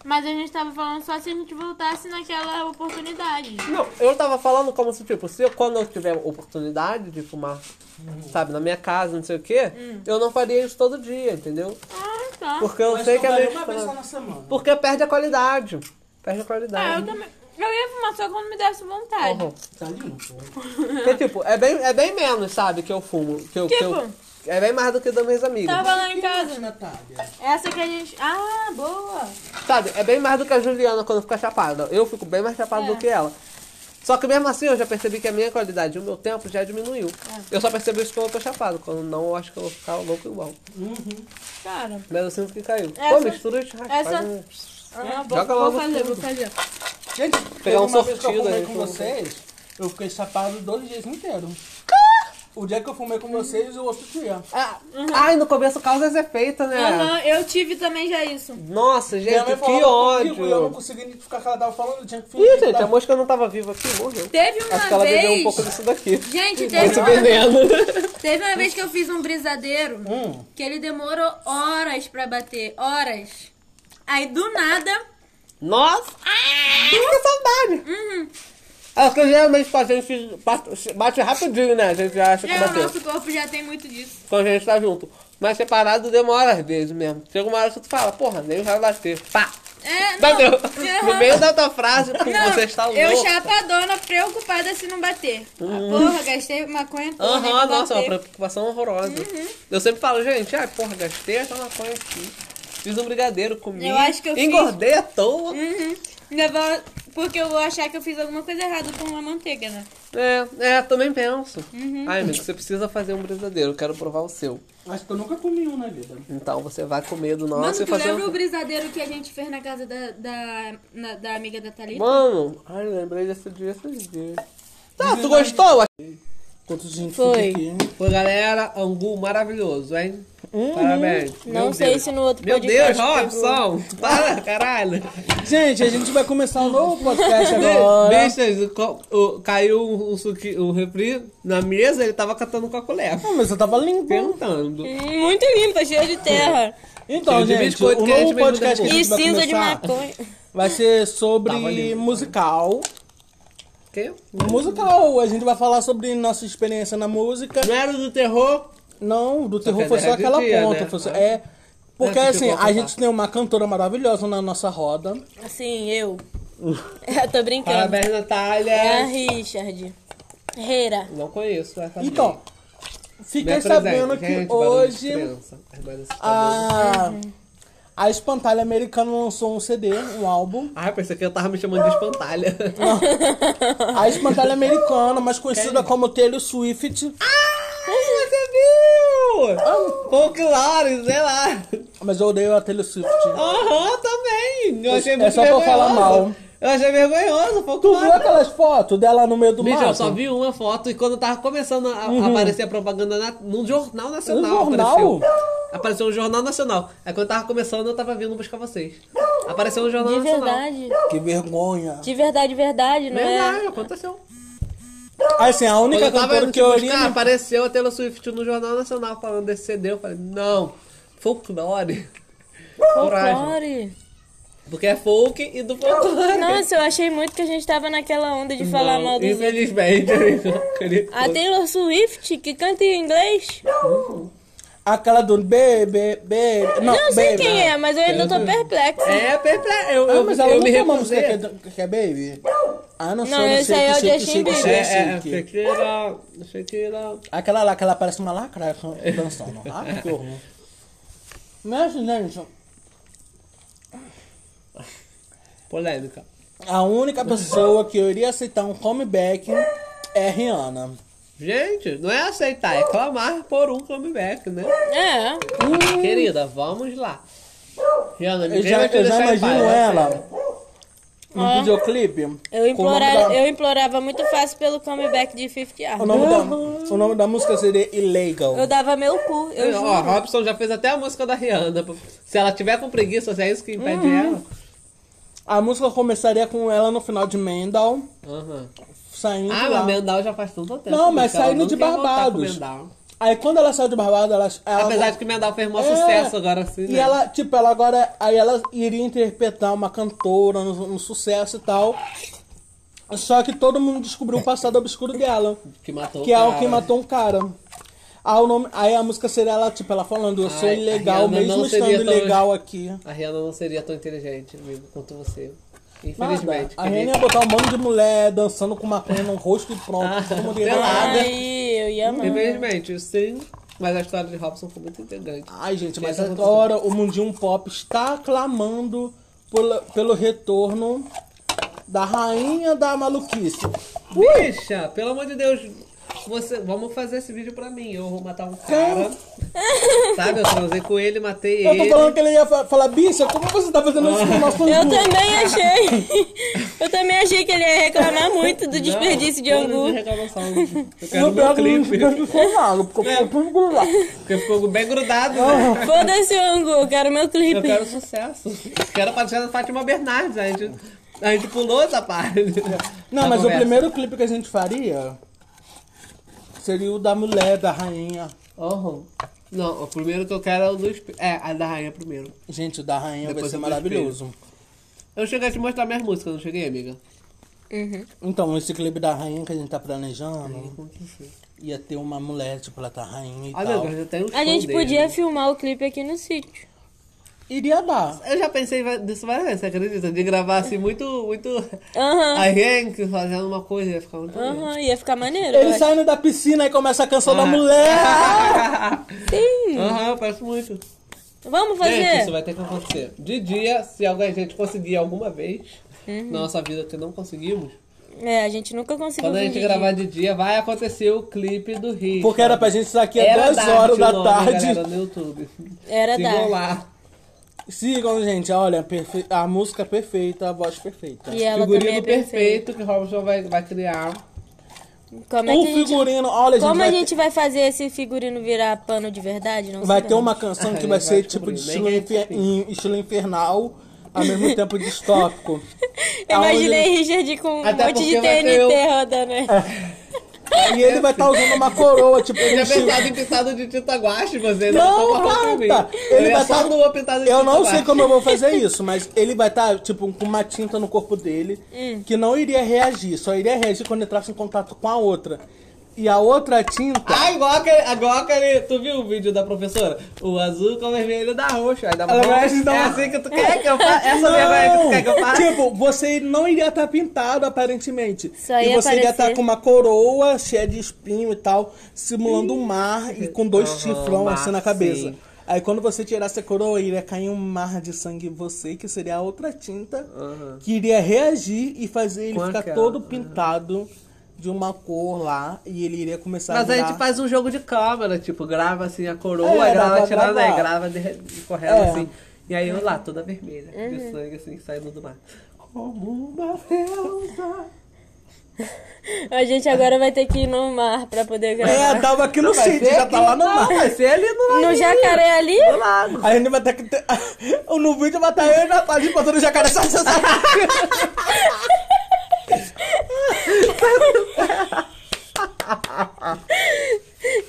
Mas a gente tava falando só se a gente voltasse naquela oportunidade.
Não, eu tava falando como se, tipo, se eu, quando eu tiver oportunidade de fumar,
Uhum.
sabe, na minha casa, não sei o quê, eu não faria isso todo dia, entendeu?
Hum. Ah, tá.
Porque eu
Mas
sei que é
tomaria
meio
uma vez só
estranho.
na semana.
Porque perde a qualidade. Perde a
Ah, eu
qualidade.
também... Eu ia fumar só quando me desse vontade.
Uhum.
Tá limpo.
Uhum.
Porque, tipo, é bem, é bem menos, sabe, que eu fumo. Que eu, que eu- é bem mais do que das minhas amigas.
Tipo? Tava lá
Mas,
em casa.
Natália...
Essa que a gente... Ah, boa.
Sabe, é bem mais do que a Juliana quando fica chapada. Eu fico bem mais chapada
É.
do que ela. Só que mesmo assim eu já percebi que a minha qualidade, o meu tempo já diminuiu.
É.
Eu só percebi isso quando eu tô chapado. Quando não, eu acho que eu vou ficar louco igual.
Cara.
Mas eu sinto que caiu. Pô,
Essa-
mistura de
essa-
um...
Ah,
Joga logo
vou fazer,
tudo.
vou fazer.
Gente, teve
um
uma vez que eu
sortido
fumei
aí
com
com-
vocês, eu fiquei chapado dois dias inteiros. O dia que eu fumei com vocês, o outro dia.
Ah,
uhum.
Ai, no começo causa esse efeito, né?
Aham, eu tive também já isso.
Nossa,
Minha
gente,
mãe
que
falava comigo e é eu não
ódio.
consegui identificar o que ela tava falando, eu tinha que fingir.
Ih,
que
gente, a
tava-
mosca não tava viva aqui, morreu.
Teve uma
Acho que ela
vez...
bebeu um pouco disso daqui.
Gente,
Esse
teve um uma
veneno.
Teve uma vez que eu fiz um brisadeiro
Hum.
que ele demorou horas pra bater. Horas. Aí do nada.
Nossa! Ah! que é saudade!
Uhum.
Acho que geralmente com a gente bate, bate rapidinho, né? A gente acha que
É, o
bateu.
nosso corpo já tem muito disso.
Quando a gente tá junto. Mas separado demora às vezes mesmo. Chega uma hora que tu fala, porra, nem vai bater. Pá!
É,
Tá,
não.
entendeu? No
Aham.
meio da tua frase, porque
Não,
você está louco.
eu chapadona, preocupada se não bater. Ah, Porra, gastei maconha toda.
Aham,
nem Uhum. pra
nossa, uma
bater.
preocupação horrorosa. Eu sempre falo, gente, ai, porra, gastei essa maconha aqui. Fiz um brigadeiro, comi.
Eu acho que eu fiz-
engordei à toa.
Uhum. Ainda vou- Porque eu vou achar que eu fiz alguma coisa errada com a manteiga, né?
É, é, também penso. Ai, amigo, você precisa fazer um brigadeiro, eu quero provar o seu.
Acho que eu nunca comi um na vida.
Então você vai comer do nosso
Mano,
e
tu
fazer.
lembra o
um-
brisadeiro que a gente fez na casa da, da, na- da amiga da Thalita?
Mano, ai, lembrei desse dia, esses dias. Tá, tu gostou?
Quanto gente
Foi.
fica aqui?
Foi, galera, angu maravilhoso, hein? Parabéns.
Não
Meu
sei
Deus.
se no outro
Meu
podcast
Deus,
pegou.
Robson! Para, caralho!
Gente, a gente vai começar um novo podcast agora.
Bestas, o co- o- caiu um, um, suqui- um refri na mesa, ele tava catando cocolé.
Ah, mas eu tava limpando.
Tentando.
Muito limpa, cheia de terra.
Então,
Cheio de
gente,
biscoito
o
que a gente
novo
vai
podcast que a
mudar
E
gente vai
cinza de
começar
maconha.
vai ser
Tava
sobre
lindo.
musical.
Que?
Musical, a gente vai falar sobre nossa experiência na música.
Não era do terror?
Não, do terror
que
foi só
era de
aquela
dia,
ponta.
né?
foi só- é, porque
Ah, que
assim,
eu vou
a gente
contar.
tem uma cantora maravilhosa na nossa roda.
Assim, eu. Eu tô brincando.
Parabéns, Natália!
É a Richard. Reira.
Não conheço essa
Então,
Me
fiquei
apresente,
sabendo que
gente, barulho de
hoje Ah.
criança. Mas esse tá doido.
a, Ah, a Espantalha Americana lançou um CD, um álbum.
Ai, pensei que Ah, eu tava me chamando de espantalha.
A Espantalha Americana, mais conhecida como Taylor Swift.
Você viu? Folclore, sei lá.
Mas eu odeio a Taylor Swift.
Ah! Aham, também. Eu achei
É
muito
só pra falar
vergonhoso.
mal.
Eu achei vergonhoso,
Tu viu
folclore.
aquelas fotos dela no meio do
Bicho, eu
mato?
só vi uma foto e quando tava começando a a aparecer a propaganda na, num jornal nacional.
Uhum. Um jornal?
Apareceu. Apareceu um jornal nacional. Aí quando tava começando, eu tava vindo buscar vocês. Apareceu um jornal
De
nacional.
verdade.
Que vergonha.
De verdade, verdade, não é?
Verdade, aconteceu.
Assim, a
Ah! Quando
única
eu tava
cantora
indo
que
te
eu
buscar,
iria...
apareceu a Taylor Swift no Jornal Nacional falando desse CD. Eu falei, não, folclore. Coragem.
Folclore.
Porque é folk e do folclore.
Nossa, eu achei muito que a gente tava naquela onda de falar
Não,
mal Ah, dos outros.
Infelizmente, amigo.
A Taylor Swift, que canta em inglês.
é Aquela do Baby, Baby... Não,
Não sei
baby.
quem é, mas eu ainda tô
né?
perplexa.
É, perplexa. Eu,
Ah,
eu,
mas
eu
ela não
me
tem uma música
recusei.
que é, do- que é Baby? Ah, não sei,
Não, esse aí é o Justin Bieber.
É, é,
shake.
Shakira, Shakira.
Aquela lá, que ela parece uma lacra dançando. Ah, que horror. Mas, gente,
Polêmica.
a única pessoa que eu iria aceitar um comeback é a Rihanna.
Gente, não é aceitar, é clamar por um comeback, né?
É.
Querida, vamos lá. Rihanna,
Eu
ninguém
já,
vai te
eu já
deixar em paz,
imagino
né?
ela um
É.
videoclipe.
Eu,
com o nome
implora,
da-
eu implorava muito fácil pelo comeback de 50 Yard.
O nome, da, o nome da música seria Illegal.
Eu dava meu cu,
É,
eu
Ó, a
juro.
Robson já fez até a música da Rihanna. Se ela tiver com preguiça, se é isso que impede
Uhum.
ela.
A música começaria com ela no final de Mendal,
Aham.
saindo
Ah,
lá.
mas Mendal já faz tanto tempo.
Não, mas
que ela
saindo
não
de
quer voltar com
Barbados.
Mendal.
Aí quando ela saiu de Barbados, ela... ela
Apesar de que Mendal fez maior
É.
sucesso agora, assim,
E
né?
ela, tipo, ela agora. Aí ela iria interpretar uma cantora no, no sucesso e tal. Só que todo mundo descobriu o passado obscuro dela.
Que matou
Que é
o
o que matou um cara. Aí, o nome, aí a música seria ela, tipo, ela falando, eu sou
Ai, a
ilegal,
Rihanna
mesmo
não seria
estando
tão-
ilegal aqui.
A Rihanna não seria tão inteligente, amigo, quanto você.
Nada.
Infelizmente.
A Rihanna ia botar um monte de mulher dançando com maconha no rosto e pronto.
Ah,
todo mundo ia
pelada.
falar.
Aí, eu ia amar.
Infelizmente, sim. Mas a história de Robson foi muito intrigante.
Ai, gente, mas
Essa-
agora o mundinho pop está clamando pela- pelo retorno da rainha da maluquice.
Bicha, pelo amor de Deus, você, vamos fazer esse vídeo pra mim. Eu vou matar um cara. Sabe, eu transei com ele, matei
Eu tô
ele.
falando que ele ia fa- falar, bicha, como você tá fazendo isso com
Ah.
o nosso
Eu
angu?"
também achei. Eu também achei que ele ia reclamar muito do desperdício de
Não, não
angu.
reclamação. Eu
E
quero
o
meu
pior que não
clipe. É.
desperdiçou nada, porque ficou tudo grudado.
Porque ficou bem grudado, né?
Oh. Foda-se o angu, eu quero meu
Eu
clipe.
quero sucesso. Quero patrocinar a Fátima Bernardes. A gente, a gente pulou essa parte.
Não,
da
mas o
conversa.
primeiro clipe que a gente faria seria o da mulher, da rainha.
Aham. Não, o primeiro que eu quero é o do espelho. É, a da rainha primeiro.
Gente, o da rainha vai
Depois
ser
eu
maravilhoso.
Eu cheguei a te mostrar minhas músicas, não cheguei, amiga?
Então, esse clipe da rainha que a gente tá planejando
Aconteceu.
ia ter uma mulher, tipo, ela tá rainha e
Ah,
tal.
meu Deus, eu tenho um
A gente
show dele.
podia filmar o clipe aqui no sítio.
Iria dar.
Eu já pensei nisso várias vezes, você acredita? De gravar assim muito. muito...
Aham.
A Hank fazendo uma coisa ia ficar muito.
Aham,
bem.
ia ficar maneiro. eu
É.
Ele
acho.
saindo da piscina e começa a canção da mulher.
Sim.
Aham, parece muito.
Vamos
Gente, isso
fazer.
vai ter que acontecer. De dia, se alguém a gente conseguir alguma vez
Uhum.
na nossa vida que não conseguimos,
É, a gente nunca conseguiu.
quando a
vir
gente
de
gravar de dia, vai acontecer o clipe do Rio.
Porque era pra gente estar aqui
Era
às 2
Dart
horas
o
da
nome,
tarde.
Galera, no YouTube.
dia. Era
Sigam
É da.
lá.
Sigam, gente. Olha, perfe- a música é perfeita, a voz perfeita.
E ela também é
Figurino
perfeita.
perfeito que Robson vai, vai criar.
Como é
O
que a gente...
Um figurino, olha,
Como a
gente, vai,
gente vai fazer esse figurino virar pano de verdade? Não
vai
sei
ter
não.
uma canção que
Ele
vai
vai
ser tipo
descobrir,
de
nem
estilo,
é
infer- em- estilo infernal, ao mesmo tempo distópico.
Eu Imaginei Richard com um
Até
monte de
porque vai
TNT
ter o-
rodando. né?
E ele vai estar usando uma coroa, tipo,
Eu
um
tinha
estilo-
pensado em pintado de tinta guache, mas ele não
Não,
tava
Marta!
comigo.
Ele
Ele
vai
é só
tá-
nua pintada de
Eu
tinta
não sei
guache.
como eu vou fazer isso, mas ele vai estar, tipo, com uma tinta no corpo dele
Hum.
que não iria reagir, só iria reagir quando entrasse em contato com a outra. E a outra tinta.
Ah, igual aquele, igual aquele. Tu viu o vídeo da professora? O azul com o vermelho dá roxo. Aí dá
Ela
marrom.
mexe, dá
É
uma-
assim que tu quer que eu faça? Essa vergonha que tu quer que eu faça?
Tipo, você não iria estar pintado, aparentemente.
Só ia
e você
aparecer.
iria estar com uma coroa cheia de espinho e tal, simulando um mar e com dois
Aham,
chifrão
mar,
assim na cabeça.
sim.
Aí quando você tirasse a coroa, iria cair um mar de sangue em você, que seria a outra tinta, que iria reagir e fazer ele
Com
ficar
aquela,
todo pintado de uma cor lá, e ele iria começar
Mas
a
a
virar...
gente faz um jogo de câmera, tipo, grava assim a coroa,
É, dá pra
grava tirando,
gravar.
aí né, grava de, de correndo
É.
assim. E aí eu lá, toda vermelha, de sangue assim, saindo do mar. Como uma deusa.
A gente agora vai ter que ir no mar pra poder gravar.
É, tava aqui no sítio, já tá lá no
Não,
mar.
Vai ser ali no
No jacaré ali?
Aí a gente vai ter que ter. No vídeo vai estar eu e Natália passando o jacaré. Sai, sai, sai.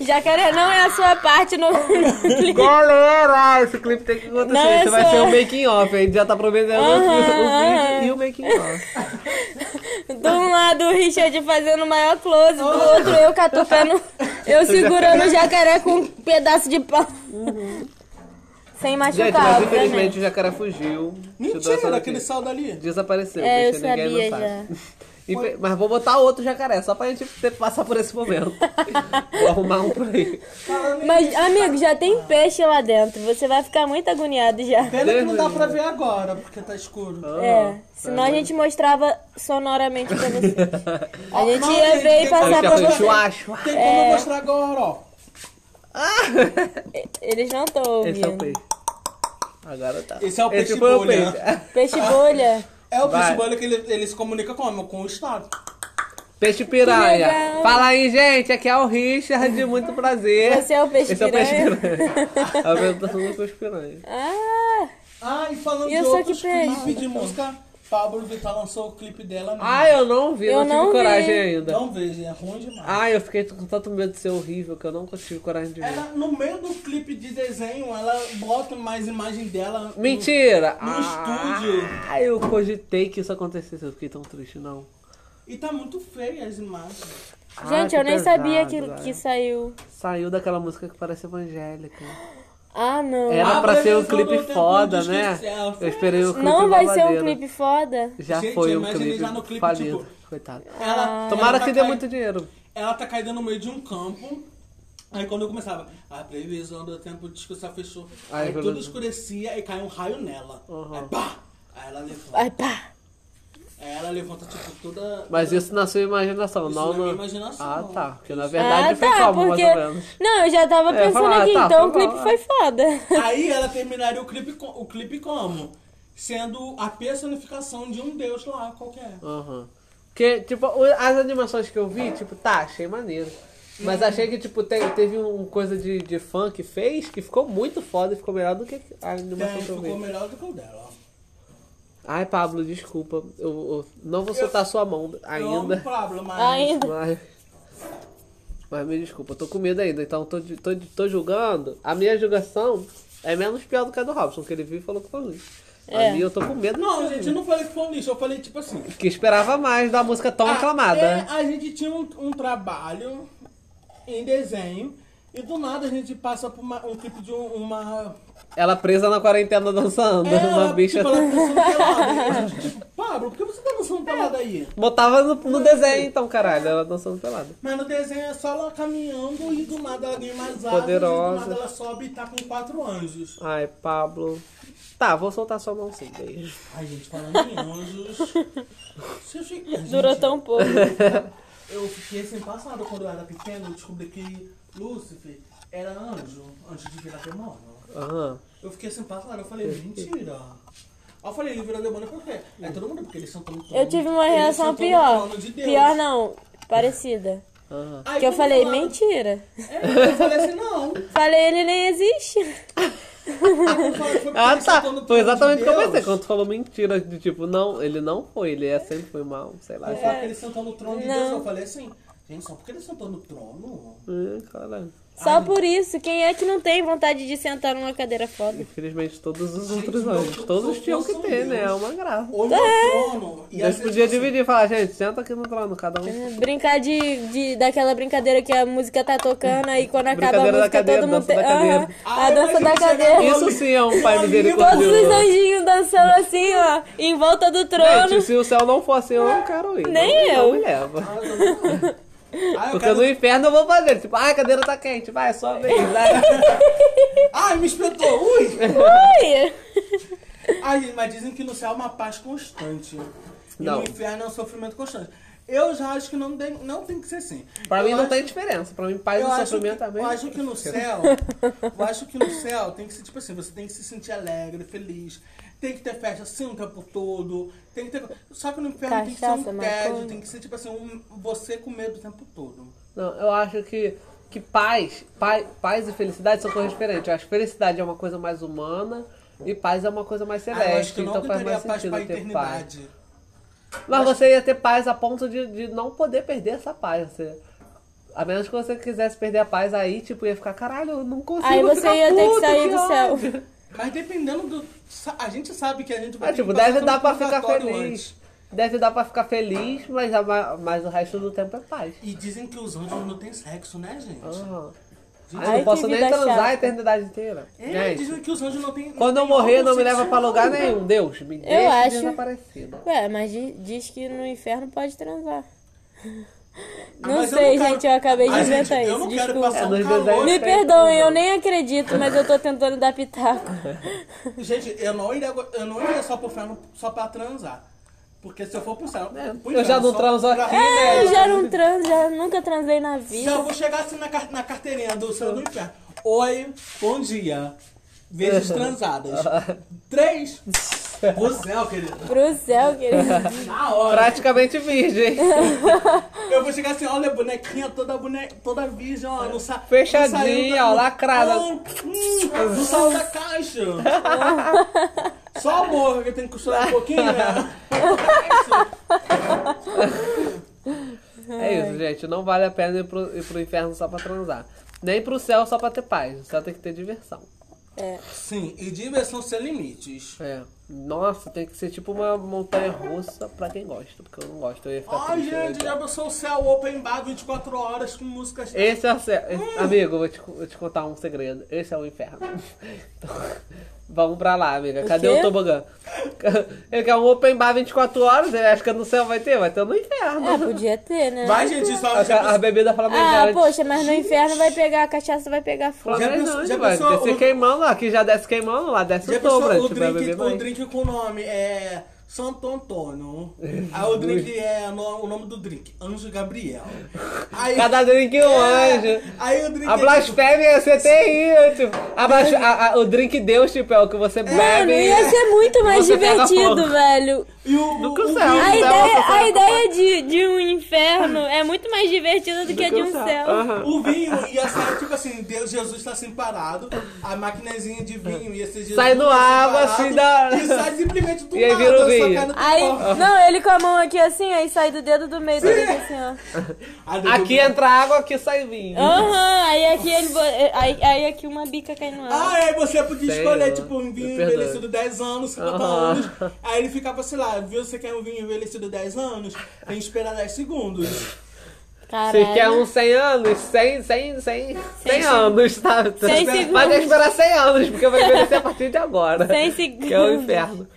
Jacaré não é a sua parte no.
Galera, é esse clipe tem que acontecer.
Não,
Esse
eu
vai
sou-
ser o making off. A gente já tá prometendo o- o
Aham.
vídeo e o making off.
De um lado o Richard fazendo o maior close, do outro eu catucando. Eu segurando o jacaré com um pedaço de pau. Sem machucar,
Gente, mas
obviamente.
infelizmente o jacaré fugiu. Tirou essa
Mentira,
daqui.
aquele saldo ali.
Desapareceu,
É, eu
deixa ninguém
sabia
não sabe. Infe- Mas vou botar outro jacaré, só pra gente ter, passar por esse momento. vou arrumar um por aí.
Mas, amigo, já tem peixe lá dentro. Você vai ficar muito agoniado já.
Pena que não dá pra ver agora, porque tá escuro.
Ah,
É, senão a gente mostrava sonoramente pra vocês. A gente
Não,
ia
gente,
ver
tem
e
como
passar É. pra
mostrar.
vocês.
Chua, chua.
Tem como mostrar agora, ó.
Eles não estão
Esse é o
ouvindo.
peixe. Agora tá.
Esse é o peixe
foi o
bolha.
peixe.
Peixe bolha.
É o
Vai.
Pitbull que ele, ele se comunica como? Com o Estado.
Peixe
Que
piranha.
legal.
Fala aí, gente. Aqui é o Richard. Muito prazer.
Você é o peixe
Esse é o peixe
piranha?
piranha. A tá apresentação do peixe piranha.
Ah,
Ah, e falando
E eu
de
sou
outros
que peixe.
clipes de música, Pablo Vittar lançou o clipe dela. Mesmo.
Ah, eu não vi.
Eu
não tive
não vi.
coragem ainda.
Não vejo, é ruim demais.
Ah, eu fiquei com tanto medo de ser horrível que eu não tive coragem de ver.
Ela, no meio do clipe de desenho, ela bota mais imagem dela.
Mentira!
No
ah,
estúdio.
eu cogitei que isso acontecesse, eu fiquei tão triste, não.
E tá muito feia as imagens.
gente,
Ah,
eu nem
pesado,
sabia que,
né?
que saiu.
Saiu daquela música que parece evangélica.
Ah, não.
Era
Ah,
pra ser um
previsão do
clipe
tempo
foda,
de
né?
esquecer.
Eu esperei o clipe
Não vai ser um
babadeiro.
clipe foda?
Já
Gente,
foi
eu
um
imaginei
clipe,
já no clipe,
falido.
tipo-
Coitado.
Ah.
Ela,
Tomara
ela tá
que dê
cai-
muito dinheiro.
Ela tá caindo no meio de um campo. Aí quando eu começava, a previsão do tempo de descansar fechou.
Aí
Aí,
pelo-
tudo escurecia e caiu um raio nela. Aí pá! Aí ela levanta.
Ai, pá.
Aí ela levanta, tipo, toda.
Mas isso na sua imaginação,
Isso
não
na minha
na-
imaginação.
Ah, tá. Porque na
Ah,
verdade foi
tá,
como,
porque.
mais ou menos.
Não, eu já tava
É,
pensando
falar,
aqui,
tá,
então o
foi
clipe
mal,
foi foda.
Aí ela terminaria o clipe, co- o clipe como? Sendo a personificação de um deus lá, qualquer.
Aham. Porque, tipo, o- as animações que eu vi, tipo, tá, achei maneiro.
Uhum.
Mas achei que, tipo, te- teve um coisa de, de fã que fez que ficou muito foda e ficou melhor do que a animação
Tem,
que eu
É, ficou
vi.
melhor do que o dela. ó.
Ai, Pablo, desculpa. Eu, eu não vou soltar sua mão
Eu amo o
ainda.
Pablo, mas.
Ainda.
Mas, mas me desculpa, eu tô com medo ainda. Então, tô, ju- tô, tô julgando. A minha julgação é menos pior do que a do Robson, que ele viu e falou que foi ruim. A minha eu tô com medo.
Não,
de-
gente, eu não falei que foi um lixo, eu falei tipo assim.
Que esperava mais da música tão
Ah,
aclamada.
é, a gente tinha um, um trabalho em desenho E do nada a gente passa por uma- um clipe de um- uma.
Ela presa na quarentena dançando. uma
ela,
bicha.
Tipo, ela dançando pelada. A gente, tipo, Pablo, por que você tá dançando pelada aí?
Botava no, no desenho, então, caralho. Ela dançando pelada.
Mas no desenho é só ela caminhando e do nada ela ganha mais asas.
Poderosa.
E do nada ela sobe e tá com quatro anjos.
Ai, Pablo. Tá, vou soltar sua mão sim, beijo.
Ai, gente, falando em anjos. se eu fiquei-
Durou tão pouco.
Eu fiquei assim, passada quando eu era pequeno, eu descobri que Lúcifer era anjo antes de virar demônio.
Aham.
Eu fiquei assim, passada, eu falei, mentira. Aí eu falei, ele virou demônio por quê? É todo mundo, porque eles são tão
Eu tive uma reação pior. Pior não, parecida. Que eu falei, mentira.
É, eu falei assim, não.
Falei, ele nem existe.
Ah, tá. Foi exatamente o que eu pensei. Quando tu falei mentira, de tipo, não, ele não foi, ele é, sempre foi mal, sei lá.
Eu
É.
falei que eles sentam no trono de Deus, eu falei assim, gente, só porque eles sentam no trono,
Hum, caralho.
Só por isso. Quem é que não tem vontade de sentar numa cadeira foda?
Infelizmente, todos os outros
meu,
anjos.
eu
Todos
sou-
tinham
eu
que
sou
ter, né? É
Deus.
uma graça.
olha o trono. E
Eles
às vezes,
podiam
assim,
É. dividir e falar, gente, senta aqui no trono, cada um.
Brincar de, de- daquela brincadeira que a música tá tocando aí quando acaba a
Brincadeira da
música
cadeira,
todo mundo
dança
tem-
da cadeira.
Aham,
Ah,
a
eu
dança
pensei
da
que chegava
cadeira.
Isso sim é um pai
Todos os
misericordioso.
anjinhos dançando assim, ó, em volta do
Gente,
trono.
se o céu não for assim, eu não quero ir.
Nem
não, Não
eu.
me leva.
Ah, eu
Porque no
quero...
inferno eu vou fazer. Tipo, ah, a cadeira tá quente, vai, só vez. Ai,
Ai, me espetou, ui.
Ai,
Ai, mas dizem que no céu é uma paz constante. E
Não.
no inferno é um sofrimento constante. Eu já acho que não tem, não tem que ser assim.
Pra
Eu
mim não
acho-
tem diferença. Pra mim, paz
eu
e
acho, que,
sofrimento é tá também.
eu acho que no céu, eu acho que no céu tem que ser tipo assim, você tem que se sentir alegre, feliz, tem que ter festa assim o tempo todo, tem que ter. Só que no inferno tem que ser
Cachaça,
um tédio,
maconha.
tem que ser tipo assim, um, você com medo o tempo todo.
Não, eu acho que, que paz, pai, paz e felicidade são coisas diferentes. Eu acho que felicidade é uma coisa mais humana e paz é uma coisa mais
Ah,
celeste.
eu acho que eu não
então faz
teria
mais
paz
sentido ter
pra
paz.
eternidade.
Mas você ia ter paz a ponto de, de não poder perder essa paz. Você, a menos que você quisesse perder a paz, aí tipo ia ficar, caralho, eu não consigo.
Aí você
ficar
ia ter que
puto,
sair do céu.
ódio."
Mas dependendo do. sa- A gente sabe que a gente vai
Ah,
ter que
tipo,
passar
deve
pelo
dar pra ficar
purgatório
feliz.
um antes.
Deve dar pra ficar feliz, mas, a ma- mas o resto do tempo é paz.
E dizem que os anjos não têm sexo, né, gente?
Aham. Ah.
Gente,
Ai,
Ai,
não
que
posso nem
vida
transar a
chata.
eternidade inteira.
É,
Gente,
dizem que os anjos não têm.
Quando eu
têm
morrer,
órgão
não me leva pra
sexual.
lugar nenhum. Deus, me deixa
acho.
desaparecida.
Ué, mas di- diz que no inferno pode transar. Não
Ah, mas eu
sei,
não quero-
gente, eu acabei de
Ai, gente,
inventar
eu
isso.
não quero
Desculpa.
passar
É,
um
nos
calor.
desenhos
Me
Perfeito,
perdoem, eu
não.
nem acredito, mas eu tô tentando dar pitaco.
Gente, eu não iria, eu não iria só pro inferno só pra transar. Porque se eu for pro céu. pro
É, eu já
inferno
não
só
transo
pra-
aqui,
É, Eu já não trans, já nunca transei na
Se
vida.
eu vou chegar assim na, car- na carteirinha do céu do inferno. Oi, bom dia. Vezes transadas. Três. Pro céu, querido.
Pro céu, querido.
Na hora.
Praticamente virgem.
Eu vou chegar assim, olha a bonequinha, toda boneca, toda virgem, ó, não sa
Fechadinha,
não saiu da-
ó, lacrada.
Não, hum, não saiu da caixa. Só a boca que tem que costurar um pouquinho, né?
É isso, gente. Não vale a pena ir pro, ir pro inferno só pra transar. Nem pro céu só pra ter paz. O céu tem que ter diversão.
É.
Sim, e diversão sem limites.
É. Nossa, tem que ser tipo uma montanha russa pra quem gosta. Porque eu não gosto. Eu ia ficar
Ai,
triste, né? eu ia
gente,
ficar-
já pensou o céu open bar 24 horas com músicas...
Esse é o céu. Esse- Amigo, eu vou te, co- vou te contar um segredo. Esse é o inferno. Então, vamos pra lá, amiga. Cadê
quê?
o tobogã? Ele quer um open bar 24 horas, ele acha que no céu vai ter? Vai ter no
Ah,
inferno.
podia ter, né?
Vai, gente, só...
A,
já
a bebida
Ah,
flamejante.
poxa, mas no inferno vai pegar, a cachaça vai pegar fogo.
Flamejante,
Já pensou- já
vai
pensou
descer
o-
queimando, aqui já desce queimando, lá desce
Já
o dobro.
pensou o
tipo, vai
drink,
beber
o
mais.
drink com o nome é... Santo Antônio. Aí o drink é no- o nome do drink, Anjo Gabriel. Aí,
Cada drink é um anjo.
Aí o drink
A
é
blasfêmia é CTI, tipo, a blas- a- a- o drink Deus, tipo, é o que você bebe.
Mano, ia ser muito mais
Você pega
divertido,
fogo.
velho.
E o,
Do
o-
que o
o
céu. né?
vinho-
A
Não,
ideia,
você
a
pega
ideia de, de um inferno é muito mais divertida do que a de um céu.
Aham.
O vinho ia sair, tipo assim, Deus, Jesus tá assim parado, a maquinazinha de vinho ia ser Jesus.
Sai do
tá
água, assim, da-
E sai simplesmente do
E aí
nada,
vira o
só
vinho.
cai no teu
Aí,
Ah.
copo.
não, ele com a mão aqui assim, aí sai do dedo do meio do dedo assim, ó.
Aí depois-
Aqui é entra água, aqui sai vinho.
Ah,
Aham, aí aqui ele. bo- Aí, aí aqui uma bica cai no ar.
Ah, aí você podia
Sei
escolher,
lá.
tipo, um vinho
Me perdoe.
envelhecido 10 anos, 50
Aham.
anos. Aí ele ficava, sei lá, viu, você quer um vinho envelhecido 10 anos? Tem que esperar 10 segundos.
Se
Caralho.
Ah, quer uns 100 anos, 100, 100, 100, 100 anos, sabe?
100
Mas tem
segundos.
que esperar 100 anos, porque vai envelhecer a partir de agora.
100
Que é o
segundos.
inferno.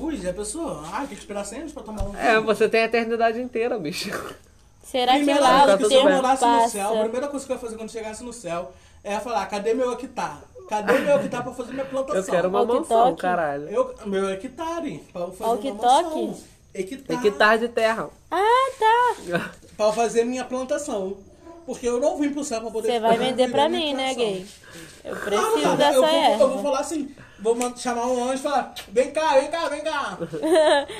Ui, já pensou? Ah, tem que esperar 100 anos pra tomar um.
É, você tem a eternidade inteira, bicho.
Será que
primeira
lá
tá
o
coisa que se eu
tempo
morasse no
passa?
céu, a primeira coisa que eu ia fazer quando chegasse no céu é falar, cadê meu hectare? Cadê meu hectare pra fazer minha plantação?
Eu quero uma
Walkie-talkie.
mansão, caralho.
Eu, meu hectare, pra eu fazer uma
Walkie-talkie?
mansão.
Tem
Hectare,
que estar de terra.
Ah, tá.
pra eu fazer minha plantação. Porque eu não vim pro céu pra poder...
Você vai
pra
vender
viver
pra
minha
mim, né,
plantação.
gay? Eu
Ah,
preciso
cara, eu,
dessa é.
vou, eu vou
erva.
falar assim, vou man- chamar um anjo e falar, vem cá, vem cá, vem cá.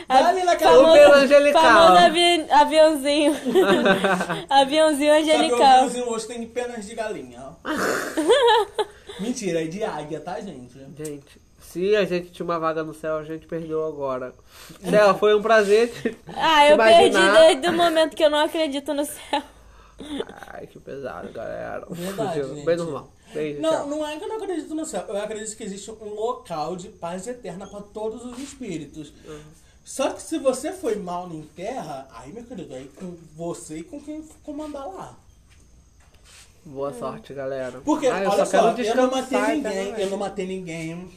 A-
Dá-lhe naquela
famoso-
Pelo angelical.
Famoso avi- aviãozinho.
Tá
aviãozinho
Sabe, o
angelical.
Brasil hoje tem penas de galinha. ó. Mentira, é de águia, tá, gente?
Gente, se a gente tinha uma vaga no céu, a gente perdeu agora. Céu, foi um prazer. te-
Ah, eu
imaginar.
perdi desde o momento que eu não acredito no céu.
Ai, que pesado, galera.
Verdade,
Fudeu.
gente.
Bem normal. Beijo,
Não,
tchau.
não é que eu não acredito no céu. Eu acredito que existe um local de paz eterna pra todos os espíritos.
Uhum.
Só que se você foi mal em terra, aí, meu querido, aí com você e com quem comandar lá.
Boa sorte, galera.
Porque,
Ai, Ah, eu
olha
só
só,
quero
eu não matei
descansar e tá
ninguém,
bem.
eu não matei ninguém,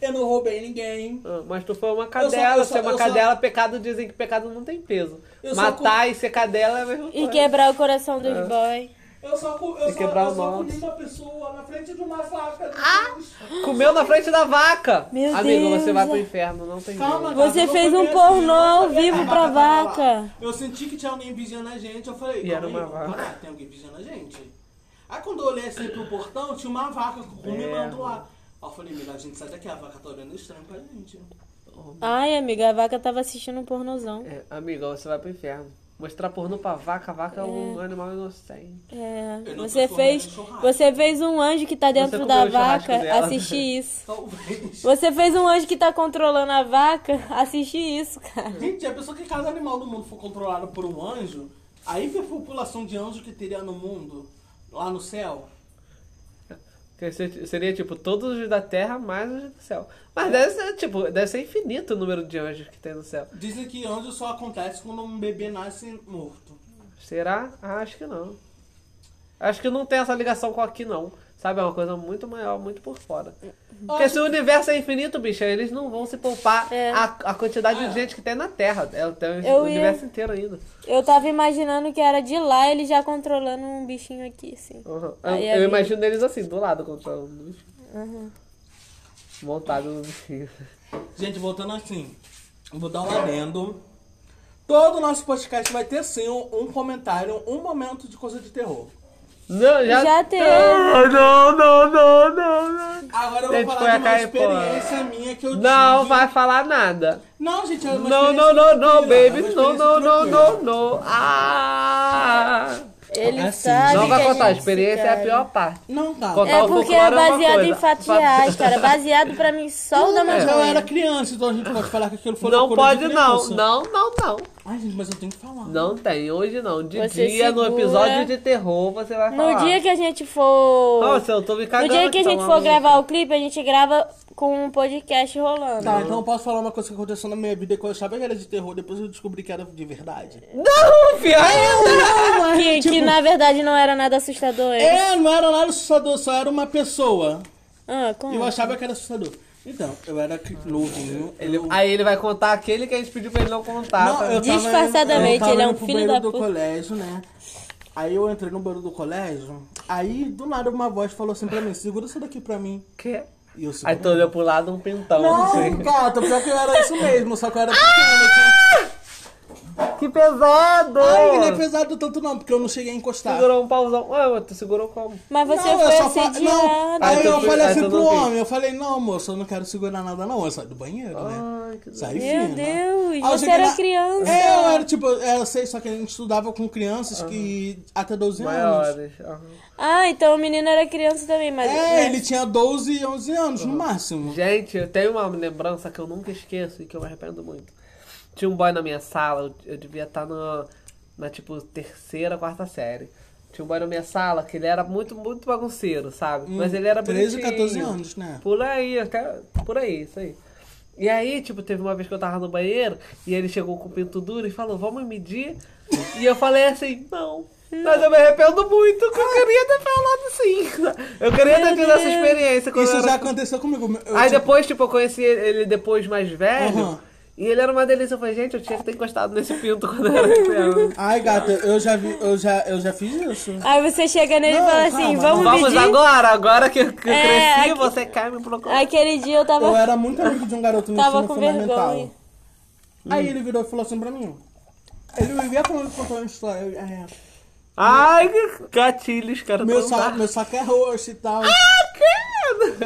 eu não roubei ninguém.
Ah, Mas tu foi uma
só-
cadela,
eu só-
ser uma
eu só-
cadela, pecado dizem que pecado não tem peso.
Eu só
Matar e ser cadela é a mesma
E
coisa.
quebrar o coração dos
Ah.
boys.
Eu só, cu- eu
E
só,
quebrar
eu
o
só
nome.
comi uma pessoa na frente de uma faca.
Comeu na frente da vaca.
Meu
Amigo,
Deus,
você vai
é.
pro inferno, não tem
Calma,
jeito.
cara,
Você
eu não
fez
comi
um
assim,
pornô
eu
ao
não sabia
vivo
que a
pra
tava lá.
vaca.
Eu senti que tinha alguém vigiando a gente, eu falei,
E era
"Calma aí,
uma
vamos
vaca."
parar, tem alguém vigiando a gente. Aí quando eu olhei assim pro portão, tinha uma vaca
É.
com um mimando lá. Aí eu falei, melhor a gente sai daqui, a vaca tá olhando estranho pra gente.
Ai, amiga, a vaca tava assistindo um pornozão.
É, amigo, você vai pro inferno. Mostrar pornô pra vaca, a vaca é um animal inocente.
É,
Eu não
você
transformei
fez,
em churrasco.
você fez um anjo que tá dentro
comeu
da
o churrasco
vaca,
dela.
assistir isso.
Talvez.
Você fez um anjo que tá controlando a vaca, assistir isso, cara.
Gente, a pessoa que cada animal do mundo for controlado por um anjo, aí vê a população de anjos que teria no mundo, lá no céu.
Que se- Seria tipo todos os da terra mais os do céu.
É.
Mas deve ser, tipo, deve ser infinito o número de anjos que tem no céu.
Dizem que anjo só acontece quando um bebê nasce morto.
Será? Ah, acho que não. Acho que não tem essa ligação com aqui, não. Sabe, é uma coisa muito maior, muito por fora. Porque se o universo é infinito, bicho, eles não vão se poupar
É.
a, a quantidade de gente que tem na Terra. É, tem o
Eu ia-
universo inteiro ainda.
Eu tava imaginando que era de lá, ele já controlando um bichinho aqui, assim.
Uhum. Eu,
Aí
eu
havia-
imagino eles assim, do lado, controlando o bicho. Montado no bichinho.
Gente, voltando assim, vou dar um adendo. Todo nosso podcast vai ter sim um, um comentário, um momento de coisa de terror.
Não, já...
Já teve.
Não, não, não, não, não, não.
Agora eu vou
Gente,
falar
foi
de
a
uma
Caipora.
experiência minha que eu
Não
tive.
vai falar nada.
Não, gente, é uma
Não, não, não,
experiência
não,
tranquila,
baby.
é uma
Não, não, não,
experiência tranquila.
não, não. Ah!
Ele
Assim,
sabe.
Não
que
vai contar, a
gente se
experiência é a
quer.
pior parte.
Não, tá.
Conta-
É
O
porque é
folclore é uma
baseado em
coisa.
fatos reais, cara. Baseado pra mim só o da
Eu É, era
maconha.
criança, então a gente pode falar que aquilo foi
Não
loucura
pode
de
não,
criança.
não, não, não.
Ai, gente, mas eu tenho que falar.
Não tem, hoje não. De
Você
dia, no
segura.
episódio de terror, você vai falar.
No dia que a gente for.
Nossa, eu tô me
no
cagando.
dia que a
tá
gente for
maluco.
gravar o clipe, a gente grava com um podcast rolando.
Tá, então eu posso falar uma coisa que aconteceu na minha vida que eu achava que era de terror, depois eu descobri que era de verdade.
É. Não, pior ainda.
que,
tipo-
que, na verdade não era nada assustador. É.
É, não era nada assustador, só era uma pessoa.
Ah,
E
como?
eu achava que era assustador. Então, eu era cri- novinho.
é
Ele-
um-
eu...
aí ele vai contar aquele que a gente pediu pra ele não contar.
Não,
pra-
eu tava-
Disfarçadamente,
eu tava
ele é um
indo pro
filho
banheiro
da
do
puta.
colégio, né? Aí eu entrei no banheiro do colégio, aí do nada uma voz falou assim pra mim, segura isso daqui pra mim.
Quê?
E eu
Aí tu
segurei.
olhou pro lado um pintão.
Não,
assim.
gata, pior que era isso mesmo, só que
Ah!
eu era pequeno. tinha-
Que pesado!
Ai, não é pesado tanto não, porque eu não cheguei a encostar.
Segurou um pauzão. Ah, mas tu segurou como?
Mas você
Não,
foi
eu só fa- não.
assediado.
Ah,
Aí
então
eu
foi-
falei
ah,
assim
então
pro
não vi.
homem, eu falei, não, moço, eu não quero segurar nada não, eu saio do banheiro,
Ah,
né? Saí
Ah. Meu
fina.
Deus,
Aí eu
você
cheguei
era
na-
criança.
É, eu era tipo, eu era seis, só que a gente estudava com crianças que até 12 anos.
Maiores. aham.
Ah, então o menino era criança também, mas. né,
É, ele tinha 12 e 11 anos no máximo.
Gente, eu tenho uma lembrança que eu nunca esqueço e que eu me arrependo muito. Tinha um boy na minha sala, eu, eu devia estar na, na, tipo, terceira, quarta série. Tinha um boy na minha sala que ele era muito, muito
Hum,
bagunceiro, sabe? Mas ele era
13,
bonitinho.
14 anos, né?
Por aí, até- por aí, isso aí. E aí, tipo, teve uma vez que eu tava no banheiro e ele chegou com o pinto duro e falou, vamos medir? E eu falei assim, não. Mas eu me arrependo muito, que eu queria ter falado sim. Eu queria ter tido essa experiência. quando eu
Isso
era
já aconteceu comigo. Eu
Aí
tinha-
depois, tipo, eu conheci ele depois mais velho.
Aham.
E ele era uma delícia. Eu falei, gente, eu tinha que ter encostado nesse pinto quando eu era criança.
Ai, gata, eu já, vi, eu já, eu já fiz isso.
Aí você chega nele
Não,
e fala assim,
calma,
vamos,
Vamos
medir?
agora, agora que eu que eu
É,
cresci,
aqui-
você cai e me procurou.
Aquele dia eu tava...
Eu era muito amigo de um garoto no
Tava
ensino
com
fundamental.
vergonha.
Aí ele virou e falou assim pra mim. Ele vivia comigo contando história. Eu, é,
Ai, que gatilhos, cara.
meu,
não
sa-
dá.
meu saco é roxo e tal.
Ah!
Ah,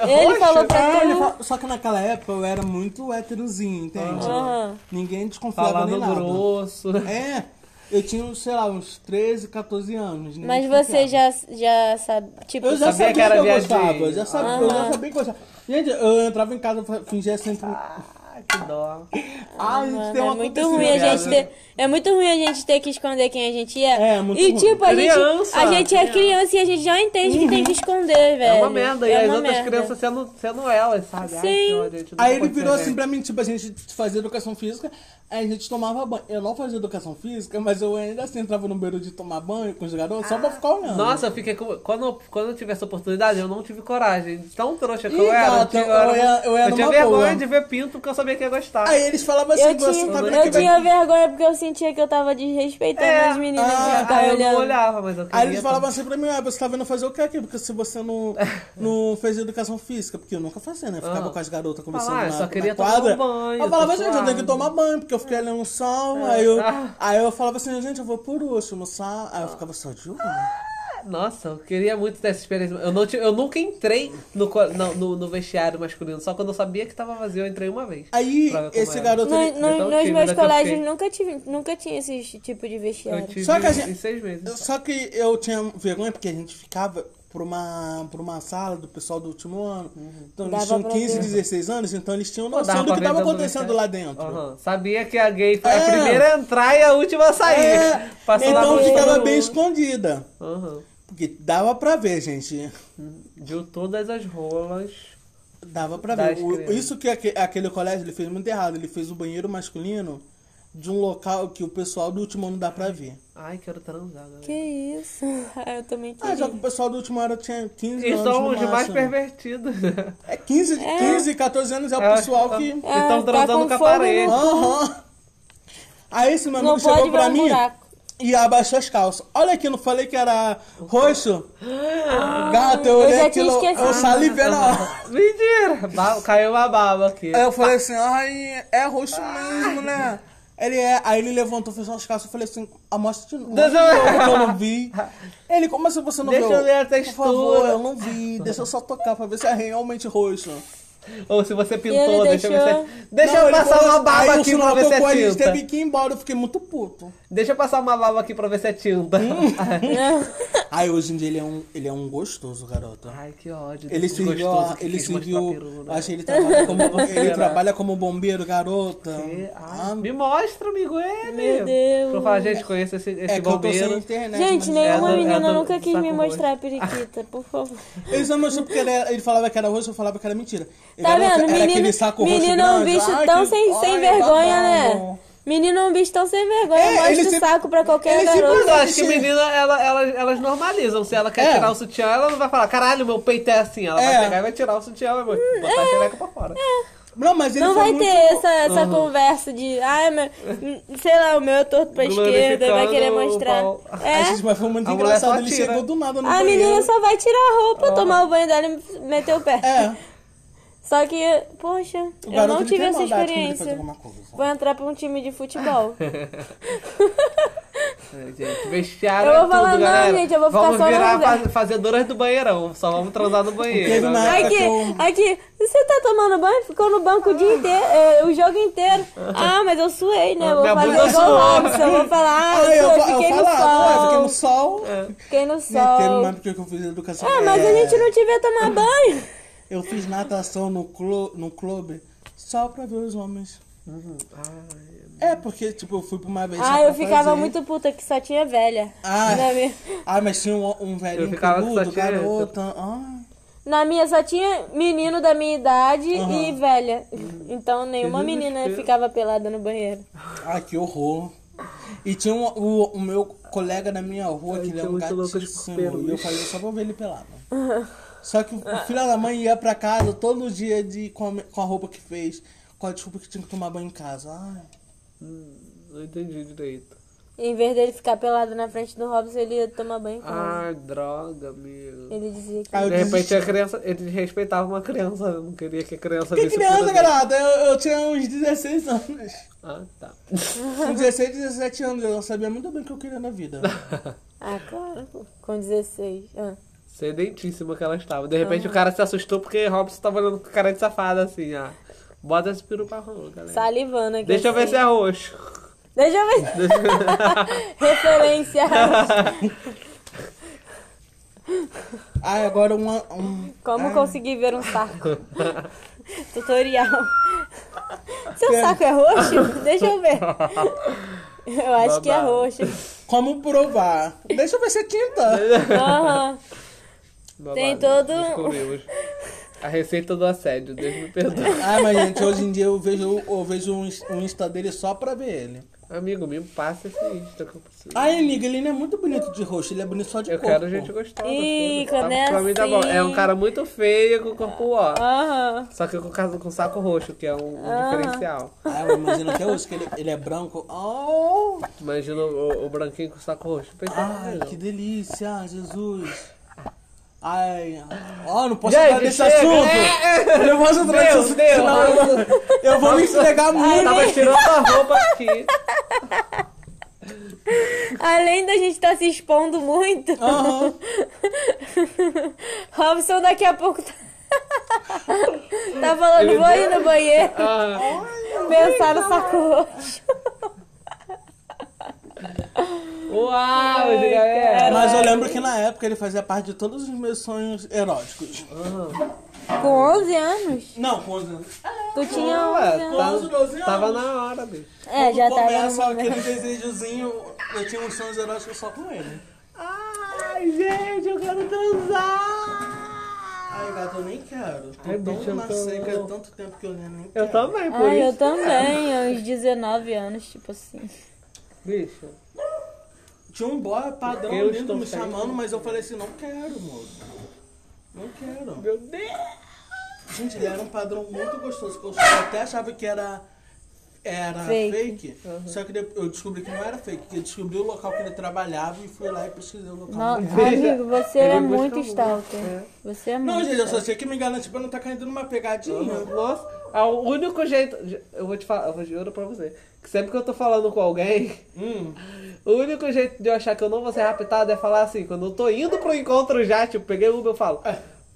Ele falou pra
É, ele
tu...
fa- Só que naquela época eu era muito héterozinho, entende?
Aham.
Ninguém desconfiava
Falando
nem nada.
Tá grosso.
É, eu tinha, sei lá, uns 13, 14 anos. né? ninguém
Mas você
desconfiava.
já, já sabe, tipo...
Eu já
Sabia
sabia,
que era
que, eu
viadinho.
gostava. Eu já sabia, eu já sabia que eu gostava. Gente, eu entrava em casa e fingia sempre.
Ai, que dó.
Ah, gente, tem
Ah, É
uma
muito ruim a gente ter, é muito ruim a gente ter que esconder quem a gente é.
É, é muito
e
ruim.
tipo, a gente,
Criança,
a gente é criança e a gente já entende que tem que esconder, velho.
É uma merda. E
É
as
uma
outras
merda.
crianças sendo, sendo elas, sabe? Ai,
Sim.
que ódio, a gente não
Aí ele
pode
virou
ser
assim
velho.
pra mim, tipo, a gente fazia educação física, aí a gente tomava banho. Eu não fazia educação física, mas eu ainda assim entrava no beiro de tomar banho com os garotos só pra ficar olhando.
Nossa, eu fiquei com... quando, quando eu tive essa oportunidade, eu não tive coragem. Tão trouxa que
Ih,
eu era.
gata,
tinha-
eu era- eu era
eu tinha
uma
vergonha
boa.
de ver pinto porque eu sabia que ia gostar.
Aí eles falavam assim,
Eu
você tá
tinha,
vendo
eu
que vai-
tinha vergonha porque eu sentia que eu tava desrespeitando
É.
as meninas que
Ah,
eu tava
Aí eu
olhando.
não olhava, mas eu queria.
Aí eles falavam assim pra mim, ah, você tá vendo fazer o que aqui? Porque se você não, não fez educação física, porque eu nunca fazia, né? Ficava
Ah.
com as garotas conversando
Ah, eu
na,
só
na
queria tomar
quadra.
um banho,
eu falava,
tô
gente, eu tenho que
suado.
tomar banho, porque eu fiquei ali no sol. Aí, eu,
Ah.
aí eu falava assim, gente, eu vou por último, sabe? Aí eu ficava só de olho.
Ah. Nossa, eu queria muito ter essa experiência. Eu, não tive- eu nunca entrei no, co- no, no- no vestiário masculino, só quando eu sabia que tava vazio, eu entrei uma vez.
Aí
Pra ver como
esse
era.
garoto.
No-
ele-
no-
Então,
nos meus
tive, né, que eu
colégios
fiquei.
nunca tive, nunca tinha esse tipo de
Eu
vestiário.
tive
Só que a gente-
em seis meses.
Só que eu tinha vergonha porque a gente ficava por uma, por uma sala do pessoal do último ano.
Uhum.
Então eles
Dava
tinham
pra
15,
ver.
16 anos, então eles tinham
Pô, dava
noção do que
pra ver
tava
dando
acontecendo
licença.
lá dentro.
Aham. Sabia que a gay foi
É.
a primeira a entrar e a última a sair.
É,
Passou na mão
então
de
ficava
todo
bem
mundo.
escondida.
Aham.
Porque dava pra ver, gente.
Deu todas as rolas.
Dava pra
Das
ver. O-
crianças.
isso que aque- aquele colégio ele fez muito errado. Ele fez o banheiro masculino de um local que o pessoal do último ano dá pra ver.
Ai, quero transar, galera.
Que isso? Ah, eu também
Ah,
queria.
já que o pessoal do último ano tinha 15
E
anos.
são
no
os mais
máximo.
pervertidos.
É 15, 15, 14 anos é o
É,
pessoal
tá-
que.
Eles
Ah,
estão
tá
transando
com
com a
fogo no-
né?
parede.
Aham. Aí esse meu amigo
não
chegou
pode ver
pra
um
mim
buraco.
e abaixou as calças. Olha aqui, não falei que era roxo?
Ah.
Gato, eu
eu
olhei
já tinha
aquilo, eu
esquecido.
salivei na hora.
Mentira! Ba- Caiu uma baba aqui.
Aí eu falei assim, ai, é roxo mesmo, né? Ele é. Aí ele levantou, fechou as calças, eu falei assim, amostra de novo.
Deixa eu ver.
Eu não vi. Ele, como assim você não
Deixa
viu?
eu ver a
Por favor,
textura.
eu não vi. Deixa eu só tocar pra ver se é realmente roxo.
Ou se você
E
pintou,
ele
deixa eu ver se... é-
deixou-
Deixa
Não,
eu
ele
passar
falou
uma
assim,
baba
aí o
aqui pra
sinal
ver se
tocou, a
é
gente
tinta.
teve que ir embora, eu fiquei muito puto.
Deixa eu passar uma baba aqui pra ver se é tinta.
Aí hoje em dia ele é um, ele é um gostoso, garoto.
Ai, que ódio.
Ele
desse
serviu,
gostoso que
ele
quis mostrar
serviu,
peru, né?
acho que ele trabalha como, ele
Será?
trabalha como bombeiro, garota.
E- ai,
Ah,
me mostra, amigo, ele.
Meu Deus.
Pra falar, gente, conheço esse, esse
é que eu tô sem
bombeiro.
internet.
Gente,
mas-
nenhuma
é do-
menina
do-
nunca quis
saco
me
roxo.
mostrar a periquita, por favor.
Ele só mostrou porque ele, ele falava que era roxo, eu falava que era mentira. Ele
Tá
era,
vendo?
era
Menino,
aquele saco
menino é
roxo
um
grande.
bicho
Ai,
tão
que- tá
sem, sem
ai,
vergonha,
babado.
né? Menino é um bicho tão sem vergonha.
É, ele
Mostra o
se-
saco pra qualquer
ele se
Mas eu
garoto.
acho que menina, ela, elas, elas normalizam. Se ela quer
É.
tirar o sutiã, ela não vai falar, caralho, meu peito é assim. Ela
É.
vai pegar e vai tirar o sutiã, vai botar a
É.
xereca pra fora.
Não, mas ele
Não
foi
vai
muito-
ter essa, essa conversa de, ai, meu, sei lá, o meu é torto pra esquerda, vai querer
Glorificando o
mostrar.
pau.
Ai,
É?
gente, mas foi muito
A mulher
engraçado.
só
Ele
tira.
chegou do nada no
A
banheiro.
menina só vai tirar a
Ah.
roupa, tomar o banho dela e meter o pé.
É.
Só que, poxa,
O
eu
garoto
não
ele
tive
tem
essa
maldade quando ele faz
experiência.
alguma coisa.
Vou entrar pra um time de futebol.
É, Gente, vestiário
Eu
é
vou
tudo,
falar, não,
galera.
gente, eu vou ficar
vamos
só no
virar
lugar.
faz- fazedoras do banheirão. Só vamos transar no
Teve
banheiro.
uma época
Aqui,
que eu-
aqui, você tá tomando banho? Ficou no banco o dia inteiro, é, o jogo inteiro. Ah, mas eu suei, né? Vou
Minha
fazer
bunda
igual
suou.
o Robson, vou falar, ah,
Ai,
eu,
eu,
suei,
fa- eu
fiquei, no
falava, ah, fiquei no
sol,
sol.
fiquei no
Né, Teve uma
sol.
época que eu fiz educação.
Ah, mas a
É.
gente não devia tomar banho.
Eu fiz natação no, clo no clube só pra ver os homens.
Ah,
É, porque, tipo, eu fui pra uma vez. só
Ah, eu
pra
ficava
fazer.
muito puta que só tinha velha.
Ah,
Na minha-
ah mas tinha um, um velhinho
Eu ficava com
peludo,
essa tia-
garota. Ah.
Na minha só tinha menino da minha idade e velha. Então nenhuma menina ficava pelada no banheiro.
Ai, que horror. E tinha um- o, o meu colega na minha rua, que ele é
tinha
um
muito louco de
gatíssimo, e eu falei, só vou ver ele pelado. Só que o filho da mãe ia pra casa todo dia de, com, a, com a roupa que fez, com a desculpa que tinha que tomar banho em casa. Ai,
Não entendi direito.
Em vez dele ficar pelado na frente do Robson, ele ia tomar banho com ele.
Ah, droga, amigo.
Ele dizia que.
Ai, eu
De repente
desisti.
a criança. Ele desrespeitava uma criança, não queria que a criança
Que
visse o filho
criança,
dele.
garota? Eu, eu tinha uns 16 anos.
Ah, tá.
Com 16, 17 anos, eu sabia muito bem o que eu queria na vida.
Ah, claro, pô. com 16. Ah.
Sedentíssima que ela estava. De repente o cara se assustou porque Robson tava olhando com cara de safada assim, ó. Bota esse peru pra rua, galera.
Salivando aqui.
Deixa eu ver
assim.
se é roxo.
Deixa eu ver. Referência.
Ai, agora uma... Um...
Como
Ai.
conseguir ver um saco? Tutorial. Seu saco é roxo? Deixa eu ver. Eu acho que é
Babado.
roxo.
Como provar? Deixa eu ver se é tinta.
Aham. Tem
Babado.
todo-
Descobrimos. A receita do assédio, Deus me perdoe.
Ai, Ah, mas gente, hoje em dia eu vejo, eu vejo um, ins- um Insta dele só pra ver ele.
Amigo, me passa esse Insta que eu preciso.
Ai, amiga, ele não é muito bonito de roxo, ele é bonito só de
Eu
corpo.
quero gente gostosa.
Ih,
foda-se.
cadê
pra mim tá bom.
assim?
É um cara muito feio com o corpo ó.
Aham.
Só que com, casa- com saco roxo, que é um, um
Ah.
diferencial.
Ai, Ah, eu imagino até hoje que ele, ele é branco. Oh!
Imagina o, o branquinho com saco roxo. Pensa,
Ai,
não.
que delícia, ai, Jesus. Ai, ó, não posso
Gente,
entrar nesse
chega, É,
assunto. Eu não posso entrar nesse
Meu
assunto,
Deus.
senão eu vou- eu vou me esfregar
Eu
muito.
tava tirando a roupa aqui.
Além da gente estar se expondo muito,
Aham.
Robson daqui a pouco tá, tá falando, vou ir no banheiro.
Ah,
Pensar no saco roxo.
uau, é. galera.
Mas eu lembro que na época ele fazia parte de todos os meus sonhos eróticos.
Com 11 anos?
Não, com 11 anos.
Tu tinha
é,
11 anos.
Com 11, 12 anos.
tá- Tava na hora, bicho.
É, já
Quando
tava.
começa
no-
aquele desejozinho, eu tinha um uns sonhos eróticos só com ele.
Ai, gente, eu quero transar.
Ai, gato, eu nem quero. Tô
Ai,
tão
bicho, eu
na
tô-
seca há tanto tempo que eu nem quero.
Eu também, por
Ai, Ah, eu
isso.
também, aos 19 anos, tipo assim.
Bicho,
Tinha um boy padrão
Eu
lindo
estou
me
certo.
chamando, mas eu falei assim, não quero, moço. Não quero.
meu Deus.
Gente, ele era um padrão muito gostoso. que Eu só até achava que era, era
Fake. Uhum.
fake. Só que depois eu descobri que não era fake. Que eu descobri o local que ele trabalhava e fui lá e pesquisei o local.
Não,
Não,
amigo, você é
busca
muito
um-
stalker. Você é muito.
gente, eu só sei que me engana, tipo, eu não tá caindo numa pegadinha.
Nossa, é o único jeito. Eu vou te falar, eu vou juro pra você. Que sempre que eu tô falando com alguém,
Hum.
o único jeito de eu achar que eu não vou ser raptado é falar assim, quando eu tô indo pro encontro já, tipo, peguei o Uber, eu falo.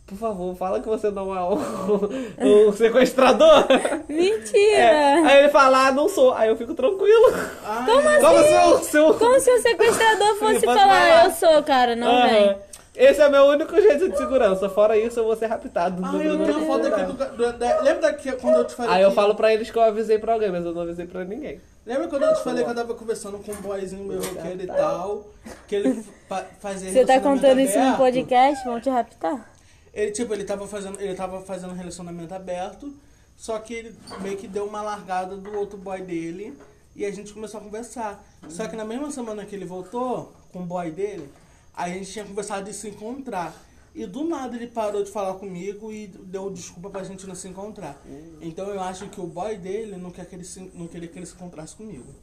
Por favor, fala que você não é um, um sequestrador.
Mentira!
É. Aí ele fala, ah, não sou. Aí eu fico tranquilo.
Ai,
Como se eu- se eu-
é. Como se o sequestrador fosse
Ele pode
falar,
falar.
eu sou, cara, não
Aham.
vem.
Esse é meu único jeito de segurança. Fora isso, eu vou ser raptado. Não-
ai eu
não-
tenho uma foto aqui
é?
do, ga- do- da- Lembra que quando eu te falei.
Aí eu
que-
falo pra eles que eu avisei pra alguém, mas eu não avisei pra ninguém.
Lembra quando eu te falei que eu tava conversando com um boyzinho meu roqueiro e tal? Que ele fa fazia
Você tá
relacionamento
contando isso no
aberto?
podcast? Vão te raptar?
Ele, tipo, ele tava fazendo, ele tava fazendo um relacionamento aberto, só que ele meio que deu uma largada do outro boy dele e a gente começou a conversar. Só que na mesma semana que ele voltou com o boy dele, a gente tinha conversado de se encontrar. E do nada ele parou de falar comigo e deu desculpa pra gente não se encontrar. Então eu acho que o boy dele não, quer que ele se- não queria que ele se encontrasse comigo.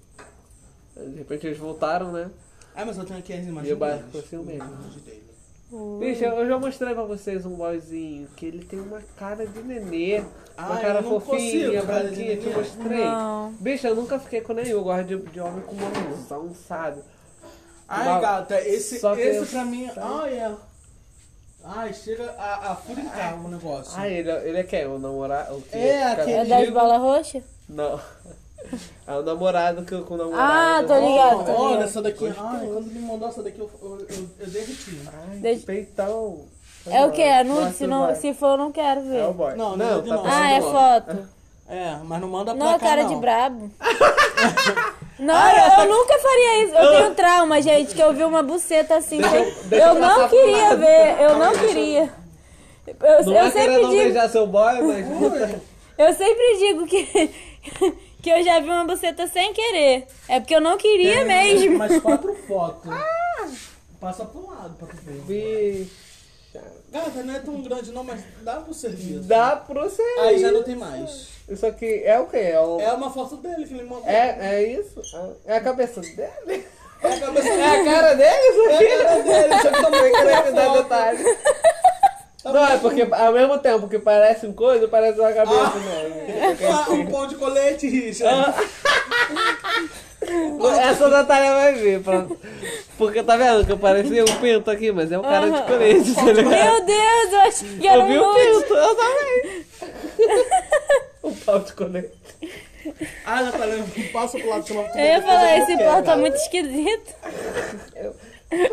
De repente eles voltaram, né?
Ah, mas eu tenho aqui as imagens
E o barco
deles.
assim mesmo.
Imagens dele.
Bicho, eu já mostrei pra vocês um boyzinho que ele tem uma cara de nenê. Uma
Ah,
cara
eu não
fofinha,
consigo, cara de
branquinha, que eu
nenê.
mostrei.
Não.
Bicho, eu nunca fiquei com nenhum. Eu gosto de, de homem com mamãozão, sabe?
Ai,
Uma-
gata, esse,
Só que eu-
esse pra mim. Ai, é. Ai, chega a, a furicar o negócio.
Ah, ele, é- ele é quem? O namorado? O quê?
É,
Cara-
É
aquele-
das
digo-
bolas roxas?
Não. É o namorado que eu com o
Ah,
namorado.
tô ligado, tô
Olha,
ligado.
essa daqui. Ai, quando me mandou essa daqui, eu, eu, eu, eu derreti.
Ai,
Deixa-
que peitão.
É o que? É nude?
Mostra
Se,
o
não,
boy.
se for, eu não quero
É o
ver.
boy.
Não,
não,
não,
tá
não.
passando
Ah, é
mal.
foto.
É, mas não manda pra
Não,
cá,
cara
não.
de brabo. Não, eu, eu nunca faria isso. Eu tenho trauma, gente, que eu vi uma buceta assim.
Deixa eu-
sem-
deixa eu
eu não
passar pro
queria
lado.
ver, eu não queria. Eu,
Não
eu
é
sempre
querendo não
digo.
beijar seu boy, mas puta.
Eu sempre digo que, que eu já vi uma buceta sem querer. É porque eu não queria
Tem
mesmo. Ah.
Mais quatro fotos. Passa pro lado pra tu ver.
Bicha.
Gata, não é tão grande não, mas dá pro serviço.
Dá pra você.
Aí já não tem mais.
Isso aqui é o quê? É, o...
É uma foto dele que ele mandou.
é, é isso? É a cabeça dele?
É a cabeça
É a cara dele isso aqui?
É a cara dele,
Deixa eu também querer me dar detalhe. Não, é porque ao mesmo tempo que parece um coisa, parece uma cabeça, né?
Ah, um pão de colete, Richard.
Ah. Essa Natália vai ver, pronto. Porque tá vendo que eu parecia um pinto aqui, mas é um cara de colete, tá ligado?
Meu Deus, eu acho que
Eu
era um
vi o
nude.
pinto, eu também. Um pau de colete.
Ah, já tá lendo. Passa pro lado, chama
Eu ia falar, esse pau tá muito esquisito.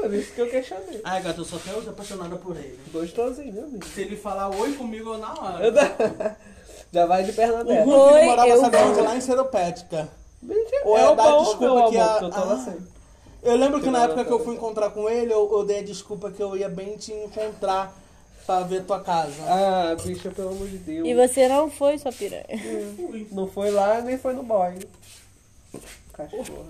Por isso que eu questionei.
Ai, gata, eu sou até hoje apaixonada por ele.
Gostosinho, né, amigo.
Se ele falar oi comigo, eu na hora.
Eu da- Já vai de perna
O
dela.
Rufus
Oi,
morava
eu
sabe onde?
vou.
Lá em Seropédica.
Mentira,
Ou
é
ela
o
dá
pau,
desculpa
meu amor,
que a-
que eu tava assim.
ah.
sem.
Eu lembro que na época que eu fui encontrar com ele, eu, eu dei a desculpa que eu ia bem te encontrar pra ver tua casa.
Ah, bicha, pelo amor de Deus.
E você não foi, sua piranha.
Não foi lá, nem foi no boy. Cachorro.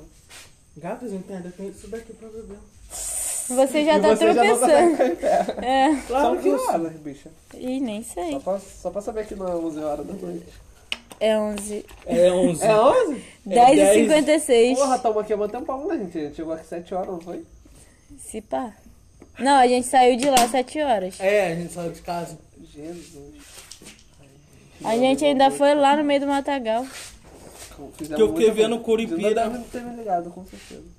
Gatas, entenda, tem isso daqui pra beber.
Você já
E
tá
você já não
tropeçando.
consegue cair em pé.
É.
São que horas, bicha?
Ih, nem
Só
sei.
pra, só pra saber que não é 11 horas da noite.
É 11.
É 11.
É 11?
10 e 56.
Porra, tamo aqui há um tempão, né, gente? A gente chegou aqui 7 horas, não foi?
Se pá. Não, a gente saiu de lá às 7 horas.
É, a gente saiu de casa.
Jesus.
A gente ainda foi lá no meio do matagal.
Fizemos
Que eu fiquei
muita
vendo
coisa.
Curupira.
Você não teve ligado, com certeza.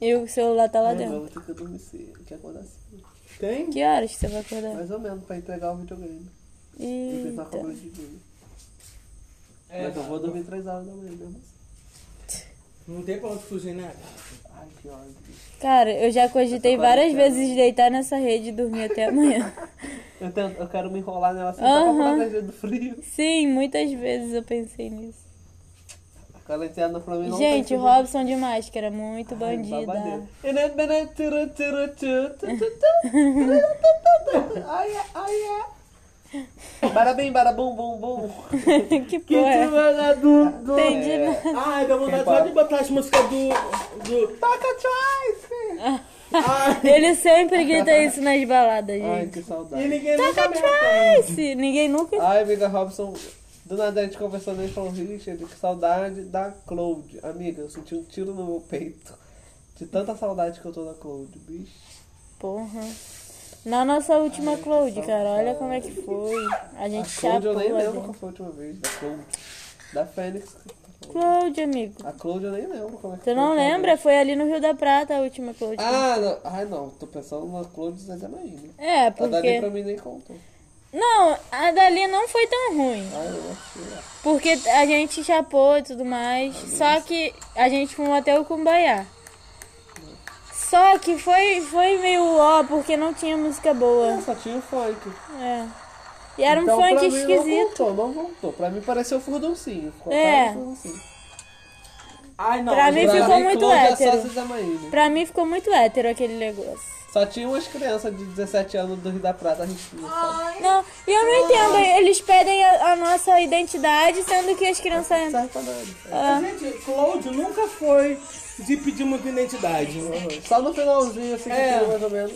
E o celular tá lá
É, mas eu
dentro.
vou ter que dormir cedo, que acordar cedo.
Tem?
Que horas que você vai acordar?
Mais ou menos, pra entregar o videogame. E pensar com
É. Eita.
a noite de vida.
É,
Mas eu vou dormir 3 horas da manhã mesmo. assim.
Não tem pra onde fugir, né?
Ai, que ódio.
Cara, eu já cogitei
Essa
várias
quarentena.
vezes de deitar nessa rede e dormir até amanhã.
Eu, tento, eu quero me enrolar nela assim só pra
Aham.
proteger do frio.
Sim, muitas vezes eu pensei nisso.
Quarentena pra mim não
Gente,
tem
o
frio.
Robson é. de máscara, muito
Ai, um
bandida.
babadeira. né, Ai, é, ai, é. Barabim, barabum, bum, bum.
que
Que
porra.
semana do... do...
Entendi.
É.
Ai, dá vontade só de botar as músicas do... do...
Taca choice!
Ai,
Ele sempre grita isso nas baladas,
Ai,
gente.
que
e
saudade.
ninguém nunca me
Esse, ninguém nunca.
Ai, amiga Robson, do nada a gente conversando, eles falando, Richard, que saudade da Cloud. Amiga, eu senti um tiro no meu peito. De tanta saudade que eu tô da Cloud, bicho.
Porra. Na nossa última Cloud, cara, olha como é que foi. A gente
tá A Cloud
chapou
eu
lá
nem lembro
dentro.
qual foi a última vez. Da Cloud. Da Fênix.
Cloud, amigo.
A Cloud eu nem lembro como é que
Tu
foi
não
a última
lembra? Foi ali no Rio da Prata a última Cloud.
Ah, não. Ai, não. Tô pensando na Cloud Zezé Maíra.
É,
né? A Dali pra
porque.
mim nem contou.
Não, a dali não foi tão ruim.
Ai, eu achei.
Porque a gente chapou e tudo mais.
Ah,
Só que a gente fumou até o Cumbaiá. Só que foi, foi meio ó, porque não tinha música boa.
Só tinha o funk.
É. E era um
então, pra
funk
mim, Não
esquisito.
voltou, não voltou. Pra mim pareceu furduncinho. Ficou
É.
claro, furduncinho.
Ai, não.
Pra mim
Pra
ficou
mim,
muito
Cloud É
hétero.
só Zezé Maíra.
Pra mim ficou muito hétero aquele negócio.
Só tinha umas crianças de 17 anos do Rio da Prata risquinha,
Ah.
sabe?
Não, e eu não entendo. Eles pedem a, a nossa identidade, sendo que as crianças.
Não serve pra nada.
Gente, Cláudio nunca foi de pedir muita identidade.
Só no finalzinho, assim, que
É.
tinha mais ou menos.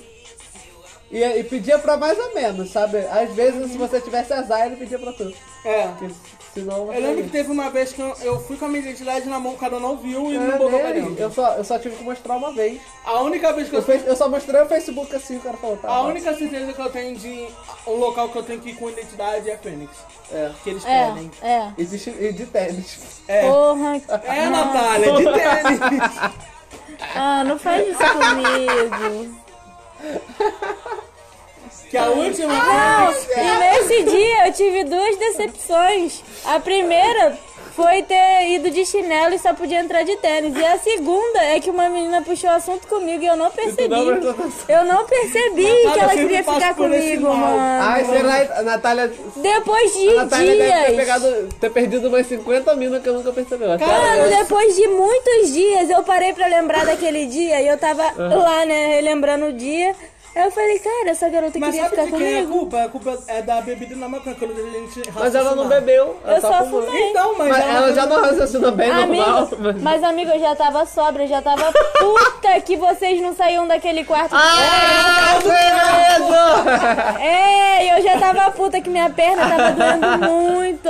E, e pedia pra mais ou menos, sabe? Às vezes, se você tivesse azar, ele pedia pra tu.
É.
Porque senão...
Eu lembro que teve uma vez que eu, eu fui com a minha identidade na mão, o cara não viu e
É,
não botou pra
né?
dentro.
Eu só, eu só tive que mostrar uma vez.
A única vez que eu,
Eu, fe- eu só mostrei no Facebook assim, o cara falou, tá.
A única certeza que eu tenho de um local que eu tenho que ir com identidade é a Fênix.
É.
Que eles pedem.
É, é.
Existe e de tênis.
É.
Porra.
É, Natália, de tênis.
Ah, não faz isso comigo.
que é a última
Não,
vez.
e nesse dia eu tive duas decepções. A primeira foi ter ido de chinelo e só podia entrar de tênis. E a segunda é que uma menina puxou o assunto comigo e eu não percebi.
prestou atenção.
Eu não percebi que ela
eu sempre
queria
passo
ficar
por esse
comigo,
mal.
mano.
Ai, será a Natália.
Depois de
Ah, a Natália deve ter,
dias.
pegado, ter perdido umas 50 minas que eu nunca percebi. Até
Mano,
agora.
depois de
Ah.
muitos dias, eu parei pra lembrar daquele dia e eu tava lá, né, relembrando o dia. Aí eu falei, cara, essa garota
Mas
queria
sabe
ficar
de quem é a
comigo.
culpa? A culpa é da bebida na maconha, quando a gente
Mas ela não
raciocinava.
bebeu. Ela
Eu
só
só
fumou.
fumei.
Então, mas,
Mas
ela,
ela já não raciocina
É
bem normal.
Amigo,
mas-
mas amigo, eu já tava sobra, eu já tava puta que vocês não saíam daquele quarto.
Ah, beleza!
É, eu já tava puta que minha perna tava doendo muito.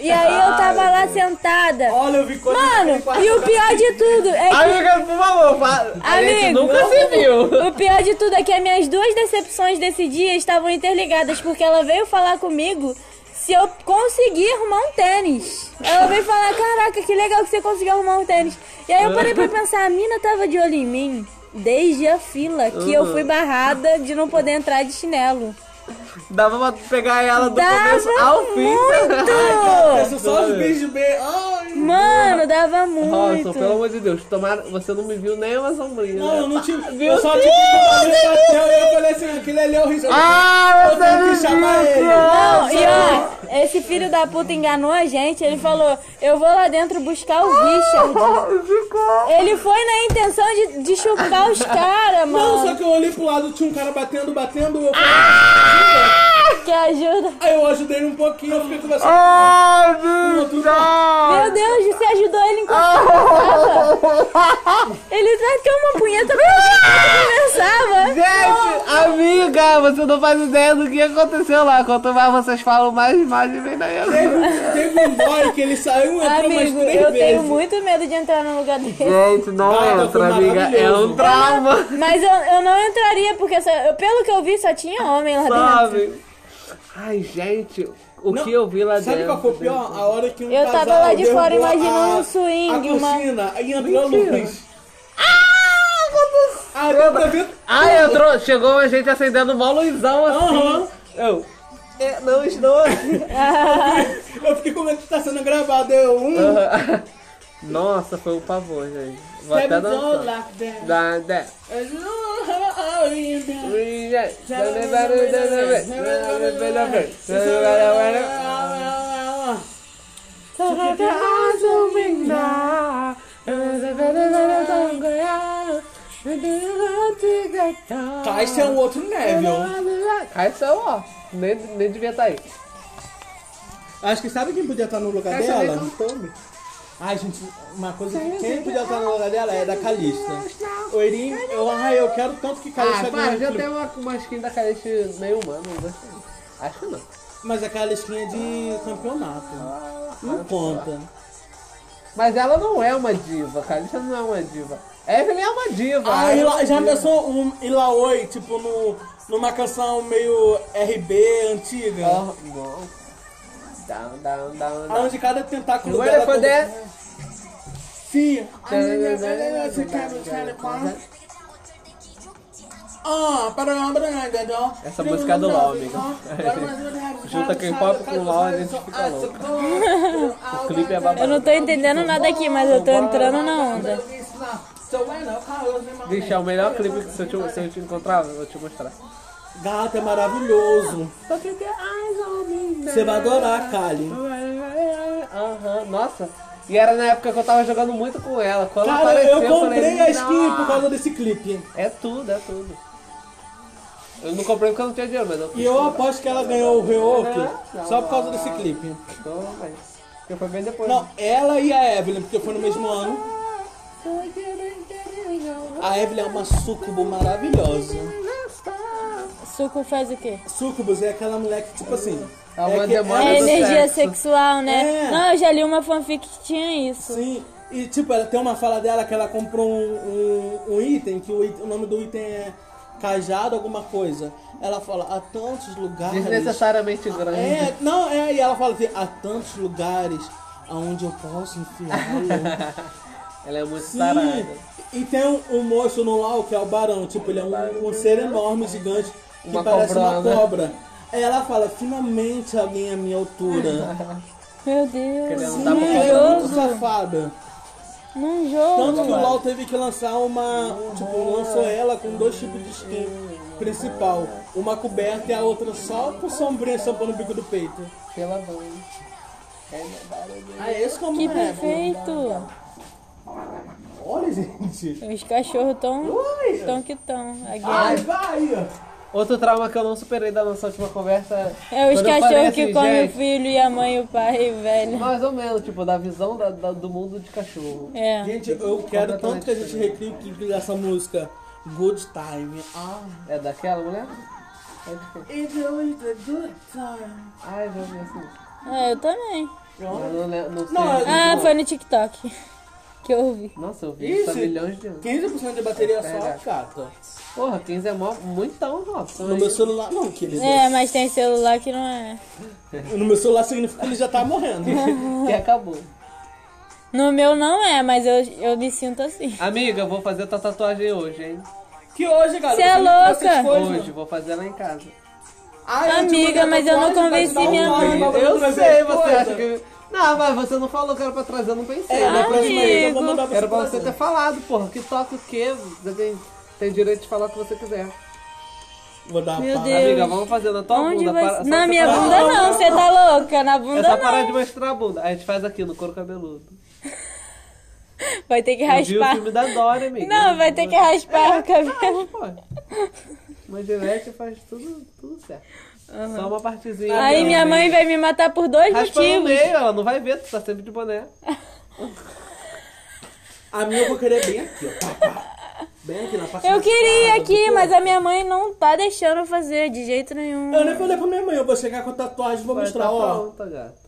E
Ah,
aí eu tava lá sentada.
Olha, eu vi coisa
Mano,
naquele quarto tá assim.
e o
da-
pior de tudo é que.
Amiga, por favor, fa- a gente
Amigo,
nunca se viu.
O pior de tudo é que as minhas duas decepções desse dia estavam interligadas, porque ela veio falar comigo se eu conseguir arrumar um tênis. Ela veio falar, caraca, que legal que você conseguiu arrumar um tênis. E
É.
aí eu parei pra pensar, a mina tava de olho em mim desde a fila, que eu
Uhum.
fui barrada de não poder entrar de chinelo.
Dava pra pegar ela do começo
Dava
ao fim.
muito!
São só os beijos bem. Ai,
Mano, dava muito.
Nossa, pelo amor de Deus, tomara, você não me viu nem uma sombrinha.
não, eu
né?
não tive. Eu só tive que tomar meu papel e eu falei assim: aquele ali é o risco.
Ah,
eu tenho que chamar ele.
Não, e ó, esse filho da puta enganou a gente. Ele falou: Eu vou lá dentro buscar o Richard. Ele foi na intenção de, de chupar os caras,
Não, só
mano.
que eu olhei pro lado, tinha um cara batendo, batendo. Eu falei,
Que ajuda.
Aí eu ajudei ele um pouquinho, eu fiquei conversando.
Ah,
tudo
Meu Deus, você ajudou ele enquanto conversava. Ele deu uma punheta pra mim enquanto conversava.
Gente, amiga, você não faz ideia do que aconteceu lá. Quanto mais vocês falam, mais imagem vem daí.
Teve um boy que ele saiu e entrou mais
Amigo,
três
eu
vezes.
tenho muito medo de entrar num lugar desse.
Gente, não
Ah, tá,
entra,
foi
amiga. É
maravilhoso.
um trauma,
Mas eu, eu não entraria, porque só- eu- pelo que eu vi, só tinha homem lá dentro.
sabe? Ai, gente, o
Não,
que eu vi lá
Sabe
dentro.
qual foi o pior? A hora que um
Eu tava
casal
lá de fora
derrubou
imaginando
a-
um swing,
a
uma-
piscina, aí entrou a luz.
Ah,
Ah, deu pra ver.
Ai, entrou, chegou a gente acendendo mó luzão assim.
Aham.
Eu. É, não estou.
Eu fiquei com medo que tá sendo gravado. Eu, um,
Nossa, foi um pavor, gente. Vou
seven,
até
don't
dançar.
like that.
Dá, dá.
é Tyson é um outro Neville.
Aí saiu, ó. Nem, nem devia estar aí.
Acho que sabe quem podia estar no lugar
Essa nem
dela? Ai, gente, uma coisa que quem podia estar no lugar dela é da Calista. Oirim, eu, ai, eu quero tanto que Calista
Ah, pá,
ganhe.
já
aquele-
tem uma, uma skin da Caleste meio humana, não gostei. Acho que não.
Mas a Calistinha é de campeonato.
Ah,
Não conta.
Mas ela não é uma diva, Calista não é uma diva. Evelyn é uma diva.
Ah,
ela é uma
Ila, já
diva.
pensou um Ilaoi, tipo, no, numa canção meio RB antiga?
Oh, não. Down, down, down, down.
Aonde cada tentáculo
Agora
dela...
foi
todo-
der.
Sim. Ah,
Essa música é do LOL, amiga. Junta K-pop com LOL, a gente
Ah,
fica louco.
louco.
O clipe é
Eu
babado.
não tô entendendo nada aqui, mas eu tô entrando na onda.
Bicho, é o melhor clipe que se eu te, se eu te encontrar, eu vou te mostrar.
Gato é maravilhoso. Você vai adorar, Kali.
Aham, nossa. E era na época que eu tava jogando muito com ela. Quando
Cara,
apareceu,
eu comprei
falei,
a skin por
"Não."
causa desse clipe.
É tudo, é tudo. Eu não comprei porque eu não tinha dinheiro, mas eu
E eu aposto que ela ganhou o Reok
Não,
só por causa desse clipe.
Então, mas... Porque foi bem depois.
Não, ela e a Evelyn, porque foi no mesmo ano. A Evelyn é uma sucubo maravilhosa.
Suco faz o quê?
Sucubus é aquela mulher que, tipo assim.
É uma
que-
demônio
É
do
energia
sexo.
sexual, né?
É.
Não, eu já li uma fanfic que tinha isso.
Sim, e tipo, ela tem uma fala dela que ela comprou um, um, um item, que o, it- o nome do item é cajado, alguma coisa. Ela fala, há tantos lugares.
Desnecessariamente grande.
É, não, é, e ela fala assim, há tantos lugares aonde eu posso enfiá-lo.
Ela é muito
Sim.
sarada.
E tem um, um monstro no LOL que é o Barão, tipo, ele é um, um ser enorme, gigante, que
Uma
parece
cobrona.
uma cobra. Aí ela fala, finalmente alguém à minha altura.
Meu Deus,
Querendo dar
não
uma
Ela é muito
jogo,
safada.
não
Tanto que
jogo.
o LoL teve que lançar uma. Tipo, lançou ela com dois tipos de skin principal. Uma coberta e a outra só com sombrinha estampando o bico do peito.
Pela mãe.
Ah, esse como
Que
é.
perfeito.
Olha, gente.
Os cachorros tão,
Olha.
tão que tão.
Vai,
A guerra.
vai. ó.
Outro trauma que eu não superei da nossa última conversa
É os
quando eu falei
cachorros
assim,
que comem o
gente,
filho e a mãe e o pai, velho.
Mais ou menos, tipo, da visão da- da- do mundo de cachorro.
É.
Gente, eu quero tanto
Completamente
que a gente recrie o clipe dessa música. Good time. Ah.
É daquela mulher? É de quem?
It's always a good time.
Ai, já vi essa música.
Ah, eu também.
Mas Não, le- não sei.
Não, é-
Ah, foi no TikTok que eu ouvi.
Nossa, eu vi isso há
Isso,
milhões de anos.
15% de bateria
Espera.
só, cata.
Porra, 15 é mó, muitão, nossa.
No meu celular, não, querido.
É, mas tem celular que não é.
No meu celular significa que ele já tá morrendo.
Que acabou.
No meu não é, mas eu, eu me sinto assim.
Amiga, eu vou fazer tua tatuagem hoje, hein?
que hoje, cara.
Cê é
você não faz essas
louca.
coisas,
Hoje,
não.
vou fazer lá em casa.
Ai, eu te
Amiga,
tá
mandei a
mas eu não
tatuagem, vai te
convenci
dar um
minha
like,
mãe.
vai
Eu
fazer
sei,
coisa.
você acha que. Não, mas você não falou que era pra trazer, eu não pensei.
É, na próxima vez eu vou mandar pra
Era pra
você
você ter
fazer.
falado, porra. Que toca o quê? Você tem, tem direito de falar o que você quiser.
Vou dar uma
Meu
parada.
Deus.
Amiga, vamos fazer na tua
Onde
bunda. para-
vai
só
Na
você
minha
parar-
bunda não, você tá louca? Na
É
bunda
só parar de
não.
mostrar a bunda. A gente faz aqui no couro cabeludo.
Vai ter que
Eu vi o
raspar.
filme assim, da Dora, amiga. Ah,
Não, vai ter que raspar o cabelo.
Mas direct faz tudo, tudo certo. Só uma partezinha.
Aí
né,
minha
amiga?
mãe vai me matar por dois
Tá
Raspa no
motivos.
meio, ela não vai ver, tu tá sempre de boné.
A minha eu vou querer bem aqui, ó. Pá, pá. Bem aqui na parte
Eu
mais
queria
cara do
aqui,
corpo.
mas é- a minha mãe não tá deixando eu fazer de jeito nenhum.
Eu nem falei pra minha mãe, eu vou chegar com tatuagem e vou
Vai
mostrar,
tá
ó.
pronta, gata.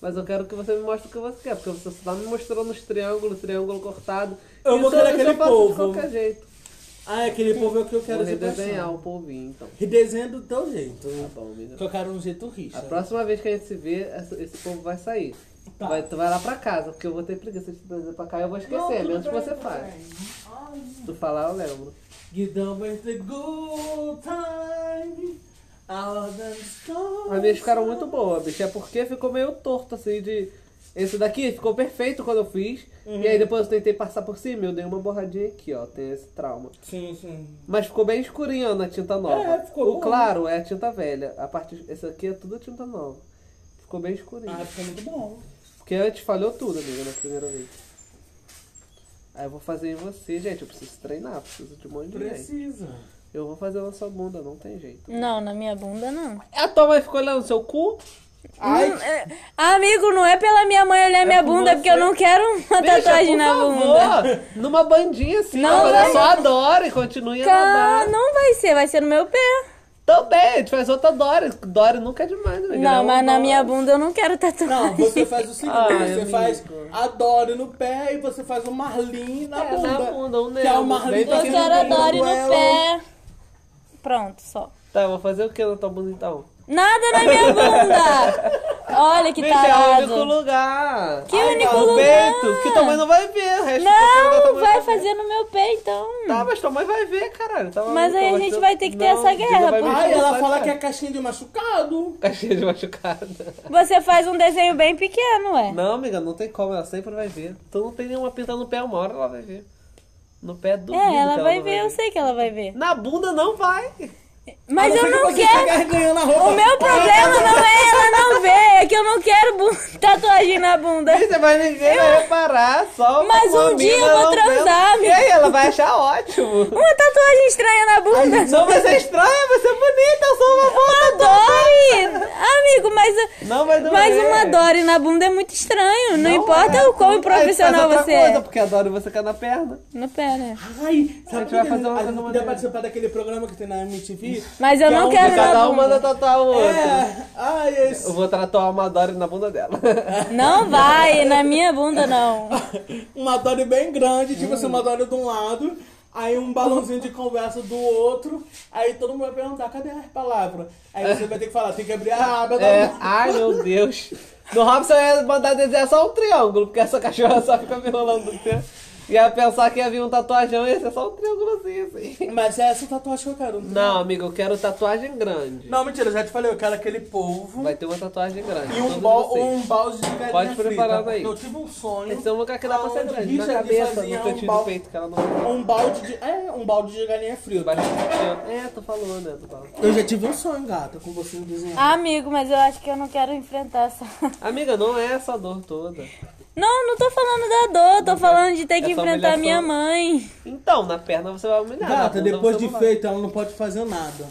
Mas eu quero que você me mostre o que você quer, porque você só tá me mostrando os triângulos, triângulo cortado.
Eu vou
Isso
querer
eu
aquele
faço
polvo.
de qualquer jeito.
Ah, é aquele povo é o que eu
Quero
quero
vou
de
redesenhar
paixão.
o polvinho, então.
Redesenha do teu jeito.
Tá bom, amiga.
Que eu quero um jeito
A
rixa.
próxima vez que a gente se vê, essa- esse povo vai sair.
Tá.
Vai, tu vai lá pra casa, porque eu vou ter preguiça de trazer pra cá e eu vou esquecer, a menos que você faz. Se tu falar, eu lembro.
Guidão vai ser good time. All the stars.
As minhas ficaram muito boas, bicho. É porque ficou meio torto, assim, de... Esse daqui ficou perfeito quando eu fiz.
Uhum.
E aí depois eu tentei passar por cima, eu dei uma borradinha aqui, ó. Tem esse trauma.
Sim, sim.
Mas ficou bem escurinho na tinta nova.
É, ficou
o
bom.
claro é a tinta velha. A parte... Essa aqui é tudo tinta nova. Ficou bem escurinho.
Ah, ficou muito bom.
Porque antes falhou tudo, amiga, na primeira vez. Aí eu vou fazer em você, gente. Eu preciso treinar, preciso de um monte de gente.
Precisa.
Eu vou fazer na sua bunda, não tem jeito. É,
Não, na minha bunda não.
A tua mãe ficou olhando seu cu? Ai,
Hum, é- Amigo, não é pela minha mãe olhar minha
por
bunda,
você.
porque eu não quero uma
Bicha, por
tatuagem na
favor,
bunda.
Numa bandinha assim,
Não
não,
vai-
só adora e continue a
Cara,
nadar.
não vai ser, vai ser no meu pé.
Também, a gente faz outra Dory. Dory nunca é demais, amiga. É
Não,
uma
mas na
Dory.
minha bunda eu não quero tatuagem.
Não, você faz o seguinte,
Ai,
você
amigo.
faz a Dory no pé e você faz o Marlin na
É,
bunda.
na bunda, um
que é o
nervo,
Marlin
bem
pra
Eu
quem
pequenininho.
quero
não
a
pegou
Dory no
ela.
pé. Pronto, só.
Tá, eu vou fazer o que na tua bunda então?
Nada na minha bunda! Olha que
Bicha, é o único
tarado.
lugar. tá
Que único
no
lugar?
peito, que tua mãe não vai ver. O resto da tua
Não,
mãe
vai
ver.
fazer no meu pé então.
Tá, mas tua mãe vai ver, caralho. Tá
Mas
maluca,
aí a
ela
gente
tá-
vai ter que ter essa
Dina
guerra,
vai me
pô.
Ai, ela
expulsar
fala
de
que é
casa.
caixinha de machucado.
Caixinha de machucada.
Você faz um desenho bem pequeno, ué.
Não, amiga, não tem como, ela sempre vai ver. Tu não tem nenhuma pinta no pé, uma hora ela vai ver. No pé do
É, ela vai ver, eu sei que ela vai ver.
Na bunda não vai. Ah,
Mas eu não
Você
quero.
tá ganhando a roupa.
O meu problema não é ela não ver, é que eu não quero bu- tatuagem na bunda.
Você vai ninguém vai reparar, só uma
Mas um
mina
dia eu vou
não
transar,
vendo. E
amiga.
aí, ela vai achar ótimo.
Uma tatuagem estranha na bunda.
Não vai ser estranha, vai ser bonita, eu sou uma
Uma
bunda.
Dory! Amigo, mas,
Não vai doer. é.
mas uma Dory na bunda é muito estranho. Não, importa o quão profissional você
Coisa,
é.
porque adoro você ficar na perna.
No pé, né?
Ai,
A gente
sabe que
vai
a gente-
fazer uma
a
coisa
gente
maneira.
podia participar daquele programa que tem na MTV?
Mas eu
Que é
não
um
quero
de
na
Cada um
bunda.
manda tatuar o outro.
É, ai, esse...
Eu vou tatuar uma Dory na bunda dela.
Não vai, na minha bunda não.
uma Dory Um bem grande, tipo assim,
Hum.
uma Dory de um lado, aí um balãozinho de conversa do outro, aí todo mundo vai perguntar, cadê as palavras? Aí você vai ter que falar, tem que abrir a aba tá da
É, ai meu Deus. No Robson eu ia mandar desenhar só um triângulo, porque essa cachorra só fica me enrolando do tempo. Ia pensar que ia vir um tatuajão e ia ser só um triângulozinho assim.
Mas é essa tatuagem que eu quero.
Não, amigo, eu quero tatuagem grande.
Não, mentira, eu já te falei, eu quero aquele polvo
Vai ter uma tatuagem grande.
e um,
todos
bal,
vocês.
um balde de galinha
Pode
frita,
preparar
porque
daí.
Eu tive um sonho.
Esse é um lugar que dá pra ser
aonde
grande. Na
Richard
cabeça,
fazia
no cantinho
um
do
bal-
peito, que ela não
Um balde de. É, um balde de galinha frita.
Embaixo do canto. É, tu falou, né? Tu falou.
Eu já tive um sonho, gata, com você um
Ah,
desenhando.
Amigo, mas eu acho que eu não quero enfrentar essa.
Amiga, não é essa dor toda.
Não, não tô falando da dor, tô falando de ter
Essa
que enfrentar
humilhação-
minha mãe.
Então, na perna você vai humilhar. na
Gata,
bunda
depois
você
de
não vai.
feito, ela não pode fazer nada.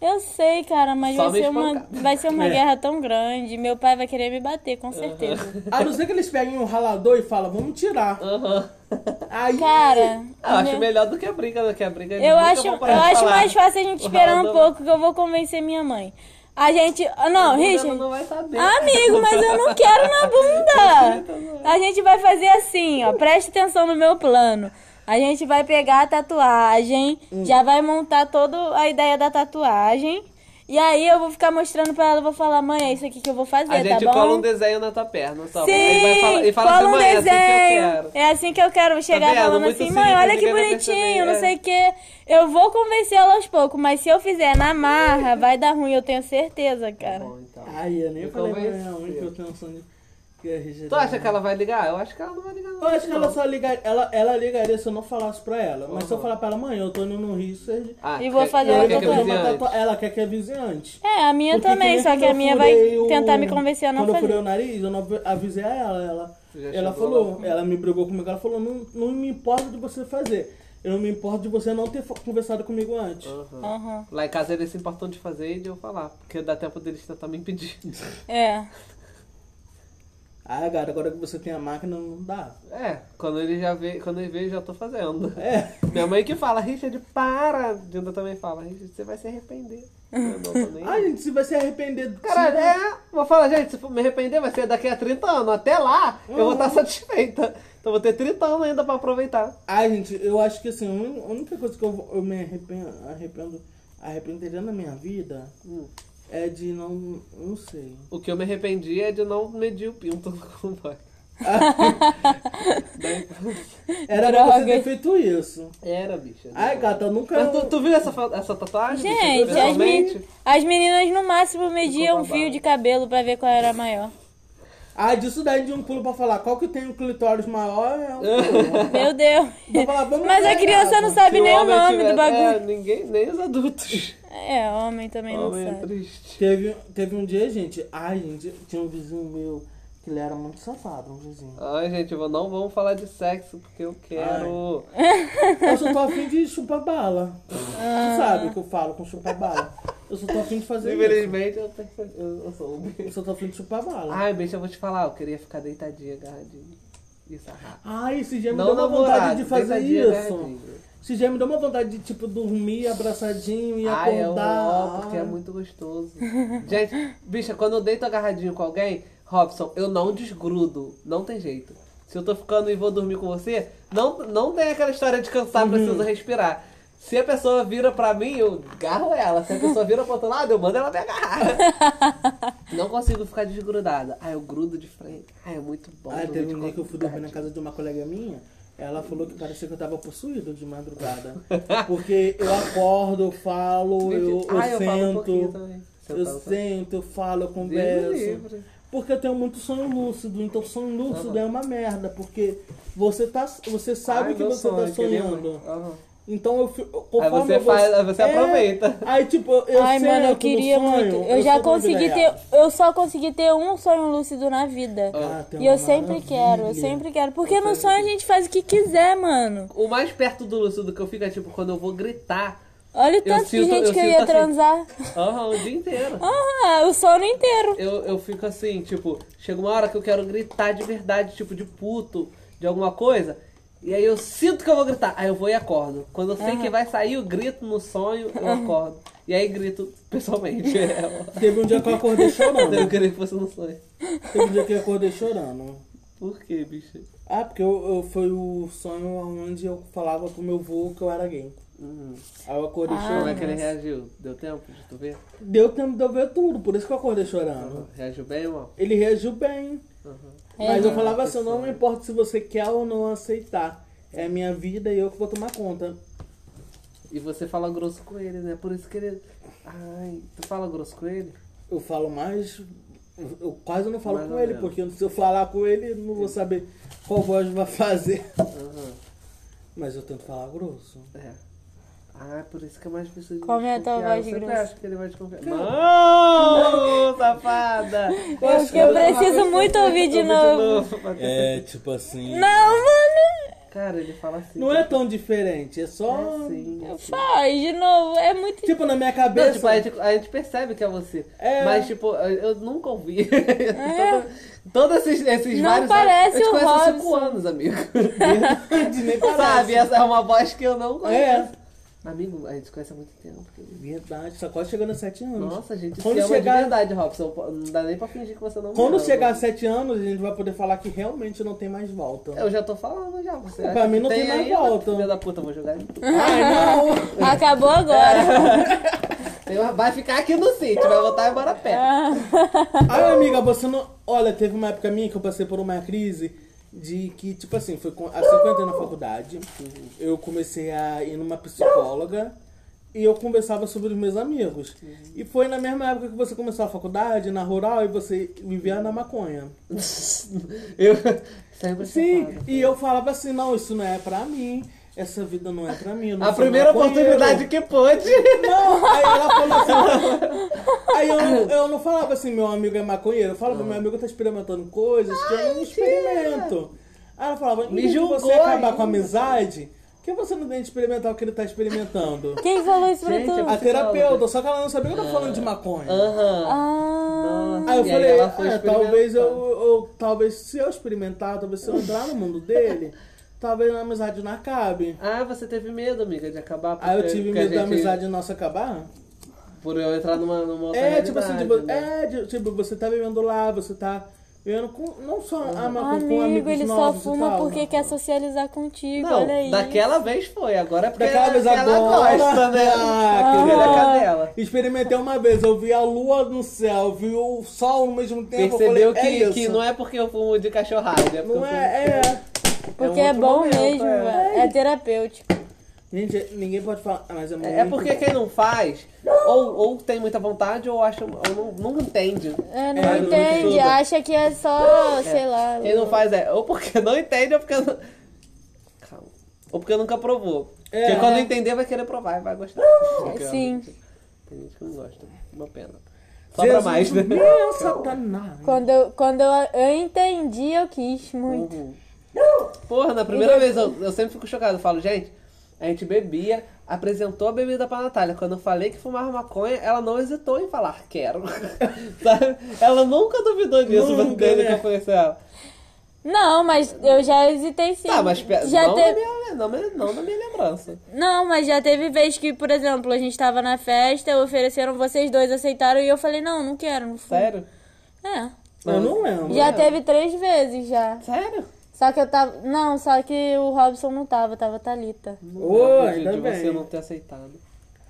Eu sei, cara, mas
Só
vai
me
ser, uma,
espancada.
vai ser uma
É.
guerra tão grande. Meu pai vai querer me bater, com certeza.
A não ser que eles peguem um ralador e falam, vamos tirar.
Aham.
Aí.
Cara,
Ah, eu acho
meu-
melhor do que a briga, né? que a briga é
eu
nunca
acho,
vão
eu
parar de
acho
falar.
mais fácil a gente esperar um
Ralador-
pouco que eu vou convencer minha mãe. A gente. ah, Não,
Ela
Richard.
não vai saber.
Amigo, mas eu não quero na
Tá
bunda. A gente vai fazer assim, ó. Preste atenção no meu plano. A gente vai pegar a tatuagem,
Hum.
já vai montar toda a ideia da tatuagem. E aí eu vou ficar mostrando pra ela, eu vou falar, mãe, é isso aqui que eu vou fazer,
A gente
tá bom?
cola um desenho na tua perna, só.
Sim,
Ele vai falar- ele fala
cola
assim,
um
mãe, é assim que eu
desenho.
quero. Tá
É assim que eu quero. Vou chegar
vendo?
falando
Muito
assim,
simples,
mãe, olha que
ninguém vai
bonitinho,
perceber,
não
é.
sei o quê. Eu vou convencer ela aos poucos, mas se eu fizer na marra, "Ah, vai dar ruim, eu tenho certeza, cara.
Bom, então.
Aí, eu nem
Me
falei pra minha
convenceu.
mãe que eu tenho um sonho de- que a gente-
Tu acha que ela vai ligar? Eu acho que ela não vai ligar. não.
Eu acho que ela só ligaria. Ela, ela ligaria se eu não falasse pra ela. Mas se eu falar pra ela, mãe, eu tô indo no Rio, você.
Ah,
E vou
quer-
fazer
ela
outra
tá
quer que eu
coisa.
dizia antes?
Ela quer que avise antes.
É, a minha
Porque
também,
nem
só que
quando
a
eu
minha vai
furei o-
tentar me convencer a não
Quando eu furei
fazer.
o nariz, eu não av- avisei a ela. Ela,
Já
ela
chegou
falou,
lá.
ela me brigou comigo, ela falou, não, não me importa de você fazer. Eu me importo de você não ter fo- conversado comigo antes.
Aham.
Aham.
Uhum. Lá em casa eles se importam de fazer e de eu falar, porque dá tempo deles tentar me impedir.
É.
Ah, gata, agora que você tem a máquina, não dá.
É, quando ele já vê, quando ele vê, eu já tô fazendo.
É.
Minha mãe que fala, Richard, para! Dinda também fala, Richard, você vai se arrepender. Eu não tô nem.
Ai, gente, se vai se arrepender do
Caralho, é. Vou falar, gente, se for me arrepender, vai ser daqui a 30 anos. Até lá, eu vou estar satisfeita. Então vou ter 30 anos ainda pra aproveitar.
Ai, gente, eu acho que assim, a un- a única coisa que eu, vou- eu me arrependo, arrependo, arrependeria na minha vida
Hum.
é de não. Não sei.
O que eu me arrependi é de não medir o pinto com o boy.
Era pra você
Droga.
ter feito isso.
Era, bicha.
Ai, gata, eu nunca.
Mas tu, tu viu essa, fa- essa tatuagem? bicha,
Gente, as,
pessoalmente?
meni- as meninas no máximo
Ficou
mediam um
babado.
fio de cabelo pra ver qual era a maior.
Ah, disso daí de um pulo pra falar qual que tem o clitóris maior é um pulo.
Meu Deus.
Vou falar, vamos
Mas a
ver,
criança
gata.
não sabe
Se
nem o
homem
nome
tiver-
do bagulho.
É, ninguém, nem os adultos.
É, homem também não
homem é
sabe.
triste.
Teve, teve um dia, gente. Ai, gente, tinha um vizinho meu que ele era muito safado, um vizinho.
Ai, gente, eu não vamos falar de sexo porque eu quero.
Eu só tô afim de chupar bala.
Ah.
Tu sabe que eu falo com chupar bala. Eu só tô afim de fazer isso.
Infelizmente, eu, perce- eu, eu sou um.
Eu só tô afim de chupar bala.
Ai, bicho, eu vou te falar, eu queria ficar deitadinha, agarradinha. Isso, é arrasa.
Ai, esse dia me
Não
deu uma
namorado,
vontade de fazer
deitadinha,
isso.
agarradinha.
Esse dia me deu uma vontade de, tipo, dormir abraçadinho e
Ai, eu
acordar.
amo, Ah, é um porque é muito gostoso. Gente, bicha, quando eu deito agarradinho com alguém, Robson, eu não desgrudo. Não tem jeito. Se eu tô ficando e vou dormir com você, não, não tem aquela história de cansar,
Uhum.
preciso respirar. Se a pessoa vira pra mim, eu agarro ela. Se a pessoa vira pro outro lado, eu mando ela me agarrar. não consigo ficar desgrudada. Ai, eu grudo de frente. Ai, é muito bom.
Ai,
dormir
teve um
de
dia que eu fui dormir na
costas.
casa de uma colega minha. Ela falou que parecia que eu tava possuído de madrugada. Porque eu acordo, eu falo, eu, eu
Ai, eu falo um pouquinho
sento.
também.
Eu
Sentado, sentado.
sento, eu falo, eu
Deus
converso.
livre.
Porque eu tenho muito sonho lúcido, então sonho
Tá
lúcido é uma merda, porque você tá, você sabe
Ai,
que
meu
você
sonho,
tá
queria muito.
sonhando.
Aham.
Então eu fi- eu- conforme
você
eu vou-
faz- aí você aproveita.
Aí tipo, eu
Ai,
sento
mano, eu
no
queria
sonho,
muito. Eu, já
sou doido
consegui
da
ter.
Yara.
Eu só consegui ter um sonho lúcido na vida.
Ah, tem
E eu
uma
sempre quero, eu
maravilha.
sempre quero. Porque no sonho a gente faz o que quiser, mano.
O mais perto do lúcido que eu fico é tipo quando eu vou gritar.
Olha o
Eu
tanto de
sinto-
gente
eu
que eu
sinto
ia
assim.
transar.
Aham, o dia inteiro.
Ah, o sono inteiro.
Eu, eu fico assim, tipo, chega uma hora que eu quero gritar de verdade, tipo, de puto, de alguma coisa. E aí eu sinto que eu vou gritar. Aí eu vou e acordo. Quando eu sei que vai sair, eu grito no sonho, eu acordo. E aí grito pessoalmente. É,
Teve um dia que eu acordei
eu
chorando.
queria que fosse no sonho.
Teve um dia que eu acordei chorando.
Por quê, bicho?
Ah, porque eu, eu- foi o sonho onde eu falava pro meu vô que eu era gay.
Hum.
Aí eu acordei
Como é
chorando.
que ele reagiu? Deu tempo de tu ver?
Deu tempo de eu ver tudo, por isso que eu acordei chorando.
Reagiu bem ou mal?
Ele reagiu bem.
Uhum.
Mas eu falava assim, não me importa se você quer ou não aceitar. É a minha vida e eu que vou tomar conta.
E você fala grosso com ele, né? Por isso que ele. Ai, tu fala grosso com ele?
Eu falo mais. Eu quase não falo
Mais
com
ou
ele,
menos.
porque se eu falar com ele, eu não vou saber qual voz vai fazer.
Aham.
Mas eu tento falar grosso.
É. Ah, por isso que é mais preciso.
Como é a tua voz
Eu sempre
grossa?
acho que ele vai desconfiar. Não! Tá
safada.
Eu, que eu preciso muito ouvir de novo.
É, tipo assim.
Não, mano.
Cara, ele fala assim.
Não é tão diferente, é só.
assim.
Faz de novo. É muito.
Tipo, na minha
Não,
cabeça.
tipo, a gente, a gente percebe que é você.
É.
Mas, tipo, eu nunca ouvi. Todo- Todos esses, esses
É. Não
vários
parece
anos.
o
A gente conhece há cinco
Robson.
anos, amigo.
Verdade, nem
Sabe,
parece.
essa é uma voz que eu não conheço.
É.
Amigo, a gente se conhece há muito tempo. querido.
Verdade, só quase chegando a 7 anos.
Nossa, a gente
Quando
se ama
chegar-
de verdade, Robson. Não dá nem pra fingir que você não me
Quando
ama.
chegar a 7 anos, a gente vai poder falar que realmente não tem mais volta.
Eu já tô falando já. Você
Pra
acha
mim
que
não tem mais
ainda?
volta.
Filha da puta, eu vou jogar. ele.
Acabou agora.
Tem uma- Vai ficar aqui no sítio, vai voltar embora a pé.
Ai, amiga, você não. Olha, teve uma época minha que eu passei por uma crise de que, tipo assim, foi com... assim que eu entrei na faculdade, eu comecei a ir numa psicóloga e eu conversava sobre os meus amigos. E foi na mesma época que você começou a faculdade, na rural, e você vivia na maconha.
Eu sempre
Sim,
separo.
e eu falava assim, não, isso não é pra mim, essa vida não é pra mim. eu não
A
sou
primeira
maconheiro.
oportunidade que pôde.
Não, aí ela falou assim. aí eu, eu não falava assim, meu amigo é maconheiro. Eu falava, meu amigo tá experimentando coisas que eu não experimento. Aí ela falava,
Me
me julgou
julgou
você acabar
ainda.
com a amizade, por que você não tem de experimentar o que ele tá experimentando?
Quem falou isso pra
Gente,
tu?
A terapeuta, só que ela não sabia que eu tô falando de maconha.
Aham.
Ah.
Aí eu
E
falei,
ela foi
"Ah,
experimentar.
talvez eu, eu- talvez se eu experimentar, talvez se eu entrar no mundo dele, talvez a amizade não acabe.
Ah, você teve medo, amiga, de acabar porque,
Aí Ah, eu tive
porque
medo
É, a
da
gente-
amizade nossa acabar.
Por eu entrar numa, numa outra
É, tipo assim,
realidade,
tipo,
né?
é, de- tipo, você tá vivendo lá, você tá vivendo com, não só
Uhum.
a maconha, com
Amigo,
amigos
ele só
novos e
fuma
tal. né?
porque quer socializar contigo, olha
Não,
aí.
daquela vez foi, agora é porque
é, Daquela
ela,
vez
ela
agora.
gosta, né?
Ah,
Porque
que
ela é
legal.
cadela.
Experimentei uma vez, eu vi a lua no céu, eu vi o sol ao mesmo tempo,
Percebeu
eu falei,
que,
é isso.
que não é porque eu fumo de cachorrada, é porque eu
Não
fumo...
é, é.
Porque
um
é,
outro
bom
momento,
mesmo,
é.
velho. É terapêutico.
Gente, ninguém pode falar, ah, mas é muito...
É porque quem não faz, ou, ou tem muita vontade, ou acha, ou não, não entende.
É, não
É, não
entende,
estuda.
acha que é só, sei lá.
Quem não faz é, ou porque não entende, ou porque não... Calma. Ou porque nunca provou.
É.
Porque quando entender, vai querer provar e vai gostar.
Sim.
Tem gente que não gosta. Uma pena. Só pra
Jesus,
mais, né?
Meu satanás.
Quando, eu, quando eu, eu entendi, eu quis muito.
Porra, na primeira vez eu, eu sempre fico chocado. Eu falo, gente, a gente bebia, apresentou a bebida pra Natália. Quando eu falei que fumava maconha, ela não hesitou em falar, quero. Sabe? Ela nunca duvidou disso,
Nunca,
desde
né?
que eu conheci ela.
Não, mas eu já hesitei sim.
Tá, mas pe-
já
não,
te-
na minha, não, na- não na minha lembrança.
Não, mas já teve vez que, por exemplo, a gente tava na festa, ofereceram vocês dois, aceitaram, e eu falei, não, não quero, não fui.
Sério?
É.
Eu não lembro.
Já teve três vezes já.
Sério?
Só que eu tava. Não, só que o Robson não tava, tava Thalita.
Ô,
Lembro de,
ainda
de você
bem.
não ter aceitado.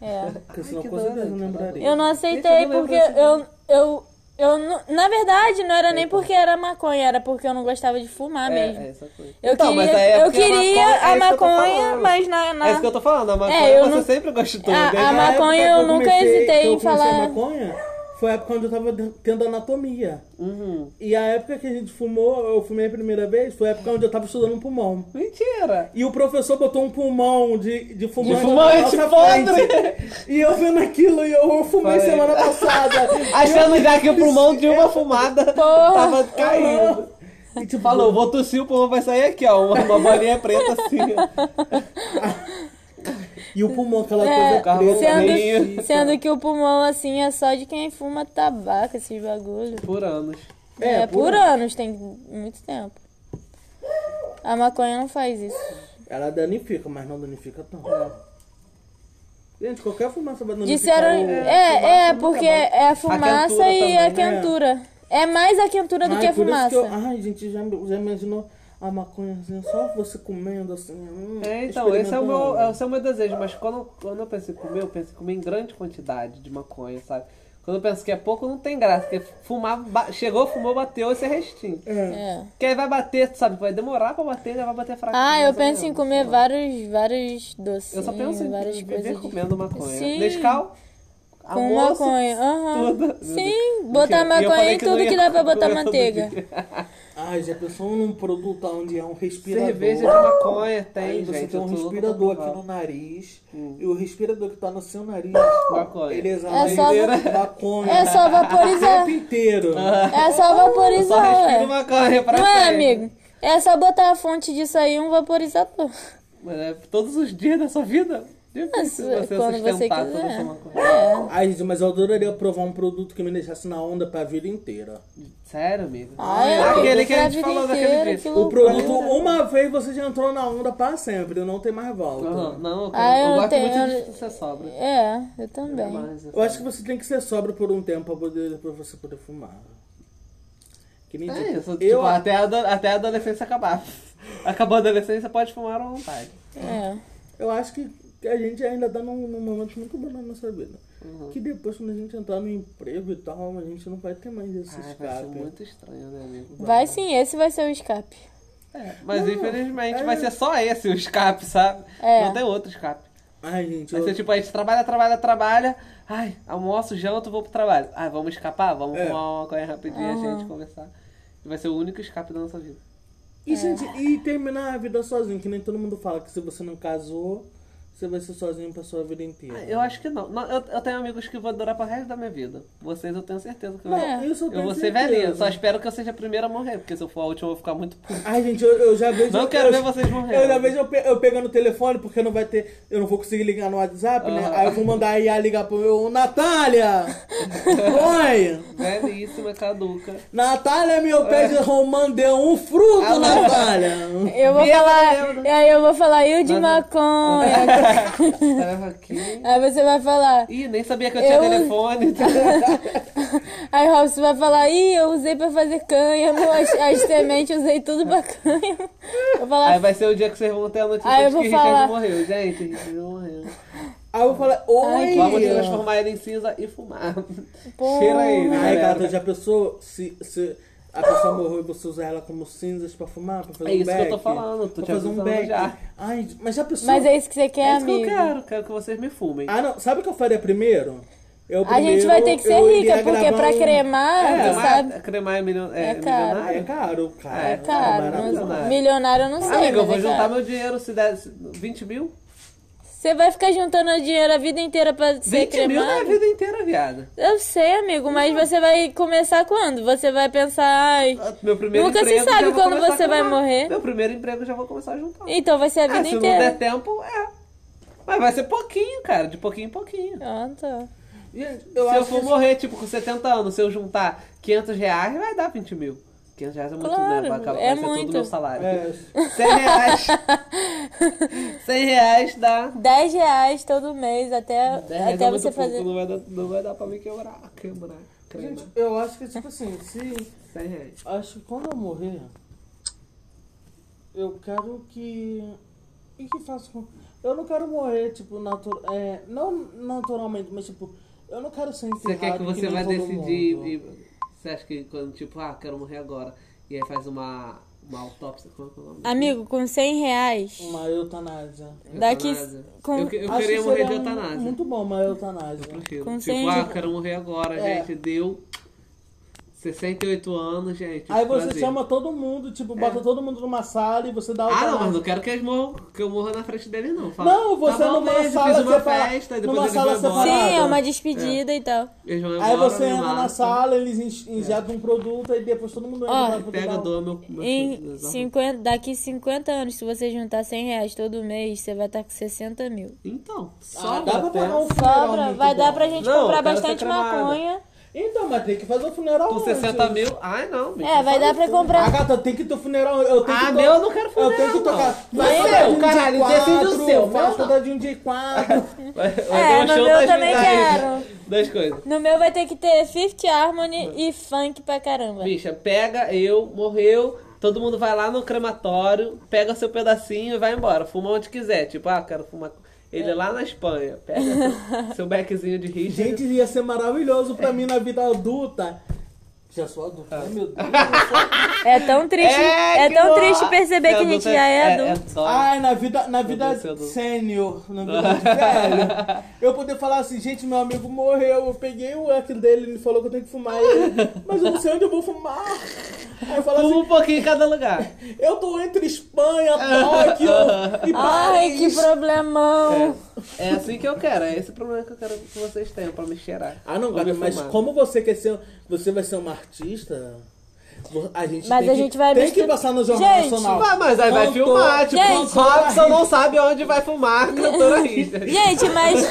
É.
Porque senão
Ai, que
com certeza
dano,
eu
que
lembraria.
Eu não
Gente,
aceitei
eu não
porque
lembro
eu, eu, eu, não- Na verdade, não era nem porque era maconha, era porque eu não gostava de fumar
é,
Tá mesmo.
é essa coisa.
Eu
Então, mas
queria,
aí é
eu
porque a
queria
maconha- é
a
isso que eu tô
maconha,
falando.
mas na. na-
É isso que eu tô falando, a maconha
eu
você
não-
sempre gostou.
A-
desde
a
que-
ma- maconha
época
eu
que
nunca
comecei-
hesitei
que
em
eu comecei
falar.
A maconha foi a época onde eu tava de- tendo anatomia.
Uhum.
E a época que a gente fumou, eu fumei a primeira vez, foi a época onde eu tava estudando um pulmão.
Mentira!
E o professor botou um pulmão de, de fumante,
De fumante
na nossa
podre.
frente. E eu vendo aquilo e eu, fumei
Falei.
semana passada.
Achando já que o pulmão de uma fumada tava caindo.
E tipo,
Falou, vou tossir, o pulmão vai sair aqui, ó. Uma, uma bolinha preta assim. ó.
E o pulmão, aquela
É,
carro
coisa preta. né?
vermelho.
sendo, sendo que o pulmão assim é só de quem fuma tabaco, esses bagulho.
Por anos.
É,
É,
por,
por
anos, tem muito tempo. A maconha não faz isso.
Ela danifica, mas não danifica tanto. Gente, qualquer fumaça vai danificar
É. Disseram.
o-
É, é, porque é a fumaça
quentura
e
também,
a
né?
quentura. É mais a quentura do
Ai,
que a
Ah, é por isso
fumaça.
eu- ai, gente, já, já imaginou a maconha assim, só você comendo assim. hum,
É, então, esse é o, meu,
experimentando.
esse é o meu desejo. Mas quando, quando eu penso em comer, eu penso em comer em grande quantidade de maconha, sabe? Quando eu penso que é pouco, não tem graça. Porque fumar, ba- chegou, fumou, bateu, esse é restinho.
É.
Porque aí vai bater, sabe? Vai demorar pra bater, já vai bater fraco.
Ah,
mais
eu
ou
penso em
menos,
comer
é sei lá.
vários, vários doces.
Eu só penso em
várias
viver
coisas.
comendo maconha.
Sim.
Nescau,
Com
almoço,
maconha. Aham.
tudo.
Sim, botar
Mentira. E eu
maconha
falei
em
não
tudo
ia
que dá pra botar
comer todo
manteiga.
dia.
Ah, reais. E a pessoa não produta onde é um respirador.
Cerveja de maconha
Aí
tem,
você
gente.
tem um
eu tô louco pra
respirador
provar.
aqui no nariz. E o respirador que tá no seu nariz,
Hum. Maconha.
ele
É
exala
só, va-
maconha
é só
o tempo
vaporizar.
inteiro.
Ah.
É só
Só
vaporizar,
respira
ué.
maconha pra
Não é,
sempre.
amigo? É só botar a fonte disso aí e um vaporizador.
Mas é todos os dias da sua vida. Difícil
Mas,
você
quando você
sustentar
quiser.
toda essa maconha.
É.
Ai, gente, mas eu adoraria provar um produto que me deixasse na onda pra vida inteira.
Sério, amigo? Ah,
Ai,
Aquele que a
pra
gente
vida
falou daquele
inteira,
dia.
que
O
loucura.
produto, uma vez você já entrou na onda pra sempre, não tem mais volta.
Aham, Não, eu,
Ah, eu
eu
não
gosto
tenho-
muito
eu-
de ser sobra.
É, eu também.
Mas,
Eu acho que você tem que ser sobra por um tempo pra, poder, pra você poder fumar. Que nem
É isso, tipo,
eu,
até, a, ado- até a adolescência acabar. Acabou a adolescência, pode fumar à vontade.
É.
eu acho que que a gente ainda tá num, num momento muito bom na nossa vida.
Uhum.
Que depois, quando a gente entrar no emprego e tal, a gente não vai ter mais esse
Ai, vai Ah, ser
escape.
muito estranho, né, amigo?
Vai sim, esse vai ser o escape.
É, mas infelizmente vai ser só esse o escape, sabe?
É.
Não tem outro escape.
Ai, gente,
Vai
eu...
ser tipo, a gente trabalha, trabalha, trabalha. Ai, almoço, janto, vou pro trabalho. Ai, vamos escapar? Vamos
É.
fumar uma coisa rapidinho, a
Ah.
gente conversar. E vai ser o único escape da nossa vida. É.
E, gente, e terminar a vida sozinho, que nem todo mundo fala que se você não casou, você vai ser sozinho pra sua vida inteira.
Ah, Eu acho que não. Não, eu, eu tenho amigos que vou adorar pro resto da minha vida. Vocês eu tenho certeza que eu
É.
vou.
Isso eu
Eu
tenho
vou ser
certeza.
velhinho, só espero que eu seja a primeira a morrer, porque se eu for a última eu vou ficar muito puto.
Ai, gente, eu, eu já vejo.
Não quero
eu-
ver vocês morrerem.
Eu já vejo eu, pe eu pegando o telefone, porque não vai ter. Eu não vou conseguir ligar no WhatsApp, né?
Aham.
Aí eu vou mandar a IA ligar pro meu. Natália! Oi!
Velhíssima, caduca.
Natália, meu
É.
pé de romã deu um fruto, Natália!
Eu vou falar. Aí eu vou falar, eu de maconha.
Tava aqui.
Aí você vai falar.
Ih, nem sabia que eu tinha
Eu-
telefone.
Aí o Robson vai falar, ih, eu usei pra fazer cânhamo, as, as sementes eu usei tudo pra cânhamo. Eu vou falar,
Aí vai ser o dia que vocês vão ter a notícia
Aí eu
de
vou
que
falar-
Ricardo morreu. Gente, Ricardo morreu.
Aí eu falei, oi!
Vamos transformar ele em cinza e fumar.
Porra.
Cheira ele,
Ai,
galera.
gata, já pensou se, se a pessoa morreu e você usar ela como cinzas pra fumar? Pra fazer
É
um
isso que eu tô
beck?
falando, tô
pra
te
fazer um
avisando
beck.
já.
Ai, mas já pensou?
mas é isso que você
É
quer,
isso que eu
amigo.
quero, quero que vocês me fumem.
Ah, não. Sabe o que eu faria primeiro? Eu
A gente
primeiro,
vai ter que ser
eu
rica,
iria
porque
gravar
pra
um-
cremar, tu
cremar,
sabe.
cremar é, milio... é,
É caro.
milionário?
É né? caro, cara.
É
Cara,
barato.
maravilhoso.
mas milionário eu não sei.
Amiga, eu vou
mas é
juntar
caro.
meu dinheiro se der se- 20 mil?
Você vai ficar juntando dinheiro a vida inteira pra ser
20 mil é a
cremado?
vida inteira, viada.
Eu sei, amigo, mas você vai começar quando? Você vai pensar, ai.
Meu primeiro
Nunca se
emprego,
sabe
já vou
quando
começar
você
a
vai
juntar.
morrer.
Meu primeiro emprego eu já vou começar a juntar.
Então vai ser a
Ah,
vida
se não der
inteira.
tempo, é. Mas vai ser pouquinho, cara, de pouquinho em pouquinho.
Ah, tá.
Gente, eu
se eu
acho
for
que-
morrer, tipo, com 70 anos, se eu juntar 500 reais, vai dar 20 mil. 500 reais é muito,
Claro,
né? Vai, acabar-
é
vai ser
muito.
todo meu salário.
É,
100 reais. 100 reais dá.
10 reais todo mês até,
10 reais
até
é muito
você
pouco,
fazer.
Não vai, dar, não vai dar pra me quebrar. Quebrar.
gente,
Cremar.
eu acho que, tipo assim, se...
100 reais.
Acho que quando eu morrer, eu quero que... E que faço com... Eu não quero morrer, tipo, natu... é, não naturalmente, mas, tipo, eu não quero ser enterrado
Você quer que você
nem
vai
todo
decidir.
mundo.
e- você acha que quando, tipo, ah, quero morrer agora. E aí faz uma, uma autópsia. Como é que é o nome?
Amigo, com 100 reais.
Uma eutanásia.
Daqui.
Eutanásia.
Com,
Eu, que- eu
Acho
queria
que
morrer de
seria um-
eutanásia.
Muito bom uma eutanásia.
Prefiro.
Com
Tipo,
cem
ah,
de-
quero morrer agora,
É.
gente. Deu 68 anos, gente.
Aí você
prazer. É.
chama todo mundo, tipo, bota todo mundo numa sala e você dá
Ah, não, mas
eutanásia.
não quero que, eles morram, que eu morra na frente deles, não. Fala,
Não, você
tá bom,
numa
beijo,
sala
fiz uma
separa-
festa, e depois
numa
eles
sala
vão embora.
Sim,
separada.
é uma despedida e tal.
Eles vão
Aí
embora,
você
me
entra na
matam.
sala, eles in- injetam um produto e depois todo mundo entra
Ó,
pra poder
É. Pega,
dar o-
dou meu... meu
Em
coisa,
50, daqui 50 anos, se você juntar 100 reais todo mês, você vai estar com 60 mil.
Então,
Ah,
só
dá pra pagar um funeral
Sobra,
muito
vai dar
bom.
pra gente
é Não,
comprar
eu quero ser
bastante
cremada.
maconha.
Então, mas tem que fazer o funeral
Com
antes.
60 mil, ai não, bicho.
É, vai dar pra
Ah,
comprar.
gata, tem que ter funeral. Eu tenho
Ah,
que to-
meu, eu não quero funeral,
Eu tenho que
não.
tocar. um
Mas seu, caralho, decide o seu, meu
Faz
não.
toda de um dia e quatro.
Vai- vai
É,
ter um
no
show
meu
das
também
milhares.
quero.
Duas coisas.
No meu vai ter que ter Fifth Harmony e funk pra caramba.
Bicha, pega eu, morreu, todo mundo vai lá no crematório, pega seu pedacinho e vai embora. Fuma onde quiser. Tipo, ah, quero fumar. Ele é lá na Espanha. Pega seu, seu beckzinho de rixa.
Gente, ia ser maravilhoso pra mim na vida adulta. Já sou adulto, né, meu Deus?
É tão triste, é,
que
tão
bom.
triste perceber que a gente
adulto
já é adulto.
só-
Ai, na vida, na vida
é
Deus, seu Deus.
sênior, na vida de velho. Eu poder falar assim, gente, meu amigo morreu, eu peguei o aquilo dele, ele falou que eu tenho que fumar, eu, mas eu não sei onde eu vou fumar. Aí eu falo
Fuma
assim,
um pouquinho em cada lugar.
eu tô entre Espanha, Tóquio
é.
e
Ai,
Paris.
que problemão.
É, é assim que eu quero, é esse problema que eu quero que vocês tenham pra me cheirar.
Ah, não,
Pra
Gabi,
me
mas
fumar.
como você quer ser, você vai ser uma artista, vo- a gente
Mas
tem
a
que,
gente vai
tem
misturar-
que passar no Jornal
Gente,
Nacional.
Ah, mas aí vai
Cantor.
filmar, tipo,
Gente.
Robson não sabe onde vai fumar, cantora rista.
Gente, mas,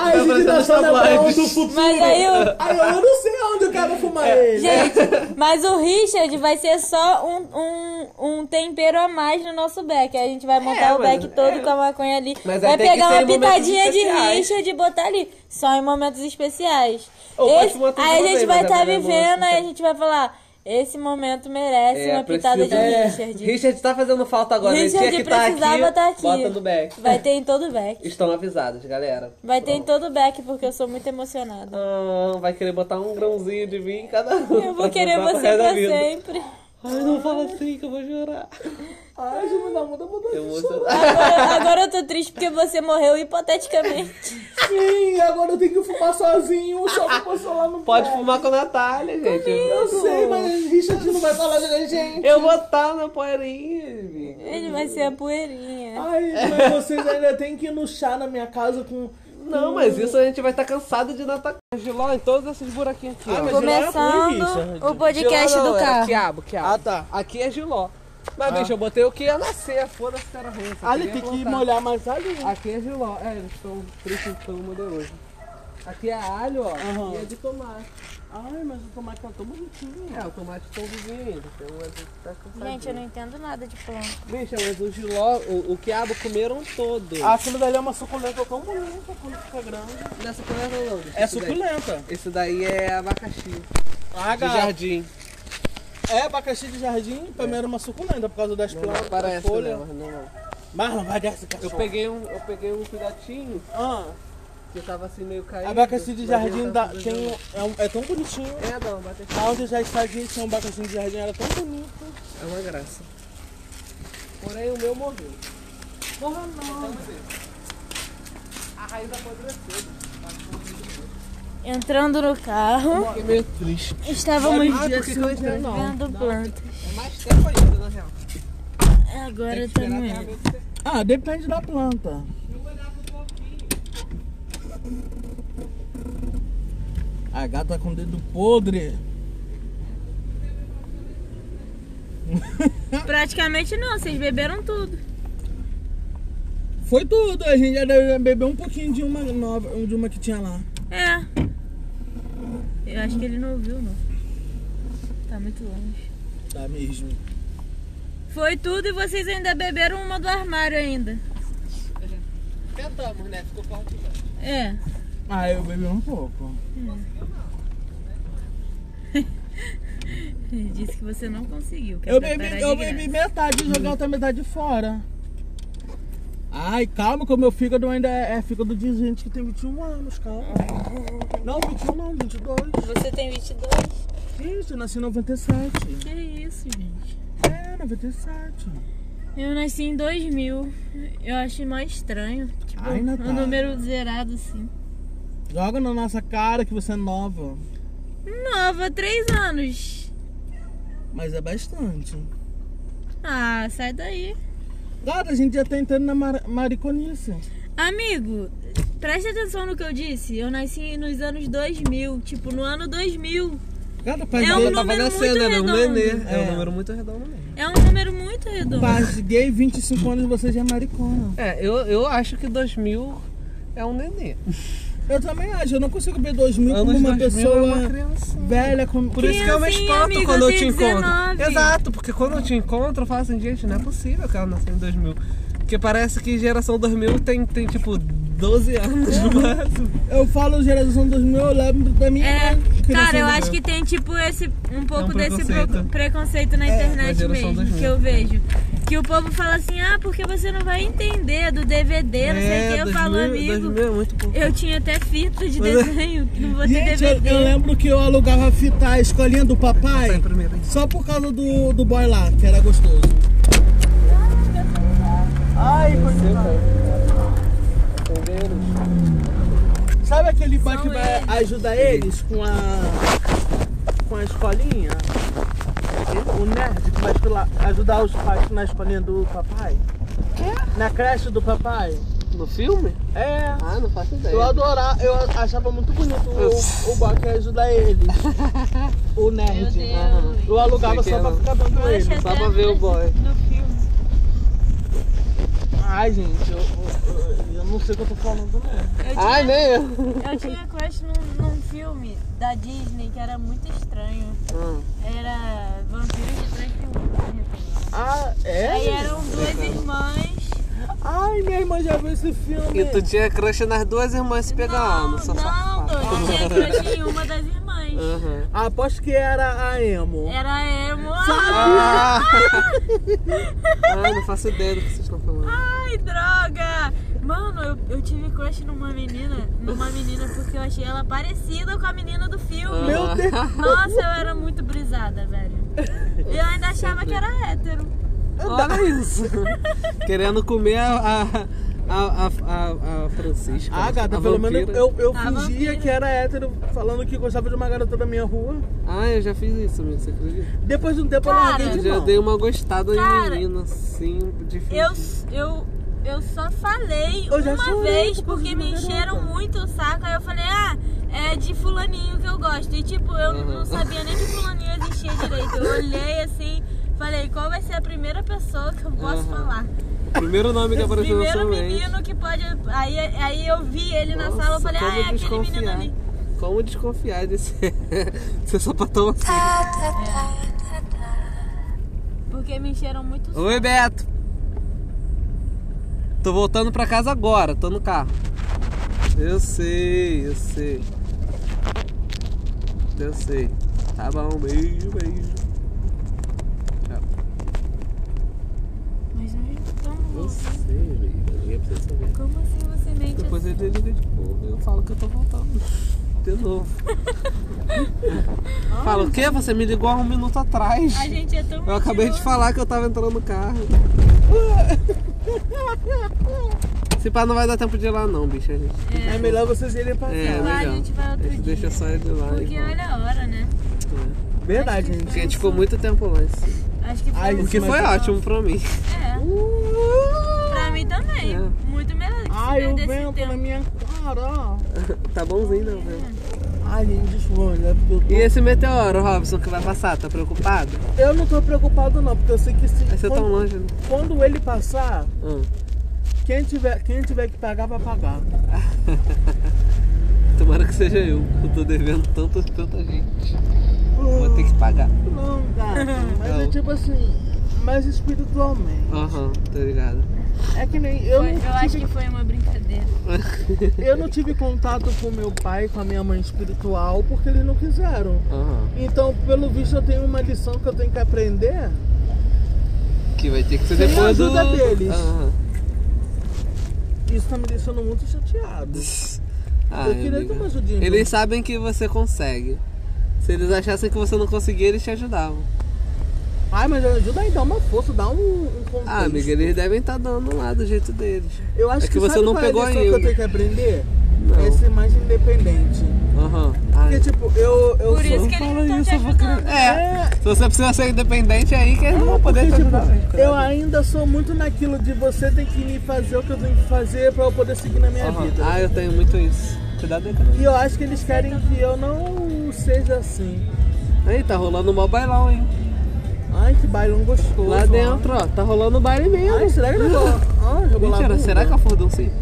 Ai, a gente
Vai
tá
aparecer
só
nos
na mão
tabloides.
do futuro.
mas aí o.
Ai, eu não sei onde eu quero fumar
É,
ele.
Gente, mas o Richard vai ser só um, um, um tempero a mais no nosso beck. Aí A gente vai montar
É,
o
mas-
beck
é.
todo com a maconha ali.
Mas aí
vai
tem que
pegar
ser em
uma
momentos
pitadinha de
especiais.
Richard e botar ali. Só em momentos especiais.
Ou pode
Esse-
botar
aí a
tudo
gente
bem,
vai
mas
estar
é melhor
vivendo,
botar-
aí a gente vai falar. Esse momento merece é uma pitada de
É, precisa-
Richard.
Richard tá fazendo falta agora,
Richard
ele tinha que tá
precisava
aqui,
tá aqui.
Bota no back.
Vai ter em todo o back.
Estão avisados, galera.
Vai ter em todo o back, porque eu sou muito emocionada.
Ah, vai querer botar um grãozinho de mim em cada um.
Eu
pra
vou querer
comprar
você
resto da
pra
vida.
sempre.
Ai, não fala assim que eu vou chorar.
Ai, Jumina, muda, muda.
Eu vou chorar.
Agora, agora eu tô triste porque você morreu hipoteticamente.
Sim, agora eu tenho que fumar sozinho, só pra passar lá no
Pode
pé.
fumar com a Natália, gente.
Eu sei, mas Richard não vai falar de gente.
Eu vou estar na poeirinha, amiga.
Ele vai ser a poeirinha.
Ai, mas vocês ainda tem que ir no chá na minha casa com.
Não, mas isso a gente vai estar cansado de Natália. Giló em todos esses buraquinhos aqui, ó.
Começando o podcast
Giló não,
do
era
carro.
Quiabo, quiabo.
Ah, tá.
Aqui é Giló. Mas, bicho, eu botei o que ia nascer. Foda-se, cara ruim. só
Ali
queria
tem que
voltar.
molhar mais ali.
Aqui é Giló. É, eles estão tristes que eu não mudei hoje. Aqui é alho, ó.
Aham.
E é de tomate.
Ai, mas o tomate tá tão bonitinho.
É, o tomate tão vizinho ainda. Tem um azul que tá com
Gente, eu não entendo nada de planta.
Bicho, mas o Giló, o, o quiabo comeram todo.
Aquilo dali é uma suculenta tão bonita quando fica grande.
Não é suculenta não. bicho,
É
isso daí.
suculenta.
Esse daí é abacaxi.
Ah,
De
gato.
jardim.
É abacaxi de jardim, pra mim era uma suculenta por causa das plantas, da
Parece,
folha.
né, mas não é.
Mas não vai dessa
Eu
cachorro.
peguei um, eu peguei um filhotinho
Ah,
que tava assim meio caído.
abacaxi de
mas
jardim
ele
dá,
tava
tem,
fazendo-
um- é, um- é tão bonitinho.
É, dá uma abacaxi.
Aonde eu já estagiei tinha um abacaxi de jardim, era tão bonito.
É uma graça. Porém, o meu morreu. Morra não. A raiz é apodreceu.
Entrando no carro,
Fiquei meio triste.
estávamos
Ah, por que que eu entrei não?
vendo plantas.
É mais tempo ainda, na real.
Agora também.
Ah, depende da planta. A gata com o dedo podre.
Praticamente não, vocês beberam tudo.
Foi tudo, a gente já deve beber um pouquinho de uma nova, de uma que tinha lá.
É. Eu acho que ele não ouviu, não. Tá muito longe.
Tá mesmo.
Foi tudo e vocês ainda beberam uma do armário ainda.
Tentamos, né? Ficou forte demais.
É.
Ah, eu bebi um pouco.
Ele disse que você não conseguiu. que é
Eu
pra parar
bebi,
de
eu
graça.
bebi metade, joguei outra metade fora. Ai, calma que o meu fígado ainda é, é fígado de gente que tem 21 anos, calma. Não, 21 não, 22.
Você tem 22?
Isso, eu nasci em 97.
Que isso, gente.
É, 97.
Eu nasci em 2000. Eu achei mais estranho. Tipo,
Ai, Natália.
um número zerado assim.
Joga na nossa cara que você é nova.
Nova, três anos.
Mas é bastante.
Ah, sai daí.
Gata, a gente já tá entrando na mar mariconice.
Amigo, preste atenção no que eu disse. Eu nasci nos anos 2000. Tipo, no ano 2000.
Gata, paz,
É um
gay, tá
número
Tava nascendo,
muito
né? Um
redondo.
nenê. É.
É.
um número muito redondo mesmo.
É um número muito redondo.
paz gay, 25 anos você já é maricona.
É, eu, eu acho que 2000 é um nenê.
Eu também acho, eu não consigo ver 2000 como
Anos
uma
2000 é
pessoa
uma criança.
velha com...
Por isso que eu me
Criancinha,
espanto
amigo,
quando
eu
eu te
tenho
encontro.
19.
Exato, porque quando eu te encontro, eu falo assim, gente, não é possível que ela nasceu em 2000. Porque parece que geração 2000 tem, tem tipo
12 anos no máximo.
Eu falo geração 2000, eu lembro da minha
É,
criança
cara, eu
do
acho
meu.
que tem tipo esse
É
um pouco
um
desse pro-
preconceito.
preconceito na
na
um
internet
geração
mesmo,
2000.
que eu vejo. Que o povo fala assim, ah, porque você não vai entender do DVD, não
É,
sei o que. Eu falo, amigo,
é muito pouco.
eu tinha até fita de desenho, que não vou ter
é- Gente, eu,
DVD.
eu lembro que eu alugava fita a escolinha do
Tá em
papai
primeiro, hein?
só por causa do, do boy lá, que era gostoso. Ai, Sabe aquele boy que vai
eles.
ajudar eles com a. com a escolinha? Ele- O nerd que vai pela- ajudar os pais na escolinha do papai? Na creche do papai?
No filme?
É.
Ah, não faço ideia.
Eu adorava, eu achava muito bonito o, o boy que ia ajudar ele. O nerd. Eu alugava
Sei que
só pra
era.
ficar dando
Eu
ele.
achei
só
até
pra ver o boy.
No filme. assim.
Ai, gente, eu, eu, eu não sei o que eu tô falando, não.
Eu
Ai,
tinha,
nem eu.
eu tinha crush num, num filme da Disney que era muito estranho.
Hum.
Era Vampiros de Tranquilidade.
Ah,
Aí um-
é?
eram duas irmãs.
Ai, minha irmã já viu esse filme.
E tu tinha crush nas duas irmãs se pegando.
não,
só
não,
safado.
doido. Tinha crush em uma das irmãs.
Aham.
Aposto que era a emo.
Era emo.
Ah! Ai, Ah, não faço ideia do que vocês estão falando.
Ai, droga! Mano, eu, eu tive crush numa menina, numa menina porque eu achei ela parecida com a menina do filme.
Meu Deus.
Nossa, eu era muito brisada, velho. E eu ainda
é
achava que era hétero.
Olha isso. Querendo comer a, a, a, a, a, a Francisca.
Ah, gata,
a
pelo
vampira.
menos eu, eu
A
fingia
vampira.
que era hétero, falando que gostava de uma garota da minha rua.
Ah, eu já fiz isso, amigo, você acredita?
Depois de um tempo eu
Cara,
larguei
Eu
de
já
mão.
dei uma gostada
Então, Cara,
de menina, assim, difícil.
Eu, eu, eu só falei
Eu já
uma
sou
vez
louco por
porque
causa de
me
uma
encheram
garota.
muito o saco. Aí eu falei, ah, é de fulaninho que eu gosto. E tipo, eu não sabia nem que fulaninho existia direito. Eu olhei assim, falei, qual vai ser a primeira pessoa que eu posso falar?
Primeiro nome que apareceu na sua
Primeiro
mente.
menino que pode. Aí, aí eu vi ele na sala, eu
Nossa,
falei, ah,
como
é aquele menino
desconfiar.
ali.
Como desconfiar desse, desse sapatão assim.
Porque me encheram muito o saco.
Oi, Beto. Tô voltando pra casa agora, tô no carro. Eu sei, eu sei. Eu sei. Tá bom, beijo, beijo.
Mas não estão
Eu sei, beijo. Eu liguei pra você saber.
Como assim você mente
Depois ele liga de novo. Eu falo que eu tô voltando. De novo. Fala, o quê? Você me ligou há um minuto atrás.
assim? A gente é tão
Eu acabei de
mentiroso.
falar que eu tava entrando no carro. Se pá, não vai dar tempo de ir lá não, bicho. A gente
É melhor vocês irem pra
É,
casa.
Lá a
melhor.
gente vai outro
Esse
dia.
deixa só ele lá.
Porque
e volta.
olha a hora, né?
Verdade, gente.
Porque
é?
a gente ficou muito tempo lá. Assim.
Acho que foi.
Ai,
O que
Mas tá
foi
eu- Uh!
ótimo pra mim.
É. Pra mim também.
É.
Muito melhor que se
Ai, o
perder esse
vento na
tempo.
minha cara.
Tá bonzinho, não,
É.
velho.
Ai, gente, desculpa, né? Porque eu tô-
E esse meteoro, Robson, que vai passar, tá preocupado?
Eu não tô preocupado não, porque eu sei que se,
Vai ser tão
quando,
longe, né?
quando ele passar,
Ah,
quem tiver, quem tiver que pagar, vai pagar.
tomara que seja eu. Eu tô devendo tanto, tanta gente. Vou ter que pagar.
Não, cara, mas é
Não.
tipo assim, mas espiritualmente.
Aham, tá ligado.
É que nem eu,
Foi-
não
Eu acho
tive,
que foi uma brincadeira.
eu não tive contato com meu pai, com a minha mãe espiritual, porque eles não quiseram.
Aham.
Então, pelo visto, eu tenho uma lição que eu tenho que aprender.
Que vai ter que ser
Sem a
depois do...
ajuda deles.
Aham.
Isso tá me deixando muito chateado.
Ah,
eu queria
amiga.
ter uma ajudinha.
Eles sabem que você consegue. Se eles achassem que você não conseguia, eles te ajudavam.
Ai, mas ajuda aí, dá uma força, dá um, um contexto.
Ah, amiga, eles devem estar dando lá do jeito deles.
Eu acho
É que você
sabe
não
qual é
pegou
a lição que
ainda.
eu tenho que aprender?
Não.
É ser mais independente.
Aham.
Porque,
Ai.
tipo, eu, eu
Por
sou...
isso que eles
tá
não estão te ajudando.
É, se você precisa ser independente aí, que eles não vão poder te
Porque, tipo,
ajudar. né?
eu ainda sou muito naquilo de você tem que me fazer o que eu tenho que fazer pra eu poder seguir na minha
Aham.
vida.
Ah, eu tenho muito isso. Cuidado aí, cara.
E eu acho que eles querem que eu não seja assim.
Aí, tá rolando mó bailão, hein?
Ai, que bailão gostoso.
Lá dentro, ó, tá rolando baile mesmo.
Ai, será que eu vou... Ai, eu vou lá
Mentira,
bunda.
será que é o furduncinho?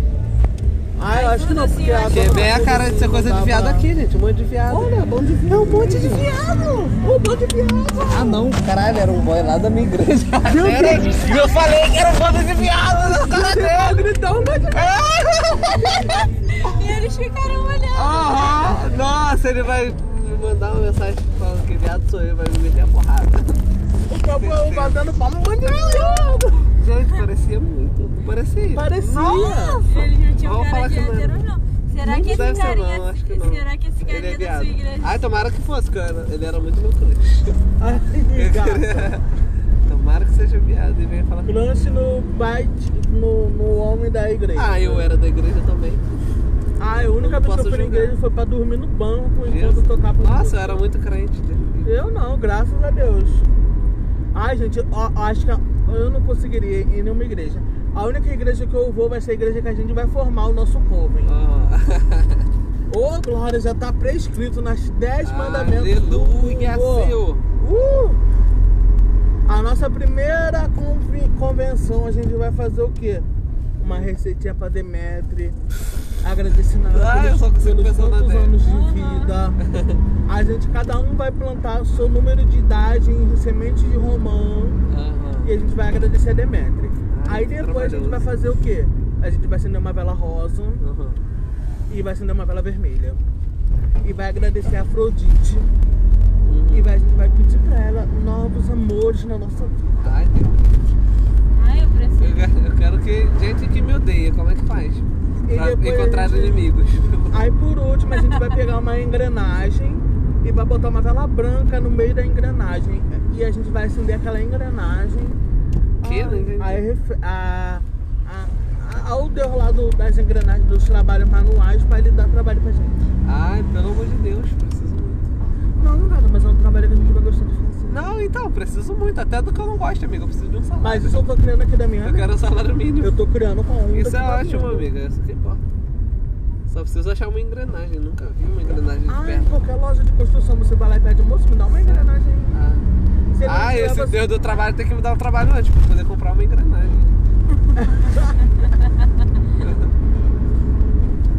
Ah, eu acho que não, porque a
Que é bem a cara de ser coisa de viado aqui, gente. Um monte de viado. Olha, bom de viado. É um monte de viado. Um monte de viado. Ah, não. Caralho, era um boy lá da minha igreja. Era- Eu falei que era um bando de viado na cara dele. Gritão, tá mas...
E eles ficaram olhando.
Ah, Aham. Nossa, ele vai me mandar uma mensagem falando que viado sou eu. Vai me meter a porrada.
O papo é um batendo palma, onde
Gente, parecia muito. Não parecia.
Parecia.
Eles não tinham
Vamos
cara
falar
de
que não. é.
hétero, não. Será
Não
que esse
deve ser
carinha.
não, acho que não.
Será que esse
Ele
carinha
é
da
viado.
sua igreja?
Ai, tomara que fosse, cara. Ele era muito meu crush.
Gata.
Tomara que seja viado e venha falar comigo.
Lance no bite no, no homem da igreja.
Ah, eu era da igreja também.
Ah, a única
não
vez que eu
posso
fui na
julgar.
igreja foi pra dormir no banco
Jesus.
enquanto tocava
Nossa, eu era um muito crente.
Eu não, graças a Deus. Ai, gente, eu, eu acho que eu não conseguiria ir em nenhuma igreja. A única igreja que eu vou vai ser a igreja que a gente vai formar o nosso povo, hein?
Ah.
Ô, Glória, já tá prescrito nas 10 mandamentos. do
Aleluia,
Senhor.
Senhor.
Uh! A nossa primeira convi- convenção, a gente vai fazer o quê? Uma receitinha pra Demetri. Agradecendo a ela
Ah, eu
pelos-
só consigo
pelos
pensar na
tantos
Demetri.
anos de vida. A gente, cada um vai plantar o seu número de idade em semente de romão.
Aham.
E a gente vai agradecer a Demetri.
Ai,
Aí
que
depois a gente vai
trabalhoso.
fazer o quê? A gente vai acender uma vela rosa
Aham.
e vai acender uma vela vermelha. E vai agradecer a Afrodite.
Uhum.
E vai, a gente vai pedir pra ela novos amores na nossa vida.
Ai, Deus.
Ai, eu preciso.
eu quero- eu quero que gente que me odeia, como é que faz?
E
Pra
depois a
encontrar
gente-
inimigos.
Aí por último a gente vai pegar uma engrenagem e vai botar uma vela branca no meio da engrenagem. E a gente vai acender aquela engrenagem.
Que?
Ah,
Não entendi.
Aí ref- a, a, a, ao Deus lá do- das engrenagens dos trabalhos manuais pra ele dar trabalho pra gente.
Ai, pelo amor de Deus, preciso muito.
Não, não nada, mas é um trabalho que a gente vai gostar de fazer.
Não, então, preciso muito. Até do que eu não gosto, amiga. Eu preciso de um salário.
Mas isso eu tô criando aqui da minha.
Eu quero um salário mínimo.
Eu tô criando com um.
Isso é ótimo, amiga. Isso que importa. Só preciso achar uma engrenagem. Nunca vi uma engrenagem de
Ah, em
perto.
qualquer loja de construção você vai lá e pede, moço, me dá uma engrenagem.
Ah,
Se ele não
Ah,
tiver,
esse
você-
deus do trabalho tem que me dar um trabalho antes pra poder comprar uma engrenagem.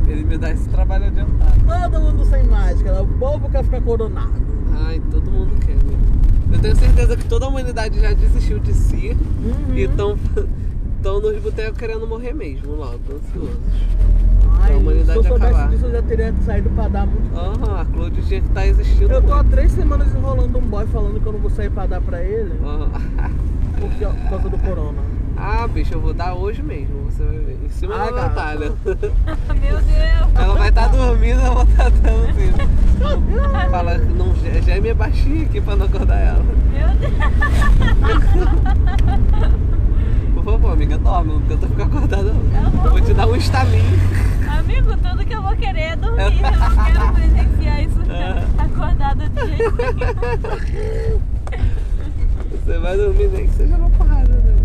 Ele me dá esse trabalho adiantado.
Todo mundo sem máscara, o povo quer ficar coronado.
Ai, todo mundo quer, né? Eu tenho certeza que toda a humanidade já desistiu de si e estão tão nos botecos querendo morrer mesmo logo, ansiosos.
Ai,
A humanidade tá
se eu soubesse
acabar.
disso, eu já teria saído pra dar muito.
Aham, a Claude tinha que estar existindo.
Eu tô há três semanas enrolando um boy falando que eu não vou sair pra dar pra ele
Aham.
porque, por causa do corona.
Ah, bicho, eu vou dar hoje mesmo. Você vai ver. Em cima
Ah,
da
gata.
Natália.
Meu Deus.
Ela vai estar dormindo, eu vou estar dando assim. Fala, não, gê- geme baixinho aqui pra não acordar ela.
Meu Deus.
Por favor, amiga, dorme, não tenta ficar acordada. não.
vou.
Vou te dar um estaminho.
Amigo, tudo que eu vou querer é dormir. Eu não quero presenciar isso
É.
acordada de jeito nenhum.
Você vai dormir nem que seja na porrada, né?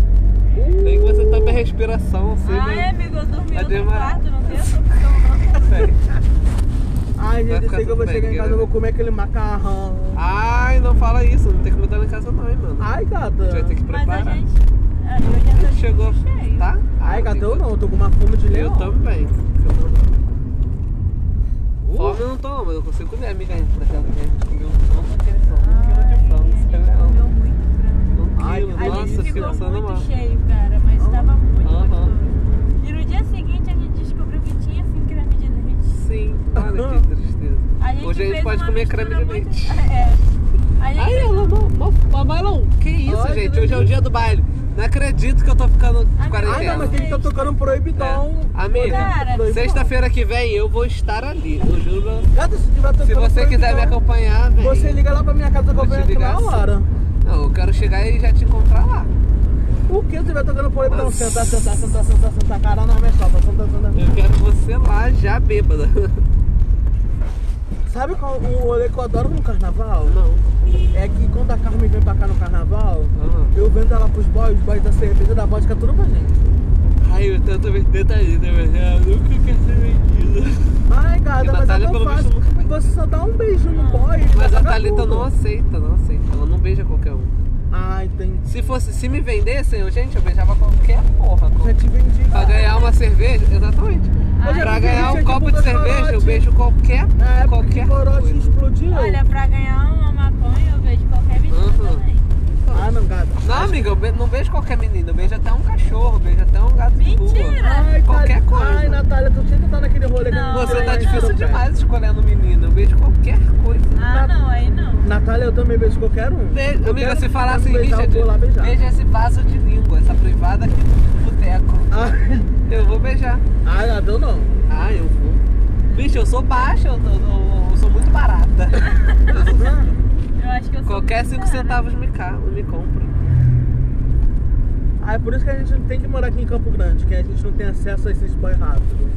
Nem que você tape a respiração, assim,
Ai,
né?
amigo, eu dormi
Vai
no
demorar.
quarto, não tem essa opção, não.
Vai
Ai, gente, eu
ficar
sei que eu vou
tudo
chegar
bem,
em casa e
querida.
vou comer aquele macarrão.
Ai, não fala isso, não tem que botar lá em casa não, hein, mano.
Ai,
A gente vai ter
gata.
que
Ah, Mas a
preparar.
gente. é, Eu já tô de
Chegou,
cheio.
tá?
Ai, gata, eu
amiga.
não, eu tô com uma fome de
Eu
leão.
também. Uh. Fome eu não tô, mas eu consigo comer, amiga. Daquela que a gente comeu um tanto aquele frango, um quilo de frango,
A
você
gente
lembra?
comeu muito
Um
frango.
Ai,
quilo,
que
A
nossa,
gente
fiquei
ficou
passando
muito
mal.
cheio, cara, mas tava muito
Aham.
gostoso. E no dia seguinte a gente descobriu que tinha sim creme de leite.
Sim, olha que tristeza.
A gente
Hoje a gente
fez
pode
uma
comer
mistura
creme de
muito-
leite. é
É. A gente
Ai, ela não, não, mamãe não. Que isso,
Ai, que
gente? Hoje é o dia do baile. Não acredito que eu tô ficando de
Ai,
Ai, não,
quarentena.
mas tem que tá tocando um proibidão.
É. Amiga,
Cara,
Proibidão.
Sexta-feira que vem eu vou estar ali, eu juro.
Gata, se tiver tocando
Se você quiser me
proibidão,
acompanhar, vem.
Você liga lá pra minha casa que
Vou
eu
te
venho aqui
ligar
na
assim.
hora.
Não, eu quero chegar e já te encontrar lá.
O que você vai tocando por aí? Não,
Nossa.
sentar, sentar, sentar, sentar, sentar, cara na mexoca, sentar, sentar.
Eu quero você lá já bêbada.
Sabe qual o rolê que eu adoro no carnaval?
Não.
É que quando a Carmen vem pra cá no carnaval,
Aham.
eu vendo ela pros boys, os boys da cerveja, da vodka, tudo pra gente.
Ai, eu tento me detalhista, mas eu nunca quero ser vendida.
Ai, gata,
E
mas
Natália,
é tão
pelo visto,
fácil.
nunca vai.
Você só dá um beijo no boy. ele
Mas então,
já
a
paga
Thalita
tudo.
não aceita, não aceita. Ela não beija qualquer um.
Ah, entendi.
Se fosse, se me vendessem, eu, gente, eu beijava qualquer porra.
Já
qualquer-
te vendi.
Pra ganhar uma cerveja, exatamente. Pra ganhar um copo de Ah, cerveja, eu beijo qualquer.
É,
qualquer
porque corote
coisa.
explodiu.
Olha, pra ganhar uma maconha eu vejo qualquer menina
Uhum.
também.
Ah, não, gata.
Não, amiga, eu be- não beijo qualquer menino, eu beijo até um cachorro, eu beijo até um gato de rua.
Mentira!
Ai,
Qualquer
Nath-
coisa.
Ai, Natália, tu tinha que estar naquele rolê que a
Não,
gente
Você
fez,
tá
Ai,
né?
difícil
Então,
demais escolhendo um menino, eu beijo qualquer coisa.
Ah, não, aí não.
cara. Natália, eu também beijo qualquer um.
Beijo,
Eu
amiga,
quero
se falar
me
assim,
beijar,
Richard,
eu vou lá beijar.
beija esse vaso de língua, essa privada aqui do boteco.
Ai,
Eu vou beijar.
ai, Nath, eu Ah, então não.
Ah, eu vou. Bicho, eu sou baixa, eu, tô- eu- eu sou muito barata.
Eu acho que eu sou
Qualquer
muito
5
rara.
centavos me, ca- me compra.
Ah, é por isso que a gente tem que morar aqui em Campo Grande, que a gente não tem acesso a esses banhos rápidos.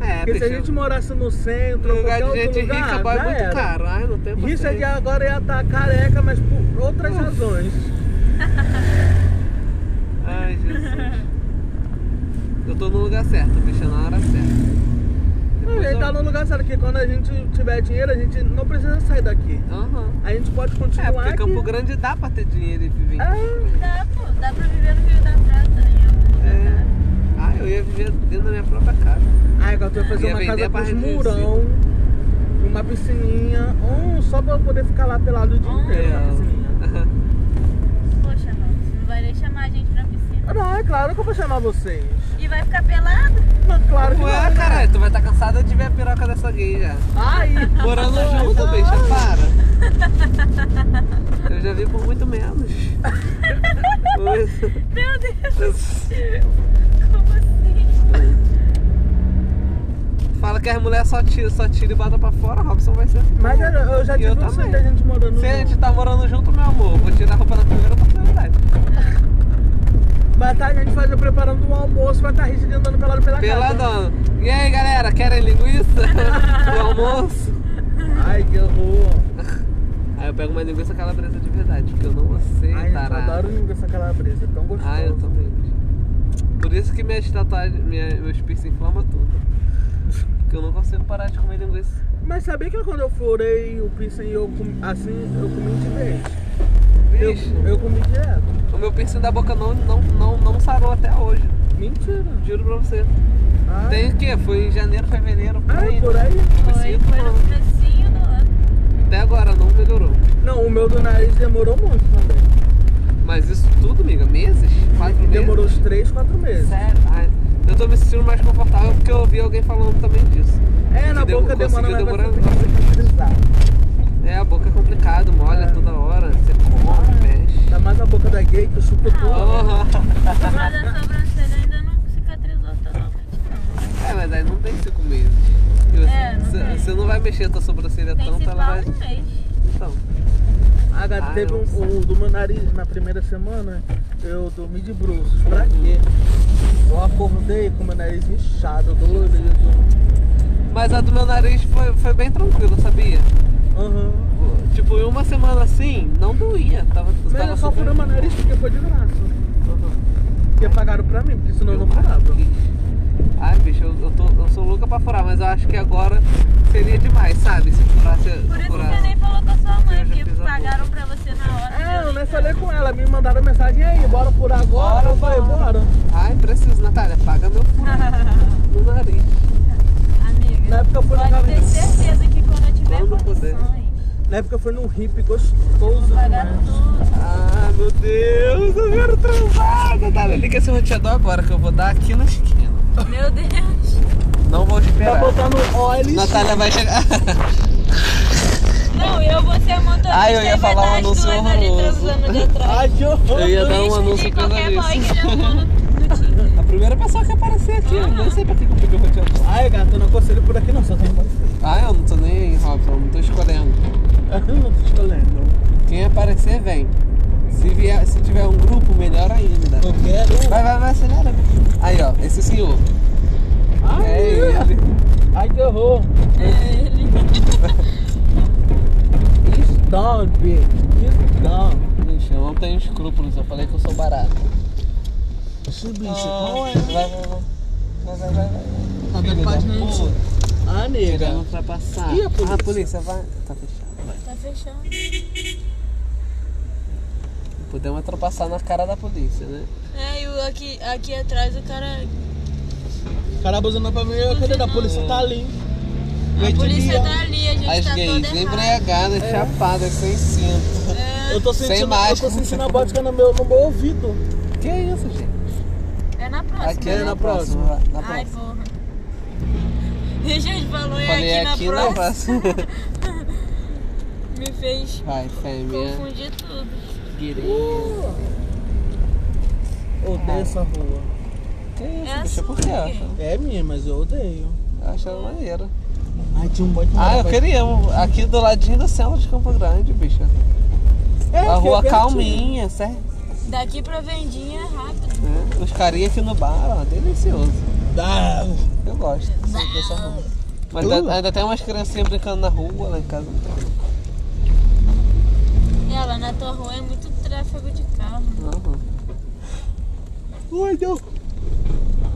É,
Porque se a
bicho,
gente morasse no centro,
no
ou
lugar
qualquer
de
outro
gente
lugar,
rica, boy, é
já
muito
era.
caro. Ai, não tem
Richard
paciência.
agora ia estar careca, mas por outras razões.
Ai, Jesus. Eu tô no lugar certo, bicho, na hora certa.
A
Depois
gente
eu-
tá no lugar certo, que quando a gente tiver dinheiro, a gente não precisa sair daqui.
Aham.
A gente pode
É,
continuar
porque
aqui.
Campo Grande é dá pra ter dinheiro e viver em
Ah.
Campo Grande.
é
Dá,
né?
pô, dá pra viver no Rio da Prata, em algum lugar.
É. Ah, eu ia viver dentro da minha própria casa.
Ai, agora tu vai fazer
Ia
uma
vender
casa com
pra
os
reduzir.
murão, uma piscininha, um, só pra eu poder ficar lá pelado o dia
Um,
inteiro na
Não.
piscininha.
Poxa, mano, você não vai nem chamar a gente pra piscina.
Não, é claro que eu vou chamar vocês.
E vai ficar pelado?
Não, claro que
Ué,
não. né?
caralho, tu vai tá estar cansada de ver a piroca dessa gay já.
Ai,
Morando junto, bicha, para. Eu já vi por muito menos.
Meu Deus,
Pois-
como assim?
Fala que as mulheres só tiram só tira e bota pra fora, Robson vai ser.
mas eu, eu já
E
tive
eu
um sonho
também.
da gente morando
Se a gente
junto.
tá morando junto, meu amor, vou tirar a roupa na primeira oportunidade.
Mas tá, a gente fazendo, preparando um almoço pra estar tá Richard andando pelado pela
Pela
casa.
dona. E aí, galera, querem linguiça? Do almoço?
Ai, que horror.
Aí eu pego uma linguiça calabresa de verdade, porque eu não sei,
Ai, eu
tarado.
adoro linguiça calabresa, é tão gostoso.
Ah, eu também. Por isso que minhas tatuagens, minha, meus piercing inflama tudo. Porque eu não consigo parar de comer linguiça.
Mas sabia que quando eu furei o piercing, eu comi, assim, eu comi de vez.
Bicho,
Eu, eu comi direto.
o meu piercing da boca não, não, não, não sarou até hoje.
Mentira.
Juro pra você.
Ai.
Tem o quê? Foi em janeiro, fevereiro, Ah, por
Ai,
aí.
por aí.
Foi
Foi,
cinco
foi no
anos.
comecinho do ano.
Até agora não melhorou.
Não, o meu do nariz demorou muito também.
Mas isso tudo, amiga, meses? Quatro meses?
Demorou uns 3, 4 meses.
Sério? Ai, eu tô me sentindo mais confortável porque eu ouvi alguém falando também disso.
É, na
Que demo-
boca demora mais
conseguiu
pra
demorar.
cicatrizar.
É, a boca é complicado, molha
É.
toda hora. Você come, mexe.
Ainda mais na boca da gay que chupa
Ah,
tudo.
Porra.
Mas a sobrancelha ainda não cicatrizou totalmente, não.
É, mas aí não tem cinco meses.
É, não
você,
tem.
você não vai mexer a tua sobrancelha
Tem
tanto,
se
ela
pá
vai.
um mês.
Então.
A gata
Ah,
teve um,
nossa.
o do meu nariz na primeira semana, eu dormi de bruços. Pra quê? Eu acordei com meu nariz inchado, dolorido.
Mas a do meu nariz foi, foi bem tranquila, sabia?
Aham.
Tipo, em uma semana assim, não doía. Tava,
Mas
tava
eu só
super-
furei meu nariz porque foi de graça.
Uhum.
Porque pagaram pra mim, porque senão eu não furava.
Ai, bicho, eu, eu, tô, eu sou louca pra furar, mas eu acho que agora seria demais, sabe? Se furasse.
Por isso que
furasse.
você nem falou com a sua
Eu
mãe,
já
porque
fiz a
pagaram pra você na hora.
Ah,
É, eu nem falei com ela, me mandaram mensagem, e aí, bora furar agora?
Bora,
eu falei, bora.
Ai, preciso, Natália, paga meu furo no nariz.
Amiga,
Na época eu fui no
pode ter
cabeleireiro.
certeza que quando eu tiver
Quando puder.
condições,
Na época foi num hippie gostoso
pagar
demais.
tudo.
Ah, meu Deus, eu quero transar, Natália. Liga esse roteador agora que eu vou dar aqui na esquina.
Meu Deus.
Não vou
Tá
esperar.
botando óleo
Natália vai chegar.
Não, eu vou ser motorista
Ah, eu ia
e vai
falar um
dar as
anúncio
duas ali
horroroso.
transando de atrás.
Ai, que horror.
Eu ia
Eu
dar um
ia
anúncio
escolher qualquer boy que
pesadíssimo.
ele arrumou no, no Tinder.
A primeira pessoa que aparecer aqui, eu nem sei pra que que eu peguei o roteador.
Ai, gata, eu não aconselho por aqui não, só tem você.
Ah, eu não tô nem aí, Robson, eu não tô escolhendo.
Eu não tô escolhendo.
Quem aparecer, vem. Se, vier, se tiver um grupo, melhor ainda.
Eu quero.
Vai, vai, vai, acelera. Aí, ó, esse senhor.
Ai,
É ele.
ai que horror. It's done, bitch. It's done.
Bicho, eu não tenho escrúpulos, eu falei que eu sou barato.
Esse bicho,
Vai, vai, vai. Vai, vai, vai.
Tá
Filho
vendo
da
página
puta.
Ah, nega.
Querendo ultrapassar.
Ih, a polícia.
Ah, a polícia vai. Tá fechado, vai.
Tá fechando.
Podemos ultrapassar na cara da polícia, né?
É, e o aqui, aqui atrás o cara
Carabuzana pra mim, cadê? A polícia tá ali.
A polícia tá ali, a gente
As
tá
gays
toda errada.
embriagadas,
É.
chapadas, sem cinto.
Eu tô
Sem
sentindo, eu
máscara.
tô sentindo a vodka no meu, no meu ouvido.
Que isso, gente?
É na próxima.
Aqui
né?
é na próxima. Na
Ai,
próxima.
porra. A gente falou é
Falei
aqui,
aqui
na,
na
próxima.
próxima.
Me fez
Vai, fêmea.
confundir tudo.
Odeio essa rua.
Que isso,
É
bicho?
sua,
Por que
né?
acha?
É minha, mas eu odeio.
Eu acho ela maneira.
Ai, tinha um monte de
Ah, eu
rapaz-
queria um- aqui do ladinho do centro de Campo Grande, bicho.
É,
A
que é
rua
pertinho.
calminha, certo?
Daqui pra vendinha é rápido.
É, Os carinha aqui no bar, ó, delicioso.
Ah,
Eu gosto dessa rua. Mas ainda, ainda tem umas criancinhas brincando na rua, lá em casa. não tem.
E lá na tua rua é muito tráfego de carro.
Uhum.
Ai, deu.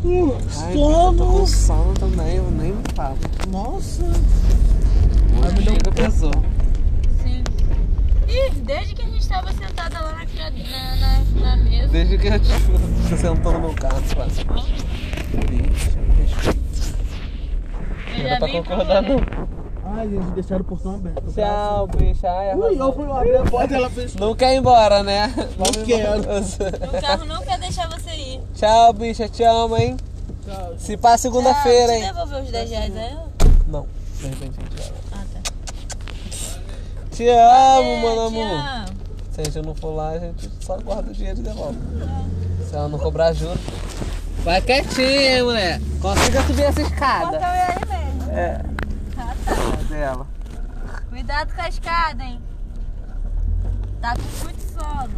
Hum,
Ai, bicho, eu tô com
Sono.
sono também, eu nem me falo.
Nossa.
Meu
um
bexiga pesou.
Sim. Ih, desde que a gente tava sentada lá na, cade- na, na, na mesa.
Desde que eu te sentou no meu carro, quase. Bicho, bicho.
Eu
Não
já
dá pra
vim pro
concordar, não.
Ai, gente, deixaram o portão aberto.
Tchau, bicho. Ai,
Ui, eu
arrasou.
fui abrir a porta e ela fez.
Não quer ir embora, né?
Não quero.
O carro não quer deixar você ir.
Tchau, bicha. Te amo, hein? Se pá segunda-feira,
Ah,
hein?
Você devolveu os 10 reais a ela?
Não, de repente a gente vai. lá.
Ah, tá.
Te amo,
É,
mano
te
amor.
amo.
Se a gente não for lá, a gente só guarda o dinheiro e devolve. Se ela não cobrar juro. Vai quietinha, hein, mulher. Consiga subir essa escada.
Então é aí mesmo.
É.
Ah, tá.
Cadê ela?
Cuidado com a escada, hein? Tá com muito sono.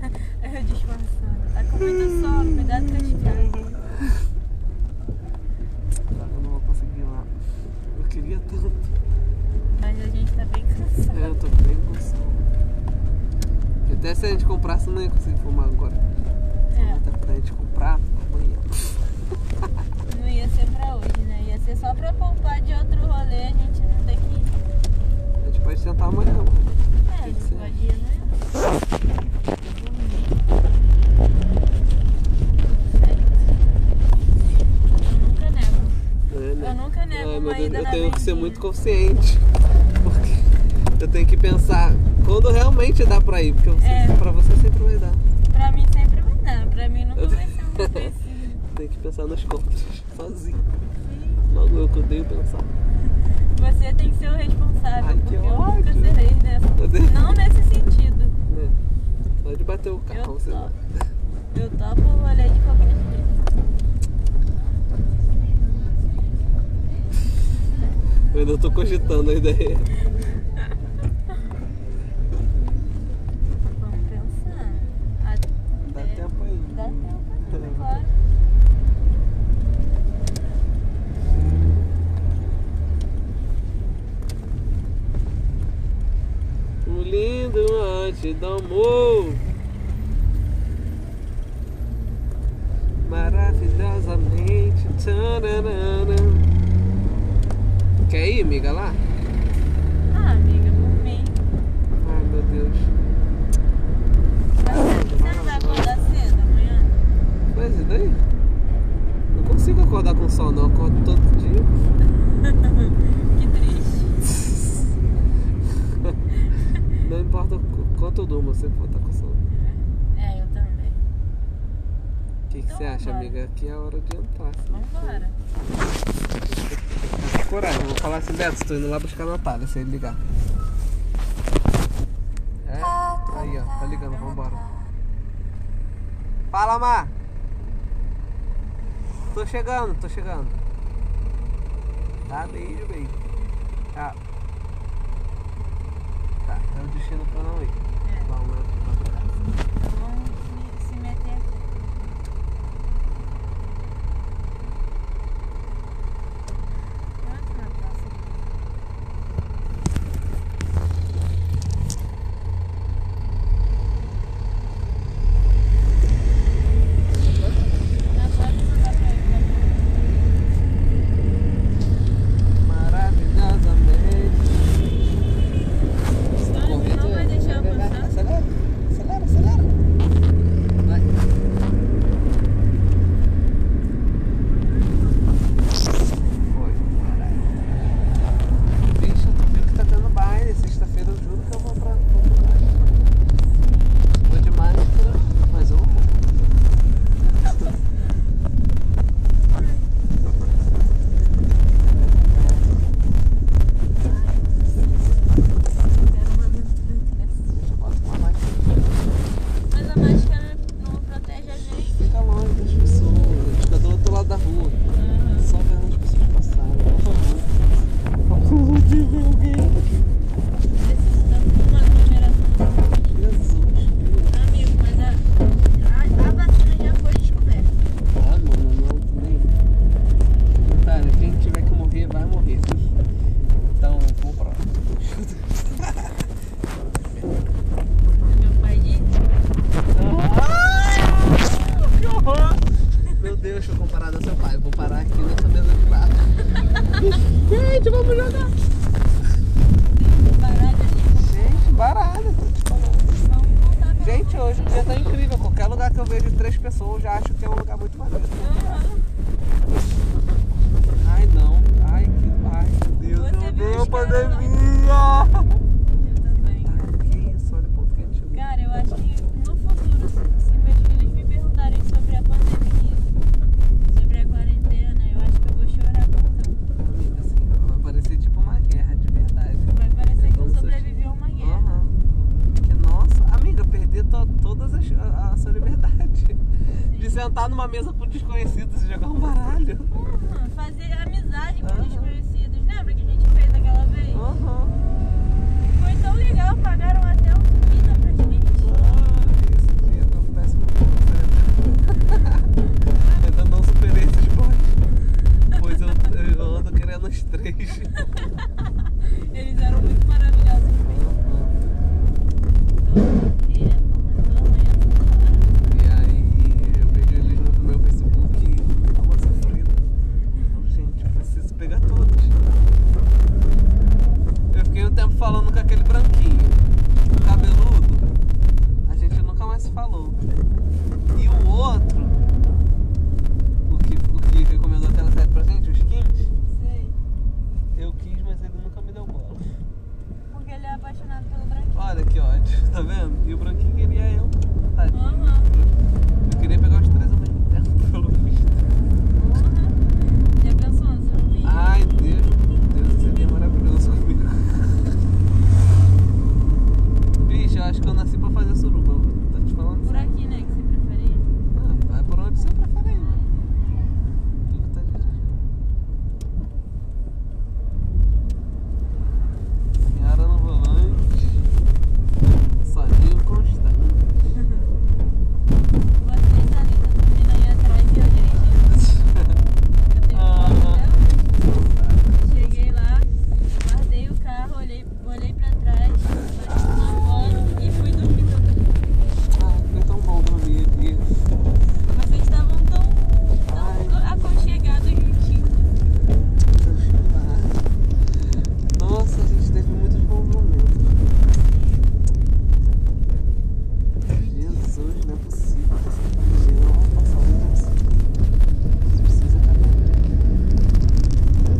Eu disfarçando. Tá com muito sono. Cuidado com a escada.
Eu não vou conseguir ir lá. Eu queria tudo. É,
Mas a gente tá bem cansado.
Eu tô bem com sono. Até se a gente comprasse, não ia conseguir fumar agora.
É.
Até pra gente comprar amanhã.
Não ia ser pra hoje, né? Ia ser só pra poupar de outro rolê, a gente não tem que ir.
A gente pode tentar amanhã. mano.
É, a gente pode ir, né? Eu nunca nego.
É, né?
Eu nunca nego
Ai,
uma
meu Deus,
ida
eu
na
tenho que ser
vendinha.
muito consciente. Porque eu tenho que pensar quando realmente dá pra ir. Porque você,
É.
pra você sempre vai dar.
Pra mim sempre vai dar, pra mim nunca vai ser um preciso.
Tem que pensar nas contas, sozinho. Logo eu que odeio pensar.
Você tem que ser o responsável,
Ai, que
porque eu nunca
ódio.
serei nessa.
Odeio.
Não nesse sentido.
Né? Só de bater o
Eu
carro,
topo.
você vai.
Eu topo o rolê de qualquer jeito.
Eu ainda tô cogitando a ideia.
Vamos pensar. Até...
Dá tempo aí. Tá
Dá tempo, claro.
O lindo antes do amor. Maravilhosamente. Tananana. Quer ir, amiga, lá?
Ah, amiga, por mim.
Ai, meu Deus.
Mas Você não vai acordar cedo amanhã?
Mas e é, daí? Não consigo acordar com sol, não. Eu acordo todo dia.
Que triste.
Não importa o quanto eu durmo, eu sempre vou estar com sol.
É, eu também.
O que, que
Então
você acha,
vambora.
amiga? Aqui é a hora de entrar.
Vambora.
Coragem, eu vou falar assim, Beto, tô indo lá buscar a Natália, se ele ligar. É? Aí, ó, tá ligando, vambora. Fala, Mar! Tô chegando, tô chegando. Tá, beijo, beijo. Tá. Tá, é o destino pra não ir. Bom, né?
Então vamos me- se meter aqui. Pronto, na próxima. Na próxima dá pra ir, né?
Maravilhosamente. né?
Não, não vai deixar eu passar.
tá tá Tá, né? Então, tá eu vejo três pessoas, já acho que é um lugar muito maneiro. Ai não, ai que ai, meu Deus,
Você
eu
viu
odeio a
os caras lá?
pandemia! Tá,
também.
Que isso, olha o ponto que é a gente chegou.
Cara, eu acho que no futuro, se se meus filhos me perguntarem sobre a pandemia, sobre a quarentena, eu acho que eu vou chorar tanto.
Amiga, assim, vai parecer tipo uma guerra de verdade.
Vai parecer que eu
Nossa,
sobrevivi a uma guerra.
Aham. Que nossa, amiga, perder to- todas as, a, a sua liberdade. De sentar numa mesa com desconhecidos e jogar um baralho.
Aham, Fazer amizade com
Aham.
desconhecidos. Lembra que a gente fez aquela vez?
Aham.
Foi tão legal, pagaram até o comida pra gente.
Esse dia deu um péssimo câncer. Ainda não superei esses botes. Pois eu, eu ando querendo os três.
Eles eram muito maravilhosos. Então, é, começou amanhã.
E aí eu vejo eles no meu Facebook e dá uma sofrida. Gente, eu preciso pegar todos. Eu fiquei um tempo falando com aquele branquinho, o cabeludo. A gente nunca mais se falou. E o outro, o que, o que recomendou aquela série pra gente, os Skins,
Sei.
eu quis, mas ele nunca me deu bola.
Porque ele é apaixonado pelo branquinho.
Olha que ódio, tá vendo? E o branquinho queria eu. Tadinho.
Aham.
Eu queria pegar os três ao mesmo tempo, pelo visto.
Já pensou no seu Luiz?
Ai, Deus, Deus, seria é maravilhoso comigo. Bicho, eu acho que eu nasci pra fazer suruba, eu tô te falando.
Por aqui, né? Que você preferia.
Ah, vai por onde você preferir. Tu que tá dirigindo. Senhora no volante, sozinho constante.
Você está ali, tá dormindo aí atrás e eu dirigindo. Eu tenho
Ah.
um carro Cheguei lá, guardei o carro, olhei, olhei pra trás, olhei pro e fui dormindo.
Ah, foi tão bom dormir aqui.
Vocês estavam tão, tão aconchegados juntinhos.
Nossa, a gente teve muitos bons momentos. Jesus, não é possível. que Essa pandemia não vai passar, não é possível. Isso precisa acabar.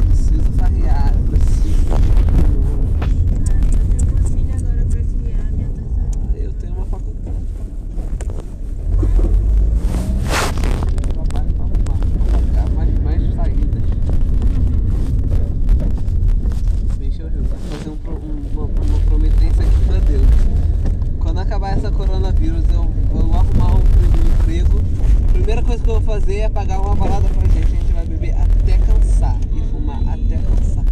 Precisa farrear, precisa.
Eu tenho uma filha agora pra criar, minha tartaruga.
Eu tenho uma faculdade. Trabalho pra arrumar, pra pagar mais, mais saídas. Bicho, eu juro, tá fazer um, pro- um- uma, uma prometência aqui pra Deus. Quando acabar essa coronavírus, eu vou arrumar um, um emprego. Primeira coisa que eu vou fazer é pagar uma balada pra gente. A gente vai beber até cansar e fumar até cansar.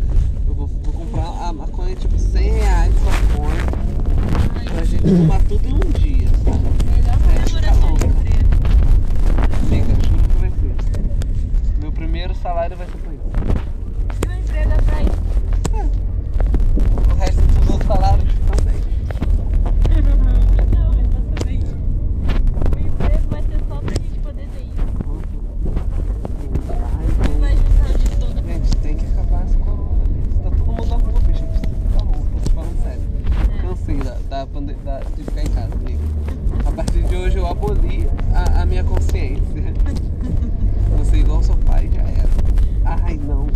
Eu vou, vou comprar a maconha, tipo, 100 reais maconha. Pra gente fumar tudo em um dia, sabe?
Melhor comemoração de emprego.
Amiga, juro que vai ser. Meu primeiro salário vai ser por isso.
E o emprego é pra isso.
É. O resto dos outros salários também.
Não, é exatamente. O emprego vai ser só pra gente poder ter isso. Vai juntar o dia todo.
Gente, tem que acabar esse coronavírus. Tá todo mundo na rua, bicho. Eu preciso ficar louco, tô te falando sério. Cansei da, da, pande- da, de ficar em casa, amigo. A partir de hoje eu aboli a, a minha consciência. Você igual ao seu pai já era. Ai não.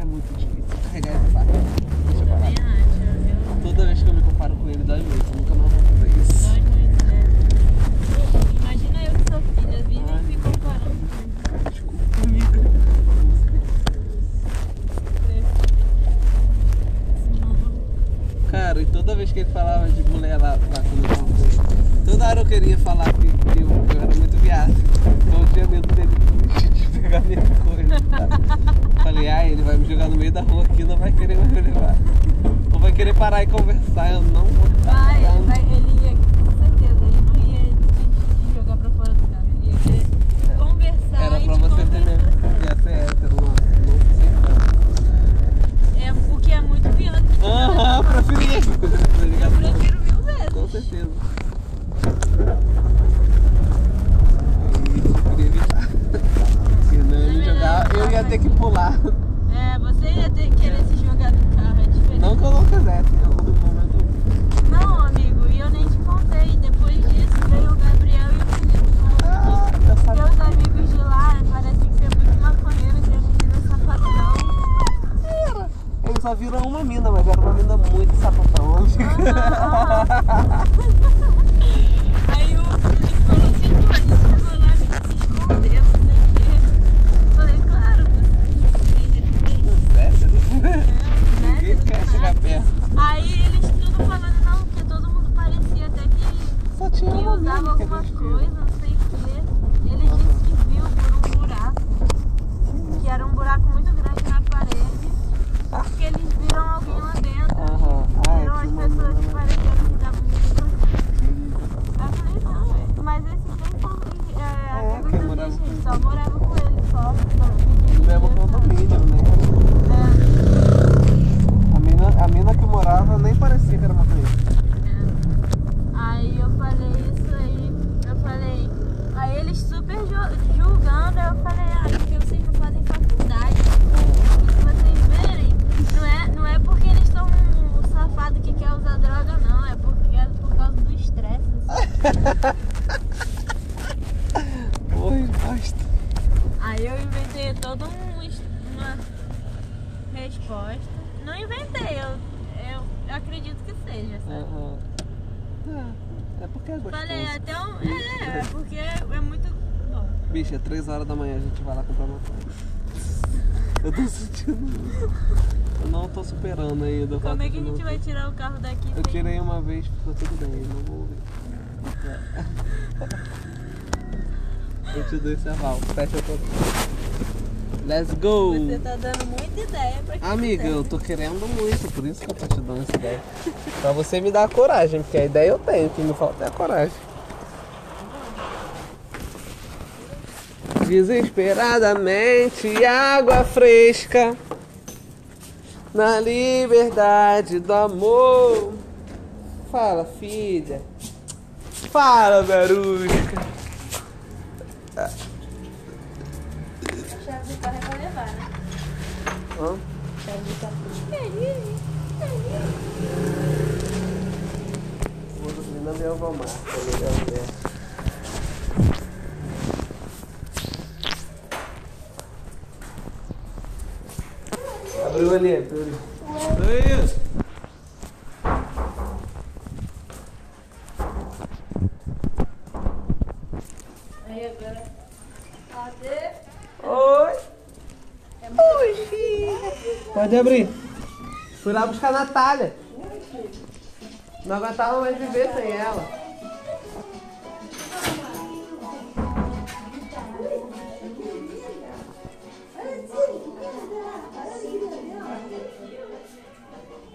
É muito difícil carregar esse saco. Deixa eu parar.
Também acho. Eu
Toda vez que eu me comparo com ele, dói muito. Eu nunca mais vou fazer isso.
dói muito, né? Imagina eu que sou filha, vivem me comparando.
Cara, e toda vez que ele falava de mulher lá, lá quando eu tava com ele, toda hora eu queria falar que, que eu, que eu era muito viado. Então eu tinha medo dele desistir de pegar minha coisa. sabe? Falei, ai, ele vai me jogar no meio da rua aqui, não vai querer mais me levar. Ou vai querer parar e conversar, eu não vou estar
Vai,
parando.
vai, ele ia, com certeza, ele não ia desistir de jogar pra fora do carro. Ele ia querer conversar
Era
e
pra
te
você ter
convencer.
mesmo. Ia ser hétero, não, não sei não.
É, o que é muito pior do que
Aham, preferi isso. Tá
eu
ligado?
prefiro mil vezes.
Com certeza. Eu queria evitar. Senão eu ia jogar, eu ia ter que pular.
assim. É, você ia ter que querer se jogar do carro, é diferente.
Não que eu não quisesse, em algum momento.
Não, amigo,
Ah, assim,
que usava alguma coisa, não sei o que. Ele disse que viu por um buraco, que era um buraco muito grande na parede, que eles viram alguém lá dentro,
Aham. Ai,
viram as
que
pessoas que pareceram que estavam Aí eu falei, não, velho, mas esse tempo é,
É,
amigos
quem
do
morava
bicho, ele só morava com ele, só. só
no mesmo
dividia,
condomínio, né?
sabe?
A mina, a mina que morava nem parecia que era uma criança.
É. Aí eu falei isso aí, eu falei, aí eles super ju- julgando, aí eu falei, ah, porque vocês não fazem faculdade, porque se vocês verem, não é, não é porque eles estão um safado que quer usar droga, não, é porque é por causa do estresse, não sei
Oi, bosta.
Aí eu inventei toda um es- uma resposta. Não inventei, eu, eu, eu acredito que seja, sabe?
Aham. É, é porque é gostoso.
Falei, até um. É, é porque é, é muito. Bom,
Bicho, é 3 horas da manhã, a gente vai lá comprar uma coisa. Eu tô sentindo isso. Eu não tô superando ainda. o fato
como é que
de
a
não-
gente vai tirar o carro daqui?
Eu
sem-
tirei uma vez, ficou tudo bem, eu não vou ouvir. É. Eu te dou esse aval, fecha a porta. Let's go!
Você tá dando muita ideia pra quem
Amiga,
quiser.
eu tô querendo muito, por isso que eu tô te dando essa ideia. pra você me dar a coragem, porque a ideia eu tenho, o que me falta é a coragem. Desesperadamente, água fresca na liberdade do amor. Fala, filha. Fala, Verusca.
A chave do carro é pra levar, né?
Hã? Vou dormir na minha avó Marta, na minha avó. Abriu ali, abriu ali. Oi.
Aí agora. Cadê?
Oi. Oi, filha. Pode abrir. Fui lá buscar a Natália. Não aguentava mais viver sem ela.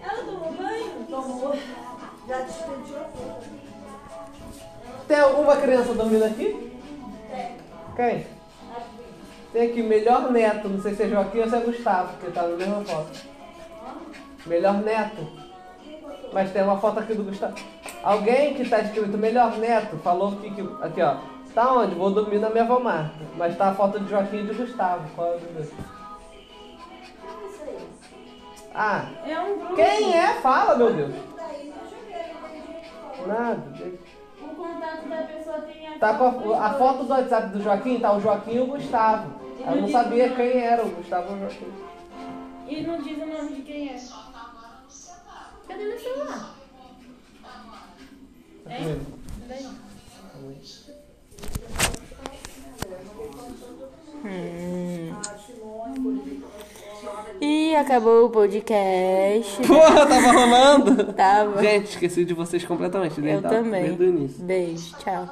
Ela tomou banho? Tomou.
Tem alguma criança dormindo aqui? Tem. Quem? Tem aqui, melhor neto. Não sei se é Joaquim ou se é Gustavo, porque tá na mesma foto. Melhor neto. Mas tem uma foto aqui do Gustavo. Alguém que tá escrito melhor neto falou aqui que. Aqui, ó. Tá onde? Vou dormir na minha avó Marta. Mas tá a foto de Joaquim e de Gustavo. Qual é o número? Ah,
É um grupo.
quem é? Fala, meu Deus. Nada, deixa.
O contato da pessoa tem a
Tá com a, a foto do WhatsApp do Joaquim, tá o Joaquim e o Gustavo. Eu não sabia quem era o Gustavo ou o Joaquim.
E não diz o nome de quem é. Cadê meu celular? Hein? Cadê?
E acabou o podcast.
Porra, tava rolando!
Tava.
Gente, esqueci de vocês completamente.
Eu
desde a-
também.
Desde o início.
Beijo, tchau.